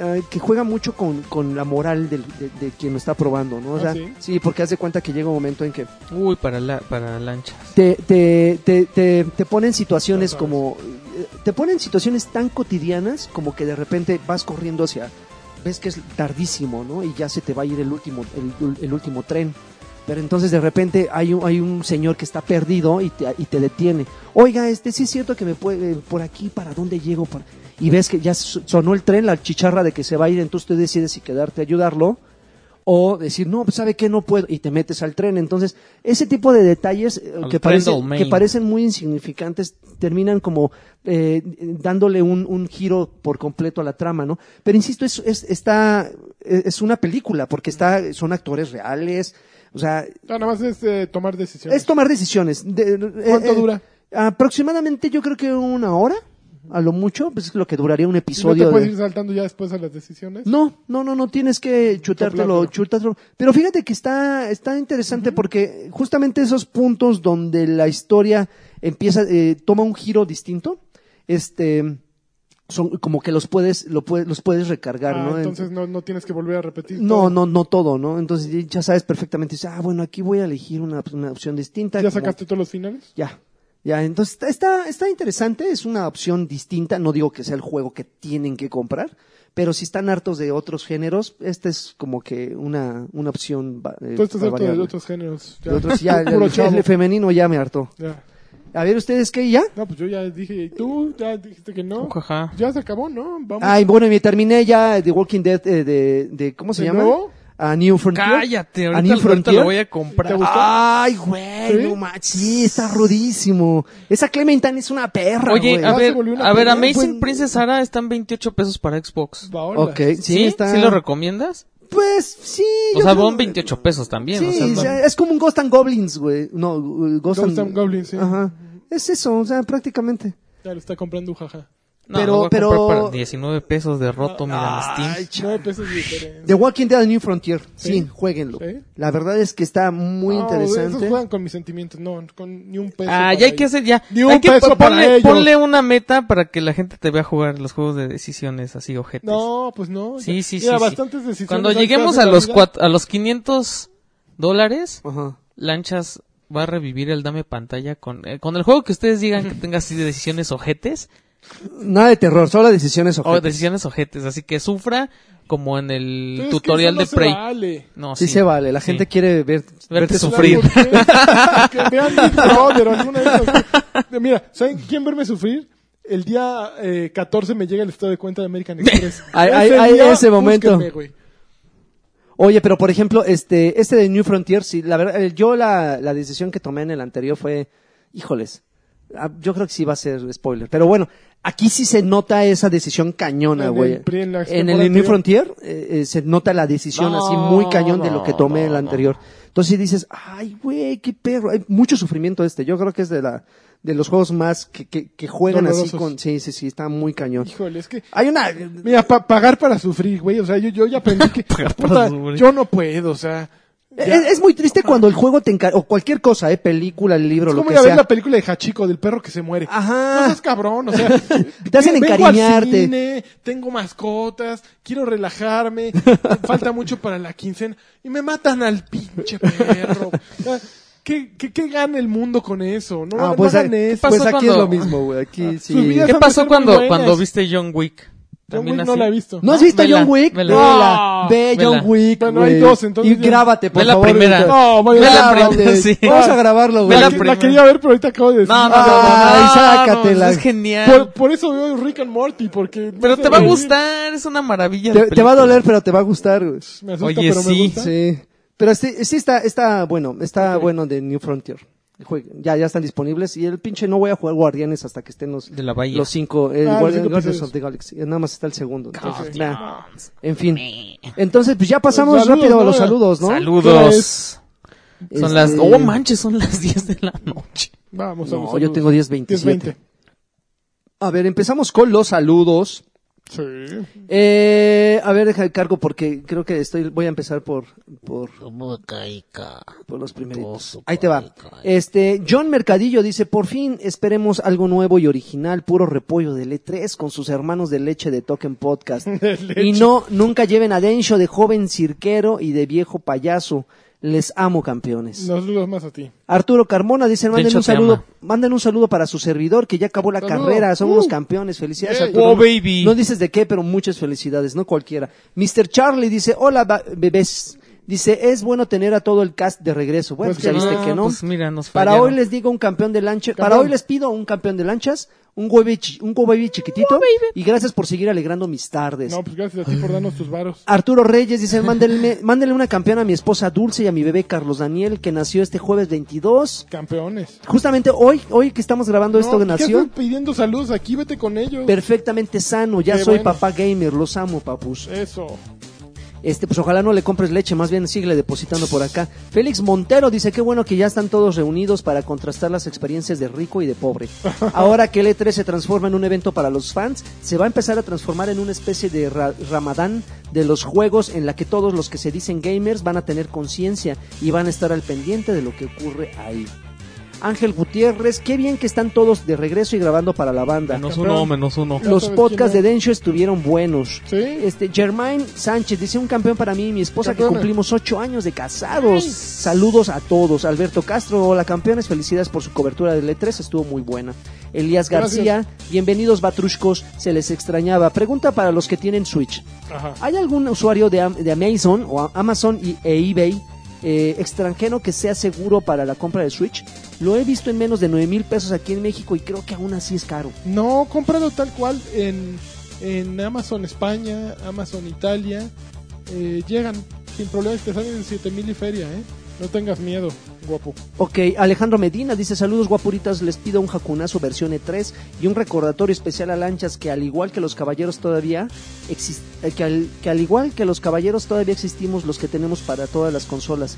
eh, que juega mucho con, con la moral del- de, de quien lo está probando, ¿no? O sea,
Ah, ¿sí?
porque hace cuenta que llega un momento en que
Uy, para la, para lanchas.
te, te, te, te, te ponen situaciones
Ajá.
como... eh, Te ponen situaciones tan cotidianas como que de repente vas corriendo hacia... Ves que es tardísimo, ¿no? Y ya se te va a ir el último, el, el último tren. Pero entonces de repente hay un, hay un señor que está perdido y te, y te detiene. Oiga, este sí es cierto que me puede... Por aquí, ¿para dónde llego? Por-". Y ves que ya so- sonó el tren, la chicharra de que se va a ir. Entonces tú decides si quedarte a ayudarlo o decir, no, pues, ¿sabe qué? No puedo, y te metes al tren. Entonces, ese tipo de detalles eh,
Al
que,
tren del
parecen,
Maine.
que parecen muy insignificantes terminan como eh, dándole un, un giro por completo a la trama, ¿no? Pero insisto, es, es, está, eh, es una película, porque está, son actores reales, o sea,
Ah, nada más es eh, tomar decisiones.
es tomar decisiones. De- eh,
¿Cuánto dura?
Aproximadamente yo creo que una hora, a lo mucho, pues es lo que duraría un
¿Y no
episodio.
te
de-
puedes ir saltando ya después a las decisiones?
no, no, no, no tienes que chutártelo,
Soplártelo.
chutártelo. Pero fíjate que está, está interesante porque justamente esos puntos donde la historia empieza, eh, toma un giro distinto, este, son como que los puedes, lo puedes- los puedes recargar,
Ah,
¿no? En-
entonces no, no tienes que volver a repetir.
no,
todo.
no, no todo, ¿no? Entonces ya sabes perfectamente, dices, ah, bueno, aquí voy a elegir una, una opción distinta.
¿Ya
como-
sacaste todos los finales?
Ya, ya, entonces está- está, está interesante, es una opción distinta, no digo que sea el juego que tienen que comprar, pero si están hartos de otros géneros, esta es como que una, una opción. va- eh,
Tú estás harto de
variable.
otros géneros.
De otros,
<laughs>
ya, el,
Puro
el
chavo.
femenino ya me hartó.
Ya.
A ver, ¿ustedes qué? ¿Ya?
No, pues yo ya dije, ¿y tú? Ya dijiste que no.
Ujaja.
Ya se acabó, ¿no? Vamos.
Ay, bueno, me terminé ya The Walking Dead eh, de, de, ¿cómo se
¿De
llama?
nuevo?
A New Frontier.
Cállate,
¿A New
ahorita, ahorita
Frontier?
lo voy a comprar.
¿Te gustó?
Ay, güey,
¿Sí?
no manches, sí, está rudísimo. Esa Clementine es una perra,
Oye,
güey. Ah,
a
Ya se
ver,
volvió una
a ver,
pelea,
Amazing
pues.
Princess Sara están 28 pesos para Xbox.
Va, hola.
Ok, sí,
¿Sí? ¿Sí,
está.
lo recomiendas?
Pues sí.
O
yo
sea,
creo-
van 28 pesos también.
Sí,
o sea,
o
no-
sea, es como un Ghost and Goblins, güey. No, uh, Ghost,
Ghost and Goblins, sí.
Ajá. Es eso, o sea, prácticamente.
Ya lo está comprando un jaja.
no,
pero-
lo voy a
pero-
comprar para 19 pesos de roto, mira, en Steam.
Ay,
Nueve pesos de diferencia.
The Walking Dead New Frontier. Sí,
Sí.
jueguenlo.
Sí.
La verdad es que está muy
No,
interesante.
Esos juegan con mis sentimientos, no, con ni un peso. para
Ah, ya hay
ellos.
que hacer, ya.
Ni un
hay que
peso
po-
para
ponle,
ellos.
ponle una meta para que la gente te vea jugar los juegos de decisiones así, ojetes.
No, pues no.
sí,
Ya-
sí, sí.
mira,
sí.
bastantes decisiones
Cuando
hay que
lleguemos
hacer
a
en la
los,
vida.
cuat- a los 500 dólares,
Ajá.
Lanchas va a revivir el dame pantalla con, eh, con el juego que ustedes digan que tenga así de decisiones ojetes.
Nada de terror, solo decisiones
O
ojetes.
decisiones ojetes, así que sufra como en el
Pero es que eso
tutorial
no
de
se
Prey.
vale.
No,
sí, se vale, la
sí.
gente quiere ver, verte
sufrir.
sufrir.
Claro, <laughs> que, que vean Big Brother, alguna de esas. Mira, ¿saben quién verme sufrir? El día eh, 14 me llega el estado de cuenta de American
<laughs>
Express.
Ay, ay, ay,
día,
ese momento.
búsquenme, güey.
Oye, pero por ejemplo, este, este de New Frontier, sí, la verdad, eh, yo la, la decisión que tomé en el anterior fue, híjoles, ah, yo creo que sí va a ser spoiler, pero bueno, aquí sí se nota esa decisión cañona,
En el
güey.
pri-
En,
en la
el
temporada
New
anterior.
Frontier eh, eh, se nota la decisión
No,
así muy cañón de lo que
no,
tomé en
no,
el
no.
anterior. Entonces sí dices, ay, güey, qué perro, hay mucho sufrimiento este, yo creo que es de la, de los juegos más que, que, que juegan así
Dolorosos.
con, sí, sí, sí, está muy cañón.
Híjole, es que.
Hay una,
Mira, pa- pagar para sufrir, güey. O sea, yo, yo ya aprendí
<laughs>
que.
para
puta,
sufrir. E,
yo no puedo, o sea. ya.
Es, es muy triste cuando el juego te encarga, o cualquier cosa, eh, película, libro,
Es
lo
como
que
ir a ver
sea.
la película de Hachiko, del perro que se muere.
Ajá.
No seas cabrón, o sea. Te
hacen encariñarte.
tengo mascotas, quiero relajarme, falta mucho para la quincena, y me matan al pinche perro. O sea, ¿Qué, qué, qué gana el mundo con eso? No,
Ah,
no Ah,
pues,
hagan
eh,
eso.
pues
pasó
aquí
cuando-
es lo mismo, güey. Aquí sí.
sus vidas-
¿Qué
Esas han
pasó
de ser muy
cuando,
buenas.
cuando viste John Wick?
John
También
Wick no
así.
la he visto.
¿No has visto
Vela,
John Wick?
vela.
Vela. Ve
Vela.
John Wick.
Bueno, hay
güey.
dos, entonces
Y
ya-
grábate, por
Ve la
favor.
primera.
ahorita.
No, voy a-
Ve la
Grábate.
primera, sí.
Vamos a grabarlo,
la,
güey.
Ve
la
la primera.
quería ver, pero ahorita acabo de decir.
pues, No, no, no,
Ay,
no, no,
sácatela. Pues,
no, es genial.
por, por eso veo Rick and Morty, porque.
Pero te va a gustar, es una maravilla. de
Te, te va a
película.
doler, pero te va a gustar, güey.
Me asusta,
Oye,
pero me
sí,
gusta.
Sí. Pero sí, sí está, está bueno, está bueno de New Frontier. Jueguen, Ya, ya están disponibles. Y el pinche no voy a jugar Guardianes hasta que estén los,
De la bahía.
los cinco. eh,
Ah, los
Guardian-
cinco
Guardians
episodios.
of the Galaxy. Nada más está el segundo. Entonces,
Guardians.
nah. En fin. Entonces, pues ya pasamos
Saludos,
rápido a
¿no?
los saludos, ¿no?
¿Qué
Saludos.
es?
Este-
Son las, oh manches, son las <laughs> 10 de la noche.
Vamos,
No,
vamos.
yo
saludos.
tengo 10.27.
10-20.
A ver, empezamos con los saludos.
Sí.
Eh, a ver, deja el cargo porque creo que estoy, voy a empezar por, por, por los primeritos. Ahí te va. Este, John Mercadillo dice, por fin esperemos algo nuevo y original, puro repollo de E3 con sus hermanos de leche de Token
<laughs>
Podcast. y no, nunca lleven a Densho de joven cirquero y de viejo payaso. Les amo, campeones.
Nos dudas más a ti.
Arturo Carmona dice, manden
Densho
un
te
saludo,
ama.
manden un saludo para su servidor que ya acabó la
Saludo.
carrera, son
Uh.
unos campeones, felicidades
Yay.
Arturo.
Oh, baby.
No dices de qué, pero muchas felicidades, no cualquiera. Mr. Charlie dice, hola ba- bebés. Dice, es bueno tener a todo el cast de regreso. Bueno,
Pues
pues ya
que
viste
no,
que no.
pues mira, nos
para
fallaron.
hoy les digo un campeón de lanchas, para
Campeón.
hoy les pido un campeón de lanchas, un huevi chi- un huevi chiquitito y gracias por seguir alegrando mis tardes.
No, pues gracias a ti por darnos tus varos.
Arturo Reyes dice, mándenle, <laughs> mándenle una campeona a mi esposa Dulce y a mi bebé Carlos Daniel, que nació este jueves 22.
Campeones.
Justamente hoy, hoy que estamos grabando esto
No,
que
¿qué
nació,
estás pidiendo saludos aquí, vete con ellos.
perfectamente sano, ya
Qué
soy
bueno.
papá gamer, los amo papus.
Eso.
Este, pues ojalá no le compres leche, más bien sigue depositando por acá. Félix Montero dice, qué bueno que ya están todos reunidos para contrastar las experiencias de rico y de pobre. Ahora que el E3 se transforma en un evento para los fans, se va a empezar a transformar en una especie de ra- ramadán de los juegos en la que todos los que se dicen gamers van a tener conciencia y van a estar al pendiente de lo que ocurre ahí. Ángel Gutiérrez. Qué bien que están todos de regreso y grabando para la banda.
Menos uno, menos uno.
Ya
Los
sabes
podcasts de
quién es.
Dencho estuvieron buenos.
Sí.
Este, Germain Sánchez dice un campeón para mí y mi esposa que
Campeona.
cumplimos ocho años de casados. Saludos a todos. Alberto Castro, hola campeones, felicidades por su cobertura del E3, estuvo muy buena. Elías
Gracias.
García, bienvenidos Batrushcos, se les extrañaba. Pregunta para los que tienen Switch.
Ajá.
¿Hay algún usuario de, Am- de Amazon o a- Amazon y e eBay eh, extranjero que sea seguro para la compra de Switch? Lo he visto en menos de 9 mil pesos aquí en México y creo que aún así es caro.
No, cómpralo tal cual en, en Amazon España, Amazon Italia. Eh, llegan sin problemas, te salen en 7000 y feria, ¿eh? No tengas miedo, guapo.
Ok, Alejandro Medina dice saludos guapuritas, les pido un jacunazo versión E3 y un recordatorio especial a lanchas que al igual que los caballeros todavía exis- eh, que, al, que al igual que los caballeros todavía existimos los que tenemos para todas las consolas,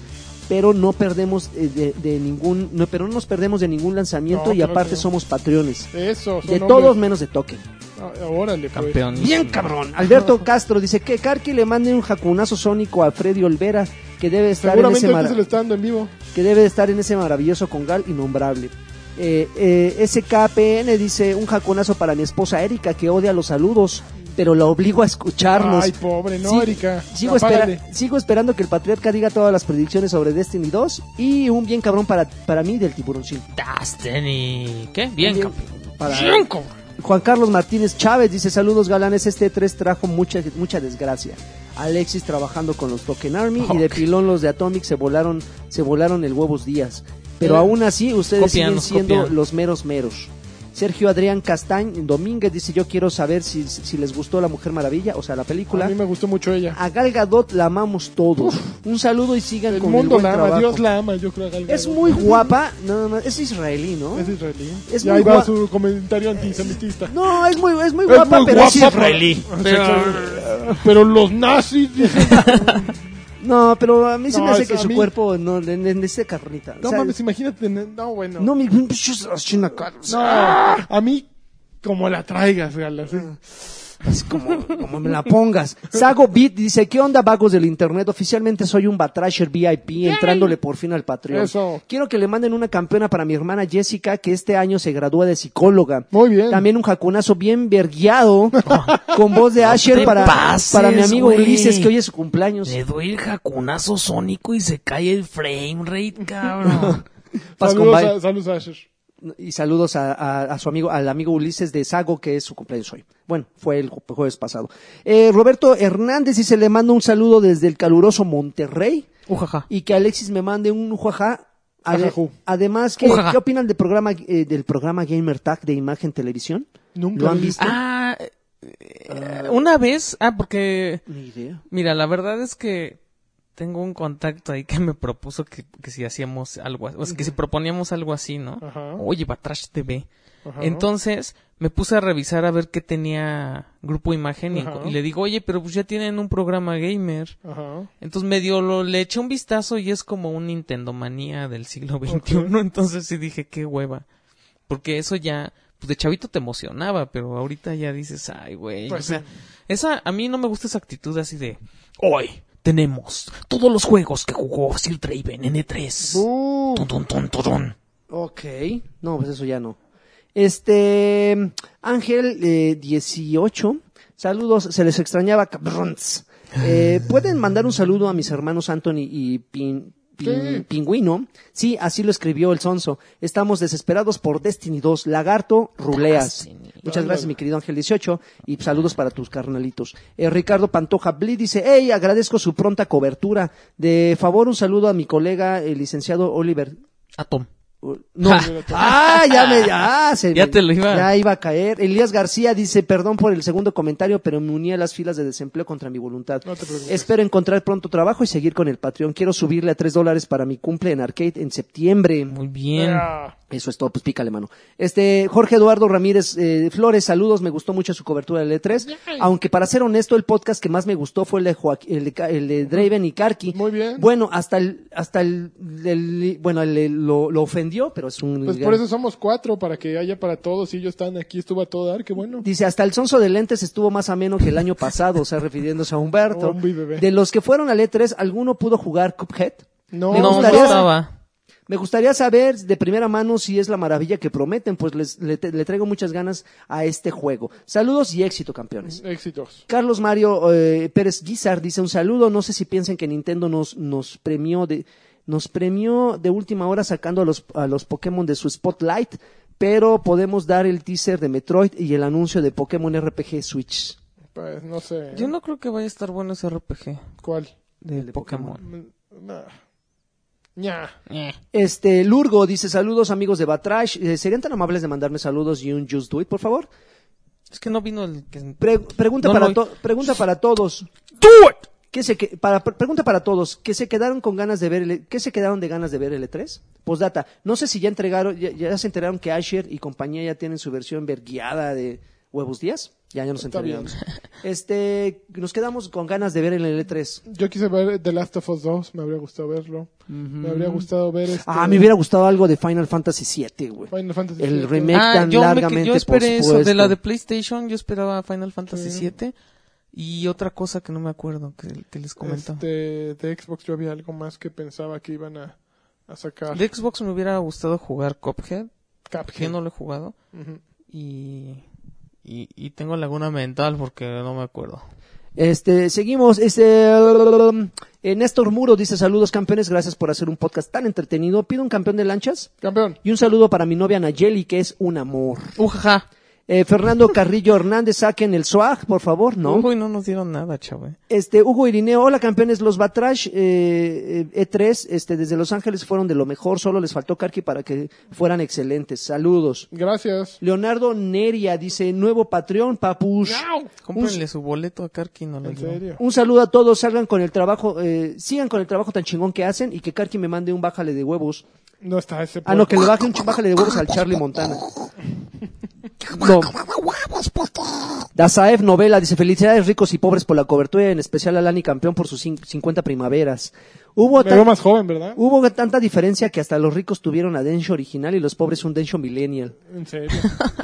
pero no perdemos eh, de, de ningún no, pero no nos perdemos de ningún lanzamiento
No,
y
claro
aparte
que no.
somos patrones.
Eso, son
De
hombres.
todos menos de token.
Ah, Órale, pues.
Campeón.
Bien cabrón. Alberto Castro dice que Karki le mande un jacunazo sónico a Freddy Olvera que debe estar en
Seguramente
ese
ahorita
mar
se lo está dando en vivo.
que debe de estar en ese maravilloso congal innombrable. Eh, eh, SKPN dice un jaconazo para mi esposa Erika que odia los saludos, pero la obligo a escucharnos.
Ay, pobre, no,
Sí,
Erika.
Sigo,
Apágale.
espera- sigo esperando que el patriarca diga todas las predicciones sobre Destiny 2 y un bien cabrón para, para mí del tiburoncín.
Destiny. ¿Qué? Bien,
Bien,
campeón.
para- Juan Carlos Martínez Chávez dice saludos galanes, este 3 trajo mucha, mucha desgracia. Alexis trabajando con los Token Army y de pilón los de Atomic se volaron, se volaron el huevos días. Pero
Eh,
aún así ustedes
copian,
siguen siendo
copian.
los meros meros. Sergio Adrián Castañ Domínguez dice yo quiero saber si, si les gustó La Mujer Maravilla, o sea la película.
A mí me gustó mucho ella.
A Gal Gadot la amamos todos. Un saludo y sigan
El
con
mundo
el buen
la ama,
trabajo.
Dios la ama, yo creo. a Gal
Es
Gadot.
muy guapa, no, no, no, es israelí, ¿no?
Es israelí.
Es
y
muy Eh,
ahí va
guapa.
su comentario antisemitista. <laughs>
No, es muy, es muy guapa,
muy
pero
guapa,
es israelí.
Pero,
<laughs>
los nazis dicen...
No, pero a mí se
No,
me hace
es
que
a
su
mí-
cuerpo no le le- necesita carnita.
No
O sea,
mames, imagínate. No, bueno.
No, mi china
No, a mí, como la traigas, Galas. ¿eh?
Ah. Así como, como me la pongas. Sago Beat dice, ¿qué onda vagos del internet? Oficialmente soy un Batrasher VIP entrándole por fin al Patreon.
Eso.
Quiero que le manden una campeona para mi hermana Jessica que este año se gradúa de psicóloga.
Muy bien.
También un jacunazo bien
<laughs>
vergueado con voz de Asher
te
para,
pases,
para mi amigo
güey.
Ulises que hoy es su cumpleaños.
Le doy el jacunazo sónico y se cae el frame rate, cabrón.
Paz con
Saludos,
baile.
a, saludos a Asher.
y saludos a, a- a su amigo, al amigo Ulises de Sago, que es su cumpleaños hoy. Bueno, fue el ju- jueves pasado. Eh, Roberto Hernández dice, le mando un saludo desde el caluroso Monterrey
Ujaja.
y que Alexis me mande un juajá. Ale-
Ajajú.
Además, ¿qué,
Ujaja.
¿qué opinan del programa, eh, del programa Gamer Tag de Imagen Televisión?
Nunca
¿Lo han
lo he
visto?
Ah, eh, eh, una vez, ah, porque,
Ni idea.
mira, la verdad es que tengo un contacto ahí que me propuso que, que si hacíamos algo, así- o sea, que si proponíamos algo así, ¿no?
Ajá.
Oye, Batrash TV.
Ajá.
Entonces me puse a revisar a ver qué tenía Grupo Imagen y,
Ajá.
y le digo, oye, pero pues ya tienen un programa gamer.
Ajá.
eh,
Entonces medio lo, le eché un vistazo y es como un Nintendo manía del siglo XXI. <laughs> Entonces sí dije, qué hueva. Porque eso ya, pues de chavito te emocionaba, pero ahorita ya dices, ay, güey.
Pues
o sea,
sí.
esa, a mí no me gusta esa actitud así de, hoy tenemos todos los juegos que jugó Sir Draven en E3.
Uh,
Tun, tun, tun, tun, tun.
Ok. No, pues eso ya no. Este, Ángel eh, 18. Saludos, se les extrañaba, cabrons. Eh, Pueden mandar un saludo a mis hermanos Anthony y Pin- Pin-
Sí.
Pingüino. Sí, así lo escribió el Sonso. Estamos desesperados por Destiny 2. Lagarto, ruleas.
Destiny.
Muchas gracias, mi querido Ángel 18. Y saludos para tus carnalitos. Eh, Ricardo Pantoja Bli dice, hey, agradezco su pronta cobertura. De favor, un saludo a mi colega, el licenciado Oliver
Atom. <laughs>
no. ah, ya me, ya, se
Ya
me-
te lo iba.
Ya iba a caer. Elías García dice, perdón por el segundo comentario, pero me uní a las filas de desempleo contra mi voluntad.
No te preocupes.
Espero encontrar pronto trabajo y seguir con el Patreon. Quiero subirle a tres dólares para mi cumple en arcade en septiembre.
Muy bien.
ah,
Eso es todo, pues pícale mano. Este, Jorge Eduardo Ramírez eh, Flores, saludos, me gustó mucho su cobertura del E3. Aunque para ser honesto, el podcast que más me gustó fue el de, Joaqu- el de, Ca- el de Draven y Karki.
Muy bien.
Bueno, hasta el, hasta el, el- bueno, el- lo, lo ofendió, pero es un...
pues por eso somos cuatro, para que haya para todos. Y ellos están aquí, estuvo a todo dar, qué bueno.
Dice, hasta el sonso de lentes estuvo más ameno que el año pasado, o sea, refiriéndose a
<laughs>
Humberto.
Hombre, bebé.
De los que fueron al E3, ¿alguno pudo jugar Cuphead?
No,
Me
No, no
gustaría-
estaba.
Me gustaría saber de primera mano si es la maravilla que prometen, pues les- le, le traigo muchas ganas a este juego. Saludos y éxito, campeones.
Éxitos.
Carlos Mario eh, Pérez Guizar dice un saludo. No sé si piensen que Nintendo nos, nos premió de nos premió de última hora sacando a los, a los Pokémon de su spotlight, pero podemos dar el teaser de Metroid y el anuncio de Pokémon RPG Switch.
Pues no sé.
Yo no creo que vaya a estar bueno ese RPG
¿Cuál? Mm,
de,
de Pokémon.
Pokémon.
Nah. Ña.
Eh.
Este Lurgo dice saludos amigos de Batrash. Eh, ¿Serían tan amables de mandarme saludos y un Just Do It, por favor?
Es que no vino el que...
Pre- pregunta
No,
para
no.
to- pregunta para todos. ¿Qué se que- para, pre- pregunta para todos, ¿qué se quedaron con ganas de ver el, qué se quedaron de ganas de ver el 3 Postdata, no sé si ya entregaron ya, ya se enteraron que Asher y compañía ya tienen su versión verguiada de Huevos Días. Ya ya nos
Está
enteramos. Este, nos quedamos con ganas de ver el E L3.
Yo quise ver The Last of Us 2, me habría gustado verlo. Me
Mm.
habría gustado ver este
Ah, me hubiera gustado algo de Final Fantasy VII, güey.
Final Fantasy
El
VII.
remake.
Ah,
tan
yo, me-
largamente,
yo esperé
por
eso de la
supuesto.
de PlayStation, yo esperaba Final Fantasy
Sí.
VII y otra cosa que no me acuerdo que, que les comentaba.
Este, de Xbox yo había algo más que pensaba que iban a, a sacar.
De Xbox me hubiera gustado jugar Cuphead, que
Cuphead.
no lo he jugado
Ujú.
y, y, y tengo laguna mental porque no me acuerdo.
Este, seguimos. Este, eh, Néstor Muro dice saludos campeones, gracias por hacer un podcast tan entretenido. Pido un campeón de lanchas
Campeón.
y un saludo para mi novia Nayeli, que es un amor.
Ujaja.
Eh, Fernando Carrillo <laughs> Hernández, saquen el swag, por favor, ¿no?
Uy, no nos dieron nada, chavo. eh.
Este, Hugo Irineo, hola campeones, los Batrash eh, eh, E3, este, desde Los Ángeles fueron de lo mejor, solo les faltó Karki para que fueran excelentes. Saludos.
Gracias.
Leonardo Neria dice, nuevo Patreon, papush.
Cómprenle su boleto a Karki, no lo
¿En
llevo.
serio?
Un saludo a todos, salgan con el trabajo, eh, sigan con el trabajo tan chingón que hacen y que Karki me mande un bájale de huevos.
No está ese.
Ah, no, que le baje un ch- bájale de huevos al Charlie Montana. No. Dazaev Novela dice, felicidades ricos y pobres por la cobertura, en especial a Lani Campeón por sus cin- 50 primaveras. Hubo,
Me
tan-
veo más joven, ¿verdad?
Uh.
hubo tanta diferencia que hasta los ricos tuvieron a Densho original y los pobres un Densho millennial.
En
<laughs>
serio.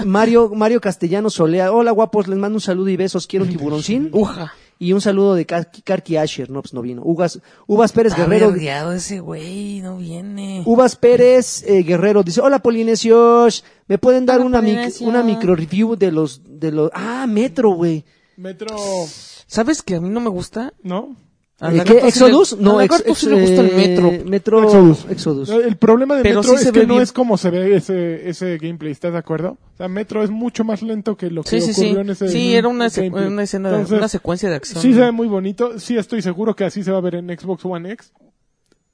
Mario, Mario Castellano Solea, hola guapos, les mando un saludo y besos, quiero un tiburoncín.
Uja.
Y un saludo de Karki Karki Asher, no, pues no vino. Uvas, Uvas Pérez
Está
Guerrero.
vergueado ese güey, no viene.
Uvas Pérez eh, Guerrero dice, hola Polinesios, ¿me pueden dar
Hola,
una, mic-
Polinesio.
una micro review de los, de los, ah, Metro, güey.
Metro.
¿Sabes que a mí no me gusta?
¿No?
A
Eh,
Lagarto sí
¿Qué?
le-
¿Exodus?
a
no, ex-
Lagarto
ex-
sí le gusta el metro.
eh, Metro, Exodus.
Exodus. No, El problema de
Pues, Pero
Metro
sí se
es
ve
que no
bien.
es como se ve ese, ese gameplay, ¿estás de acuerdo? O sea, Metro es mucho más lento que lo que
Sí, sí, sí.
ocurrió en ese
Sí, era una, sec-
gameplay.
una escena, de-
Entonces,
una secuencia de acción.
Sí se ve muy bonito, sí estoy seguro que así se va a ver en Xbox One X.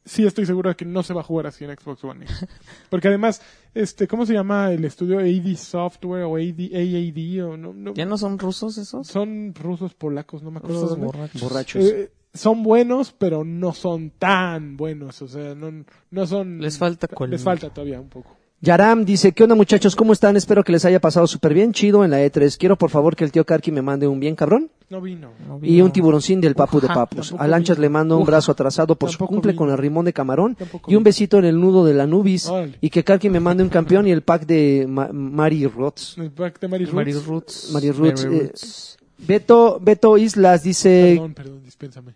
Sí estoy seguro de que no se va a jugar así en Xbox One X. Porque además, este, ¿cómo se llama el estudio? AD Software o AD, AAD o no, no-
¿Ya no son rusos esos?
son rusos polacos, no me acuerdo.
Rusos
dónde.
borrachos.
Borrachos.
Eh, son buenos, pero no son tan buenos, o sea, no, no son
Les falta colmillo.
les falta todavía un poco.
Yaram dice, ¿qué onda muchachos? ¿Cómo están? Espero que les haya pasado súper bien, chido en la E3. Quiero por favor que el tío Karki me mande un bien cabrón
No vino.
No
y
vino.
un tiburoncín del papu de
Ujaja,
papus.
tampoco
A Lanchas
vi.
le mando un
Ujaja,
brazo atrasado por su
tampoco
cumple
vi.
con el rimón de camarón
Tampoco
y un
vi.
besito en el nudo de la Nubis
Órale.
y que Karki me mande un campeón y el pack de Ma- Mari Rots.
El pack de Mary Roots.
Mary Roots.
Mary Roots,
Mary
eh,
Roots.
Beto, Beto Islas dice,
Perdón, perdón, dispénsame.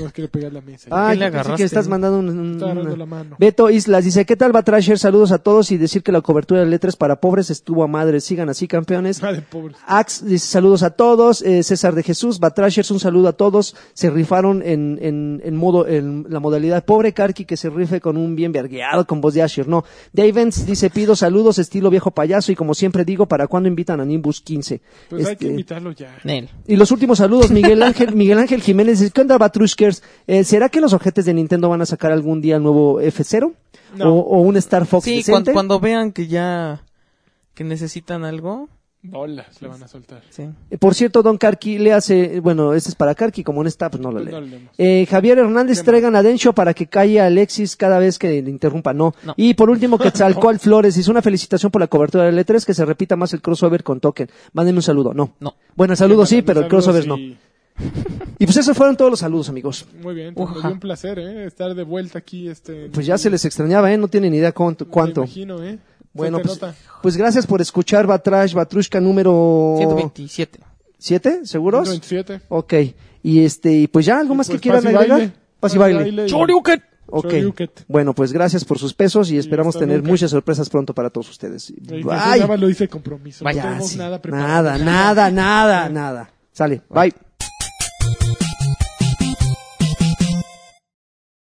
No es que le pegué a la mesa.
ah,
¿Qué
yo pensé
le
que
agarraste?
le estás mandando un- un-
Estaba agarrando
una-
la mano. <laughs>
Beto Islas dice, ¿qué tal va Trasher? Saludos a todos y decir que la cobertura de letras para pobres estuvo a madre. Sigan así,
<laughs>
campeones.
Ah, de pobres.
Ax dice saludos a todos, eh, César de Jesús, Batrashers un saludo a todos, se rifaron en, en, en modo, en la modalidad pobre Karki que se rife con un bien vergueado con voz de Asher, no. Davens dice pido saludos estilo viejo payaso y como siempre digo, ¿para cuándo invitan a Nimbus 15?
Pues hay que
Este,
invitarlo ya.
Nel.
y los últimos saludos, Miguel Ángel, Miguel Ángel Jiménez dice, ¿qué onda Batrushkers? Eh, ¿Será que los ojetes de Nintendo van a sacar algún día el nuevo F0?
No.
O, o un Star Fox
Sí, cuan-
decente?
cuando, vean que ya... Que necesitan algo.
Bolas le van a soltar.
Sí.
Eh, Por cierto, Don Karki le hace, bueno, este es para Karki, como no está, pues no lo
Pues
lee.
no lo leemos.
Eh, Javier Hernández
Qué
traigan a Dencho para que calle a Alexis cada vez que le interrumpa, no.
No.
Y por último, Quetzalcoatl Flores hizo una felicitación por la cobertura del E3, que se repita más el crossover con Token. Mándenme un saludo, no.
No.
Bueno, el saludo sí,
Mándale
pero el
saludos
crossover no.
y-
Y pues esos fueron todos los saludos, amigos.
Muy bien, pues, me
Ujaja.
dio un placer, ¿eh? Estar de vuelta aquí, este...
Pues ya se les extrañaba, ¿eh? No tienen idea cuánto.
me
cuánto.
imagino, ¿eh?
Bueno,
Se te
pues,
nota.
pues gracias por escuchar Batrash, Batrushka número
127.
7, ¿seguros?
27.
Ok. Y este, y pues ya, ¿algo más
Pues,
que quieran
paz y baile.
agregar? Paz y baile.
y-
¡Choryuken!
Ok.
Shoryuket.
Bueno, pues gracias por sus pesos y esperamos
hasta
tener
nunca.
muchas sorpresas pronto para todos ustedes.
Ahí
Bye.
ya lo hice compromiso.
Vaya,
no tenemos
sí.
nada preparado.
nada, nada, nada, nada. Sale, bye.